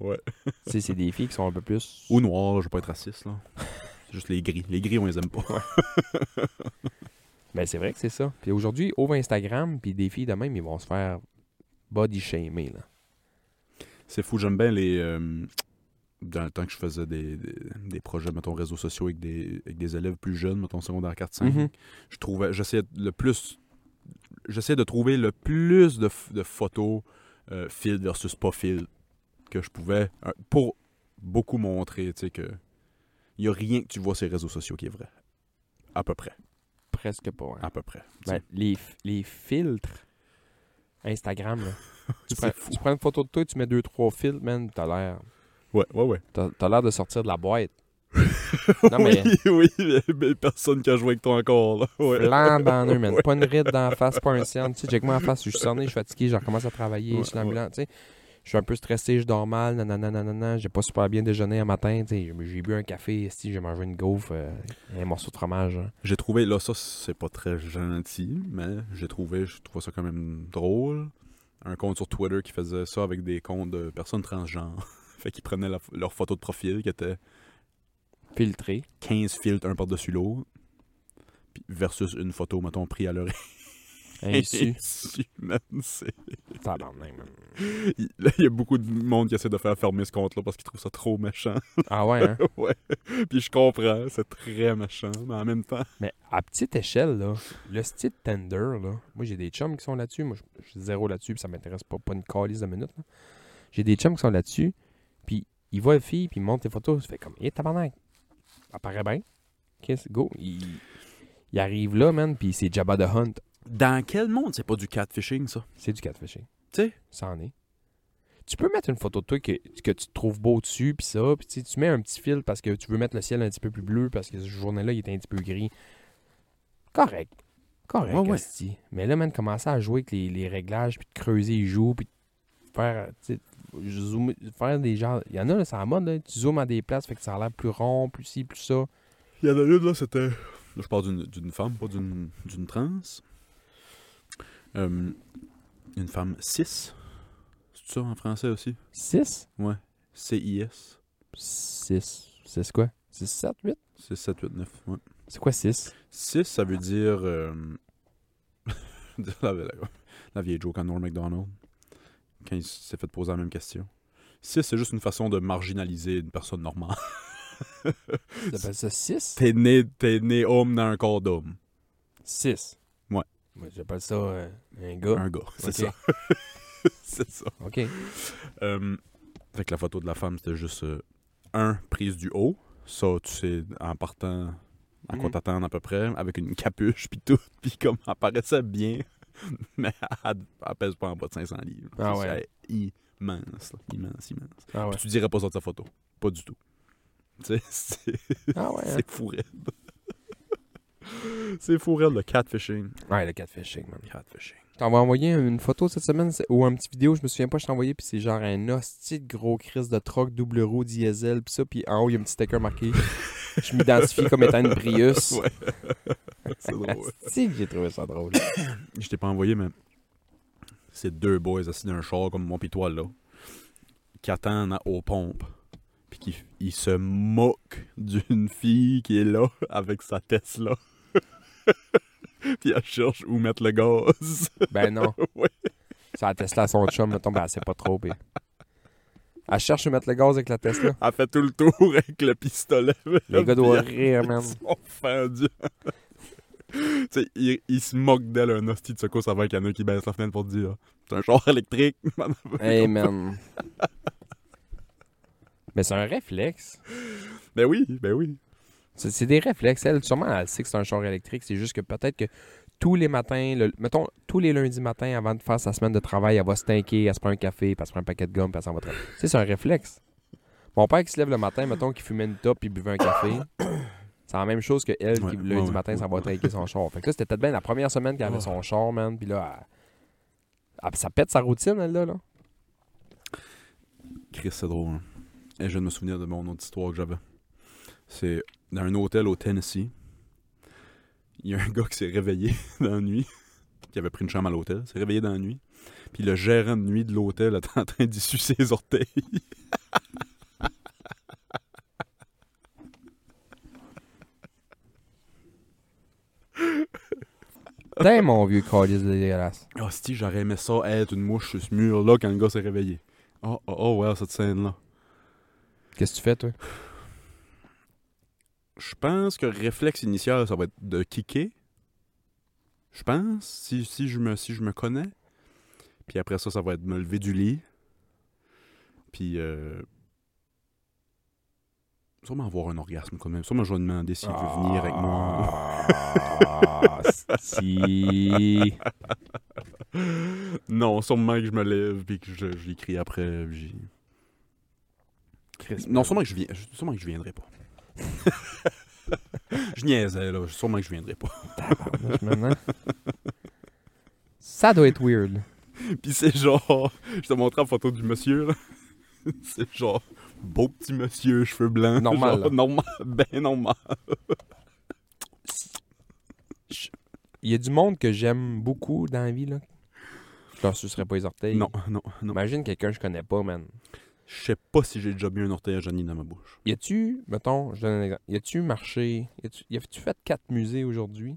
Speaker 2: Ouais.
Speaker 3: Tu sais, c'est des filles qui sont un peu plus.
Speaker 2: Ou noir, je veux pas être raciste, là. C'est juste les gris. Les gris, on les aime pas.
Speaker 3: Mais Ben, c'est vrai que c'est ça. Puis aujourd'hui, ouvre Instagram, puis des filles de même, ils vont se faire body shamer, là.
Speaker 2: C'est fou, j'aime bien les. euh, dans le temps que je faisais des, des, des projets, mettons, réseaux sociaux avec des, avec des élèves plus jeunes, mettons, secondaire 4 5,
Speaker 3: Mhm.
Speaker 2: je trouvais. J'essayais le plus. J'essayais de trouver le plus de, f- de photos euh, fil versus pas fil que je pouvais euh, pour beaucoup montrer, tu sais, que. Il n'y a rien que tu vois sur les réseaux sociaux qui est vrai. À peu près.
Speaker 3: Presque pas. hein.
Speaker 2: À peu près.
Speaker 3: Ben, les, f- les filtres Instagram, là. tu, prends,
Speaker 2: C'est fou.
Speaker 3: tu prends une photo de toi, tu mets deux, trois filtres, man, t'as l'air.
Speaker 2: Ouais, ouais, ouais.
Speaker 3: T'as t'as l'air de sortir de la boîte. Non, mais-
Speaker 2: Oui, oui, mais personne qui a joué avec toi encore, là. Ouais.
Speaker 3: Flambe en eux, man. Pas une ride dans la face, pas un cerne. Tu sais, check-moi en face, je suis cerné, je suis fatigué, je recommence à travailler, je suis dans l'ambulance, tu sais. Je suis un peu stressé, je dors mal, nanana, nanana, j'ai pas super bien déjeuné un matin, tu sais. J'ai- J'ai bu un café, si j'ai mangé une gaufre, euh, et un morceau de fromage. hein.
Speaker 2: J'ai trouvé, là, ça, c'est pas très gentil, mais j'ai trouvé, je trouvais ça quand même drôle. Un compte sur Twitter qui faisait ça avec des comptes de personnes transgenres. fait qu'ils prenaient la- leur photo de profil qui était
Speaker 3: Filtré.
Speaker 2: 15 filtres un par-dessus l'autre. puis Versus une photo, mettons, prise à l'oreille.
Speaker 3: Insu.
Speaker 2: man, c'est-
Speaker 3: Tabarnak, man.
Speaker 2: il- Là, il y a beaucoup de monde qui essaie de faire fermer ce compte-là parce qu'ils trouvent ça trop méchant.
Speaker 3: Ah ouais, hein?
Speaker 2: ouais. Puis je comprends, c'est très méchant, mais en même temps.
Speaker 3: Mais à petite échelle, là, le style Tender, là, moi j'ai des chums qui sont là-dessus. Moi, je je suis zéro là-dessus, puis ça m'intéresse pas, pas une calice de minutes. là. J'ai des chums qui sont là-dessus, puis ils voient une fille, puis ils montent les photos. Ça fait comme, hé, tabarnak, ça paraît bien. Qu'est-ce, go. Il, il arrive là, man, puis c'est Jabba the Hunt.
Speaker 2: Dans quel monde c'est pas du catfishing, ça?
Speaker 3: C'est du catfishing.
Speaker 2: Tu sais?
Speaker 3: Ça en est. Tu peux mettre une photo de toi que, que tu te trouves beau dessus, puis ça, puis tu sais, tu mets un petit fil parce que tu veux mettre le ciel un petit peu plus bleu parce que ce journée-là, il était un petit peu gris. Correct. Correct,
Speaker 2: Ouais, ouais.
Speaker 3: esti. Mais là, man, commencer à jouer avec les, les réglages, puis de creuser les joues, puis de faire, tu sais, zoomer- faire des genres... Il y en a, là, c'est en mode, là, tu zoomes à des places, fait que ça a l'air plus rond, plus ci, plus ça.
Speaker 2: Il y en a une, là, c'était. Là, je parle d'une d'une femme, pas d'une d'une trans. Euh, une femme cis. C'est ça en français aussi?
Speaker 3: 6?
Speaker 2: Ouais. C-I-S.
Speaker 3: 6. 6 quoi? 6, 7, 8?
Speaker 2: 6, 7, 8, 9. Ouais.
Speaker 3: C'est quoi 6?
Speaker 2: 6, ça veut dire. euh, dire la, la- la vieille joke à Norm MacDonald. Quand il s'est fait poser la même question. 6, c'est juste une façon de marginaliser une personne normale.
Speaker 3: T'appelles ça 6?
Speaker 2: T'es né, t'es né homme dans un corps d'homme.
Speaker 3: 6.
Speaker 2: Ouais.
Speaker 3: Moi, j'appelle ça euh, un gars.
Speaker 2: Un gars, c'est
Speaker 3: Ok.
Speaker 2: ça. c'est ça.
Speaker 3: OK.
Speaker 2: Euh, fait que la photo de la femme, c'était juste euh, un prise du haut. Ça, tu sais, en partant, à quoi
Speaker 3: Mhm.
Speaker 2: t'attendre à peu près, avec une capuche, puis tout. Puis comme, elle paraissait bien, mais elle, elle pèse pas en bas de 500 livres.
Speaker 3: Ah
Speaker 2: Ça,
Speaker 3: ouais.
Speaker 2: C'est immense, là. immense, immense.
Speaker 3: Ah ouais.
Speaker 2: Puis tu dirais pas ça de sa photo. Pas du tout. Tu sais, c'est
Speaker 3: Ah ouais. hein.
Speaker 2: c'est fou raide. c'est fou raide, le catfishing.
Speaker 3: hein. Ouais, le catfishing, man.
Speaker 2: Catfishing.
Speaker 3: Je t'en vais envoyer une photo cette semaine c'est- ou un petit vidéo, je me souviens pas, je t'ai envoyé, puis c'est genre un hostie de gros crise de troc, double roue, diesel, puis ça, puis en haut, il y a un petit sticker marqué. je m'identifie comme étant une Prius.
Speaker 2: Ouais. C'est drôle.
Speaker 3: Hostie que j'ai trouvé ça drôle.
Speaker 2: Je t'ai pas envoyé, mais c'est deux boys assis dans un char comme moi pis toi là, qui attendent à- aux pompes, puis qui ils se moquent d'une fille qui est là avec sa Tesla. puis elle cherche où mettre le gaz.
Speaker 3: Ben non.
Speaker 2: Ouais.
Speaker 3: Ça a Tesla à son chum, mettons, ben elle sait pas trop, puis... Elle cherche à mettre le gaz avec la Tesla.
Speaker 2: Elle fait tout le tour avec le pistolet.
Speaker 3: Les gars doivent rire, man.
Speaker 2: sont fendus. tu sais, ils, ils se moquent d'elle un hostie de secours avant qu'il y en a un qui baisse la fenêtre pour dire « C'est un char électrique!
Speaker 3: Hey, man. Mais c'est un réflexe. »
Speaker 2: Ben oui, ben oui.
Speaker 3: C'est c'est des réflexes. Elle, sûrement, elle sait que c'est un char électrique. C'est juste que peut-être que tous les matins, le- mettons, tous les lundis matins, avant de faire sa semaine de travail, elle va se tinker, elle se prend un café, puis elle se prend un paquet de gomme, puis elle s'en va travailler. Tu sais, c'est un réflexe. Mon père qui se lève le matin, mettons, qui fumait une top puis buvait un café, c'est la même chose que elle
Speaker 2: Ouais,
Speaker 3: qui,
Speaker 2: ouais,
Speaker 3: lundi
Speaker 2: ouais,
Speaker 3: matin,
Speaker 2: ouais.
Speaker 3: s'en va tinker son char. Fait que là, c'était peut-être bien la première semaine qu'elle avait son char, man, puis là, elle- elle- ça pète sa routine, elle, là. là.
Speaker 2: Chris, c'est drôle. hein. Et je viens de me souvenir de mon autre histoire que j'avais. C'est dans un hôtel au Tennessee. Il y a un gars qui s'est réveillé dans la nuit, qui avait pris une chambre à l'hôtel, s'est réveillé dans la nuit. Puis le gérant de nuit de l'hôtel était en train d'y sucer les orteils.
Speaker 3: Putain, mon vieux calice dégueulasse.
Speaker 2: Ah, si, j'aurais aimé ça être une mouche sur ce mur-là quand le gars s'est réveillé. Oh, oh, oh, ouais, cette scène-là.
Speaker 3: Qu'est-ce que tu fais, toi?
Speaker 2: Je pense que réflexe initial, ça va être de kicker. Je pense, si, si, je me, si je me connais. Puis après ça, ça va être me lever du lit. Puis. Euh, sûrement avoir un orgasme quand même. Sûrement, je vais demander s'il veut venir avec moi.
Speaker 3: Ah, si.
Speaker 2: non, sûrement que je me lève puis que je, je lui crie après. puis j'y- Non, sûrement que je viens, sûrement que je viendrai pas. je niaisais, là. Sûrement que je viendrai pas.
Speaker 3: Maintenant.
Speaker 2: hein?
Speaker 3: Ça doit être weird.
Speaker 2: Pis c'est genre, je te montrais la photo du monsieur, là. C'est genre, beau petit monsieur, cheveux blancs.
Speaker 3: Normal,
Speaker 2: genre,
Speaker 3: là.
Speaker 2: normal, ben normal.
Speaker 3: Il y a du monde que j'aime beaucoup dans la vie, là. Je leur sucerais pas les orteils.
Speaker 2: Non, non, non.
Speaker 3: Imagine quelqu'un que je connais pas, man.
Speaker 2: Ben, Je sais pas si j'ai déjà mis un orteil à Johnny dans ma bouche.
Speaker 3: Y a-tu, mettons, je donne un exemple. Y a-tu marché? Y a-tu- Y a-tu fait quatre musées aujourd'hui?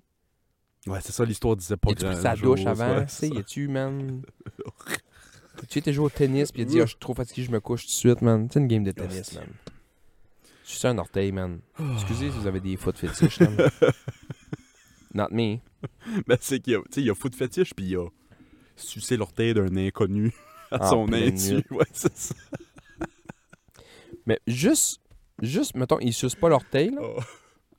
Speaker 2: Ouais, c'est ça, l'histoire disait pas
Speaker 3: Y a-tu
Speaker 2: grand
Speaker 3: pris sa
Speaker 2: chose,
Speaker 3: douche avant?
Speaker 2: ouais,
Speaker 3: tu sais,
Speaker 2: c'est
Speaker 3: y
Speaker 2: ça.
Speaker 3: a-tu, man. tu étais joué au tennis, puis il a dit, Ah, je suis trop fatigué, je me couche tout de suite, man. C'est une game de tennis,
Speaker 2: Hostie.
Speaker 3: man. Je suis un orteil, man. Excusez si vous avez des foot fétiches, là. mais- Not me.
Speaker 2: Ben, c'est qu'il y a, tu sais, il y a foot fétiche, pis il y a sucer l'orteil d'un inconnu à
Speaker 3: Ah,
Speaker 2: son
Speaker 3: pleine
Speaker 2: insu.
Speaker 3: nuit.
Speaker 2: Ouais, c'est ça.
Speaker 3: Mais juste, juste, mettons, ils sucent pas l'orteil, là.
Speaker 2: Oh.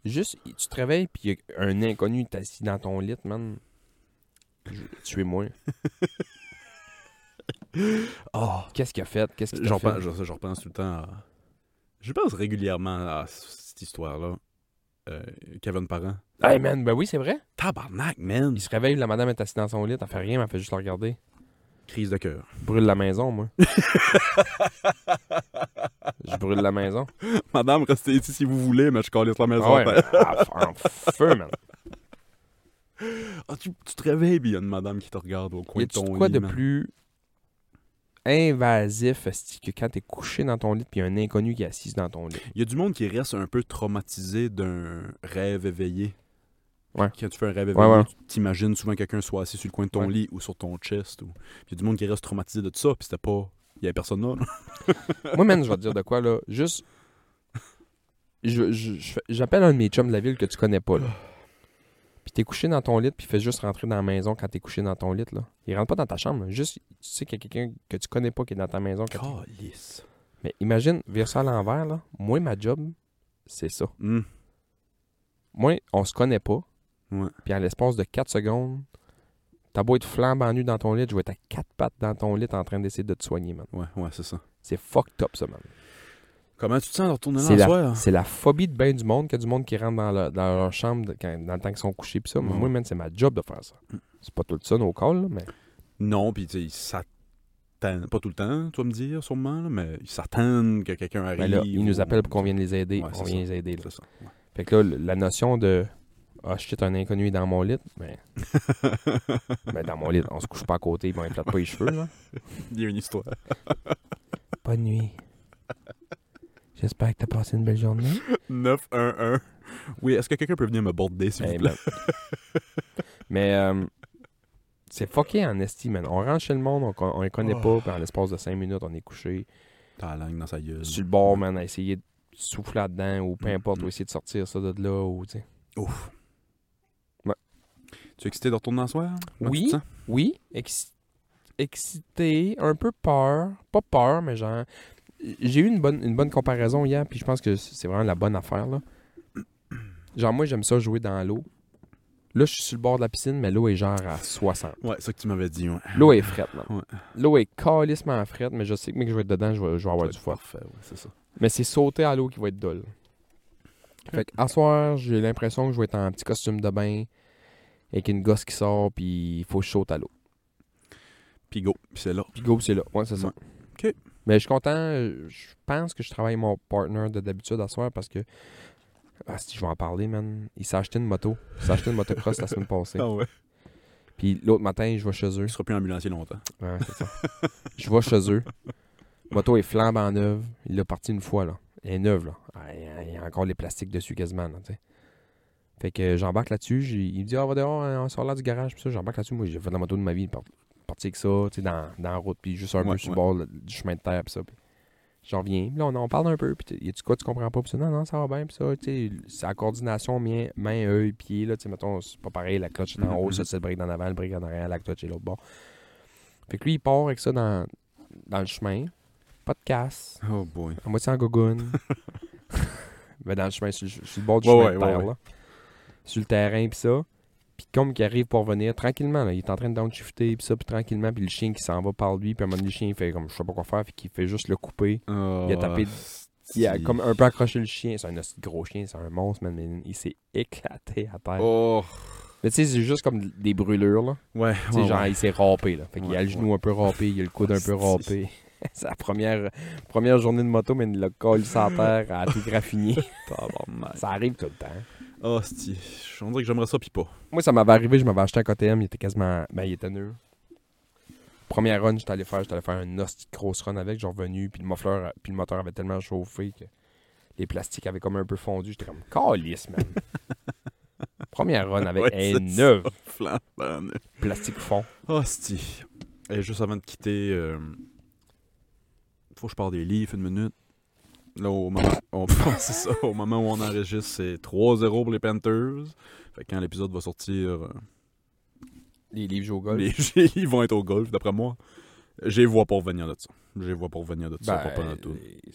Speaker 3: Juste, il- tu te réveilles, puis il y a un inconnu t'as assis dans ton lit, man. Je- Tuez-moi.
Speaker 2: Oh.
Speaker 3: Qu'est-ce qu'il a fait? Qu'est-ce qu'il
Speaker 2: J'en
Speaker 3: a fait?
Speaker 2: repen- je, je repense tout le temps à... Je pense régulièrement à c- cette histoire-là. Euh, Kevin Parent.
Speaker 3: Hey, man, ben oui, c'est vrai.
Speaker 2: Tabarnak, man!
Speaker 3: Il se réveille, la madame est assise dans son lit, elle fait rien, mais elle fait juste le regarder.
Speaker 2: Crise de cœur.
Speaker 3: Je brûle la maison, moi. Je brûle la maison.
Speaker 2: Madame, restez ici si vous voulez, mais je calisse la maison.
Speaker 3: Ah ouais, en, en feu, man.
Speaker 2: Ah, tu, tu te réveilles, puis il y a une madame qui te regarde au coin
Speaker 3: Y
Speaker 2: de
Speaker 3: a-tu
Speaker 2: ton
Speaker 3: de quoi
Speaker 2: lit,
Speaker 3: de
Speaker 2: man.
Speaker 3: plus invasif esti, que quand t'es couché dans ton lit puis y a un inconnu qui est assis dans ton lit?
Speaker 2: Il y a du monde qui reste un peu traumatisé d'un rêve éveillé.
Speaker 3: Ouais.
Speaker 2: Quand tu fais un rêve éveillé,
Speaker 3: Ouais, ouais.
Speaker 2: tu t'imagines souvent quelqu'un soit assis sur le coin de ton
Speaker 3: Ouais.
Speaker 2: lit ou sur ton chest. Ou... Puis il y a du monde qui reste traumatisé de ça, puis c'était pas. Il y avait personne là. là.
Speaker 3: Moi, man, je vais te dire de quoi, là. Juste. je- je- je fais- J'appelle un de mes chums de la ville que tu connais pas, là. Puis t'es couché dans ton lit, puis il fait juste rentrer dans la maison quand t'es couché dans ton lit, là. Il rentre pas dans ta chambre, là. Juste, tu sais qu'il y a quelqu'un que tu connais pas qui est dans ta maison. quand t'es-
Speaker 2: Calice.
Speaker 3: Mais imagine, vire ça à l'envers, là. Moi, ma job, c'est ça.
Speaker 2: Hum.
Speaker 3: Moi, on se connaît pas.
Speaker 2: Ouais.
Speaker 3: Puis en l'espace de 4 secondes, t'as beau être flambant nu dans ton lit, je vais être à quatre pattes dans ton lit en train d'essayer de te soigner, man.
Speaker 2: Ouais, ouais, c'est ça.
Speaker 3: C'est fucked up, ça, man.
Speaker 2: Comment tu te sens de retourner
Speaker 3: C'est
Speaker 2: là
Speaker 3: la,
Speaker 2: en hein? soir?
Speaker 3: c'est la phobie de bain du monde que du monde qui rentre dans, le- dans leur chambre de- quand- dans le temps qu'ils sont couchés. Pis ça,
Speaker 2: Ouais. Mm.
Speaker 3: moi, man, c'est ma job de faire ça. C'est pas tout ça nos calls, là, mais
Speaker 2: Non, puis tu sais, ils s'attendent. Pas tout le temps, tu vas me dire, sûrement, là, mais ils s'attendent que quelqu'un arrive.
Speaker 3: ben là, ils nous
Speaker 2: ou-
Speaker 3: appellent pour qu'on vienne les aider.
Speaker 2: Ouais, c'est
Speaker 3: on vient
Speaker 2: ça.
Speaker 3: les aider. là.
Speaker 2: C'est ça. ouais.
Speaker 3: Fait que là, le- la notion de Ah shit, un inconnu est dans mon lit, mais ben, dans mon lit, on se couche pas à côté, ben, il flatte pas les cheveux. Là.
Speaker 2: Il y a une histoire.
Speaker 3: Bonne nuit. J'espère que t'as passé une belle journée.
Speaker 2: 9-1-1. Oui, est-ce que quelqu'un peut venir me border, s'il vous
Speaker 3: Eh
Speaker 2: plaît?
Speaker 3: ben. Mais euh, c'est fucké en esti, man. On rentre chez le monde, on, con- on les
Speaker 2: Oh.
Speaker 3: connaît pas, puis en l'espace de 5 minutes, on est couché.
Speaker 2: T'as la langue dans sa gueule.
Speaker 3: Sur le bord, man, à essayer de souffler là-dedans, ou peu
Speaker 2: Mm,
Speaker 3: importe,
Speaker 2: mm.
Speaker 3: ou essayer de sortir ça de là, ou tu sais.
Speaker 2: Ouf.
Speaker 3: Ouais.
Speaker 2: Tu es excité de retourner en soir?
Speaker 3: Oui. Oui, ex- excité, un peu peur. Pas peur, mais genre. J'ai eu une bonne, une bonne comparaison hier, puis je pense que c'est vraiment la bonne affaire, là. Genre, moi, j'aime ça jouer dans l'eau. Là, je suis sur le bord de la piscine, mais l'eau est genre à 60.
Speaker 2: Ouais, c'est ça que tu m'avais dit, ouais.
Speaker 3: L'eau est frette, man.
Speaker 2: Ouais.
Speaker 3: L'eau est calissement frette, mais je sais que mec, je vais être dedans, je vais, je vais avoir
Speaker 2: Ouais,
Speaker 3: du fun.
Speaker 2: Parfait, ouais, c'est ça.
Speaker 3: Mais c'est sauter à l'eau qui va être dole. Fait que, à soir, j'ai l'impression que je vais être en petit costume de bain, avec une gosse qui sort, puis il faut que je saute à l'eau.
Speaker 2: Puis go, puis c'est là.
Speaker 3: Puis go, c'est là. Ouais, c'est ça.
Speaker 2: OK.
Speaker 3: Mais je suis content. euh, Je pense que je travaille mon partner de d'habitude à soir parce que. Ah, si je vais en parler, man. Il s'est acheté une moto. Il s'est acheté une motocross la semaine passée.
Speaker 2: Ah ouais.
Speaker 3: Puis l'autre matin, je vais chez eux.
Speaker 2: Tu seras plus ambulancier longtemps.
Speaker 3: Ouais, c'est ça. je vais chez eux. Moto est flambant neuve. Il l'a parti une fois, là. Elle est neuve, là. Ah, Il y a- il y a encore les plastiques dessus quasiment, là, tu sais. Fait que j'embarque là-dessus. J'ai- Il me dit, ah, va dehors, hein, on sort là du garage. Puis ça, j'embarque là-dessus. Moi, j'ai fait de la moto de ma vie. par- Parti avec ça, tu sais, dans, dans la route. Puis juste un peu
Speaker 2: Ouais,
Speaker 3: sur
Speaker 2: ouais.
Speaker 3: le bord là, du chemin de terre, puis ça. Puis j'en reviens. Puis là, on en parle un peu. Puis tu- y a-tu quoi, tu comprends pas? Puis ça, non, non, ça va bien. Puis ça, tu sais, c'est la coordination main, main, œil, pied, là. Tu sais, mettons, c'est pas pareil. La cloche est en
Speaker 2: Mhm,
Speaker 3: haut,
Speaker 2: mhm.
Speaker 3: ça, c'est le break en avant, le break en arrière, la cloche est l'autre bord. Fait que lui, il part avec ça dans, dans le chemin. Pas de casse.
Speaker 2: Oh boy.
Speaker 3: À moitié en gogoune. Mais dans le chemin, sur, le- sur le bord du
Speaker 2: Ouais,
Speaker 3: chemin
Speaker 2: ouais,
Speaker 3: de
Speaker 2: ouais,
Speaker 3: terre,
Speaker 2: ouais.
Speaker 3: là. Sur le terrain, pis ça. Puis comme qu'il arrive pour venir, tranquillement, là, il est en train de downshifter, pis ça, puis tranquillement, puis le chien qui s'en va par lui, puis un moment donné, le chien, il fait comme, je sais pas quoi faire, fait qu'il fait juste le couper.
Speaker 2: Il
Speaker 3: a tapé- Il a comme un peu accroché le chien. C'est un hostie de gros chien, c'est un monstre, man, mais il s'est éclaté à terre.
Speaker 2: Oh.
Speaker 3: Mais tu sais, c'est juste comme des brûlures, là.
Speaker 2: Ouais,
Speaker 3: Tu sais,
Speaker 2: ouais,
Speaker 3: genre,
Speaker 2: ouais.
Speaker 3: il s'est râpé, là. Fait qu'il a
Speaker 2: Ouais,
Speaker 3: le genou un peu râpé, il a le coude un peu
Speaker 2: Asti.
Speaker 3: râpé. c'est la première, première journée de moto, mais il l'a collé sur la terre à tout graffiner.
Speaker 2: Tabarnak.
Speaker 3: ça arrive tout le temps.
Speaker 2: Oh, sti. On dirait que j'aimerais ça, puis pas.
Speaker 3: Moi, ça m'avait arrivé, je m'avais acheté un KTM, il était quasiment. Ben, il était neuf. Première run, j'étais allé faire, j'étais allé faire une hostie de grosse run avec, j'en revenu, puis le muffler, puis le moteur avait tellement chauffé que les plastiques avaient comme un peu fondu. J'étais comme, calisse, man. Première run avec
Speaker 2: Ouais,
Speaker 3: un
Speaker 2: c'est
Speaker 3: neuf
Speaker 2: Flambant.
Speaker 3: plastique fond.
Speaker 2: Oh, sti. Et juste avant de quitter, euh, faut que je parle des livres une minute. Là, au moment, on- c'est ça, au moment où on enregistre, c'est 3-0 pour les Panthers. Fait que quand l'épisode va sortir, euh,
Speaker 3: Les livres jouent au golf.
Speaker 2: les GI vont être au golf, d'après moi. J'ai vois pour venir de ça. J'ai vois pour venir de ça,
Speaker 3: Ben,
Speaker 2: pour pas notre tour.
Speaker 3: les-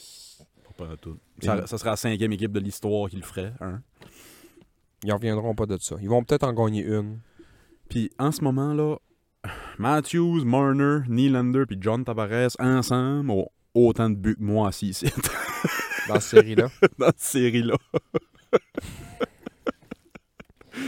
Speaker 2: Pour pas notre tour. Ça, ça sera la cinquième équipe de l'histoire qui le ferait, hein.
Speaker 3: Ils reviendront pas de ça. Ils vont peut-être en gagner une.
Speaker 2: Puis en ce moment là, Matthews, Marner, Nylander puis John Tavares ensemble ont autant de buts que moi assis ici
Speaker 3: Dans cette série-là.
Speaker 2: dans cette série là.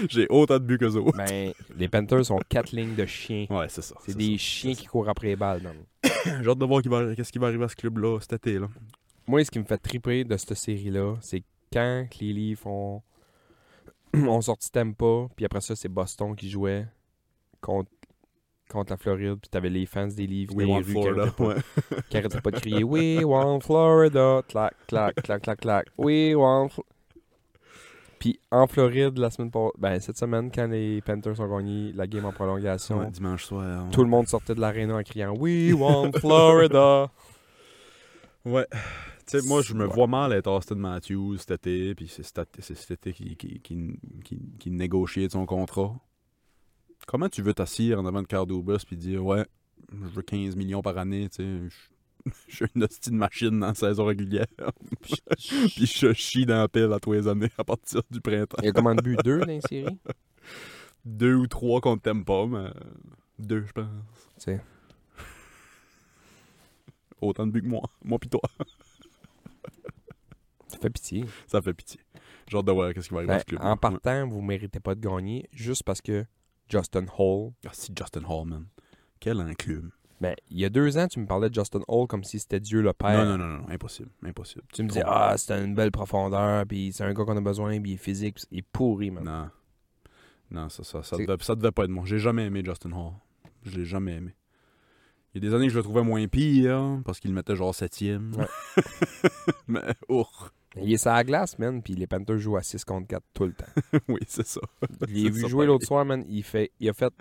Speaker 2: J'ai autant de buts que eux. autres.
Speaker 3: ben, les Panthers ont quatre lignes de chiens.
Speaker 2: Ouais, c'est ça.
Speaker 3: C'est
Speaker 2: c'est
Speaker 3: des chiens qui courent après les balles. man.
Speaker 2: ça. J'ai hâte de voir qui va- qu'est-ce qui va arriver à ce club là cet été là.
Speaker 3: Moi, ce qui me fait triper de cette série-là, c'est quand que les livres font on sortit Tampa, puis après ça, c'est Boston qui jouait contre, contre la Floride, puis t'avais les fans des livres,
Speaker 5: Oui,
Speaker 3: des
Speaker 5: en
Speaker 3: rues qui
Speaker 5: Florida.
Speaker 3: arrêtaient pas-
Speaker 5: Ouais.
Speaker 3: qui arrêtaient pas de crier « We want Florida! » Clac, clac, clac, clac, clac. « We want... Fl- » Puis en Floride, la semaine pas- ben, cette semaine, quand les Panthers ont gagné la game en prolongation,
Speaker 2: dimanche soir.
Speaker 3: tout le monde sortait de l'aréna en criant « We want Florida!
Speaker 5: Ouais.
Speaker 2: Tu sais, moi, je me
Speaker 3: Ouais.
Speaker 2: vois mal être Austin Matthews cet été, puis c'est cet c'est cet été qui, qui, qui, qui, qui négociait de son contrat. Comment tu veux t'assire en avant de Cardobus puis dire, ouais, je veux 15 millions par année, tu sais, je- je suis une hostie de machine dans la saison régulière, » puis je chie dans la pile à tous les années à partir du printemps.
Speaker 3: Il y a combien de buts? Deux dans les séries?
Speaker 2: Deux ou trois qu'on t'aime pas, mais deux, je pense.
Speaker 3: Tu sais.
Speaker 2: Autant de buts que moi, moi pis toi.
Speaker 3: Ça fait pitié.
Speaker 2: Ça fait pitié. J'ai hâte de voir qu'est-ce qui va arriver à
Speaker 3: Ben,
Speaker 2: ce club.
Speaker 3: en partant, vous méritez pas de gagner juste parce que Justin Hall.
Speaker 2: Ah, si Justin Hallman. Quel enclume.
Speaker 3: Ben, il y a deux ans, tu me parlais de Justin Hall comme si c'était Dieu le Père.
Speaker 2: Non, non, non, non, non, impossible, impossible.
Speaker 3: Tu me disais, ah, c'est une belle profondeur, puis c'est un gars qu'on a besoin, puis il est physique, puis il est pourri, man.
Speaker 2: Non. Non, ça, ça, ça,
Speaker 3: C'est-
Speaker 2: devait, ça devait pas être moi. J'ai jamais aimé Justin Hall. Je l'ai jamais aimé. Il y a des années que je le trouvais moins pire, hein, parce qu'il le mettait genre septième.
Speaker 3: Ouais.
Speaker 2: Mais, oh,
Speaker 3: Il est sur la glace, man, puis les Panthers jouent à 6 contre 4 tout le temps.
Speaker 2: oui, c'est ça.
Speaker 3: Je l'ai
Speaker 2: C'est
Speaker 3: vu
Speaker 2: ça,
Speaker 3: jouer
Speaker 2: pareil.
Speaker 3: l'autre soir, man. Il, fait, il a fait.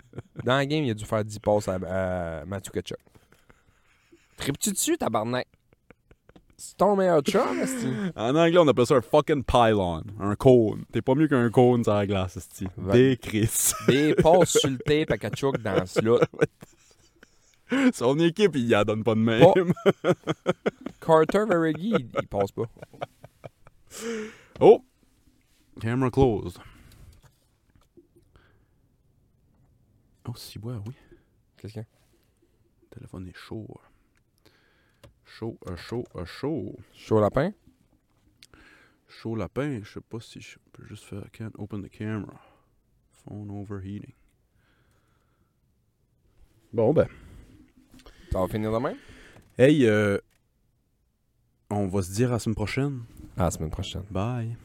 Speaker 3: Dans la game, il a dû faire 10 passes à, à Matthew Ketchup. Tripes-tu dessus, tabarnak? C'est ton meilleur chum, esti.
Speaker 2: En anglais, on appelle ça un fucking pylon, un cône. T'es pas mieux qu'un cône sur la glace, esti.
Speaker 3: Va-
Speaker 2: Des Chris.
Speaker 3: Des passes sur le tape à Kachuk dans ce lot.
Speaker 2: Son équipe, il y en donne pas de même.
Speaker 3: Pas- Carter Veregi, il, il passe pas.
Speaker 2: Oh! Camera closed. Oh, si, ouais, oui.
Speaker 3: Qu'est-ce qu'il y a?
Speaker 2: Le téléphone est chaud. Chaud, euh, chaud, euh, chaud.
Speaker 3: Chaud lapin?
Speaker 2: Chaud lapin, je sais pas si je peux juste faire. Can't open the camera. Phone overheating. Bon, ben.
Speaker 3: Ça va finir demain?
Speaker 2: Hey, euh, on va se dire à la semaine prochaine.
Speaker 3: À la semaine prochaine.
Speaker 2: Bye.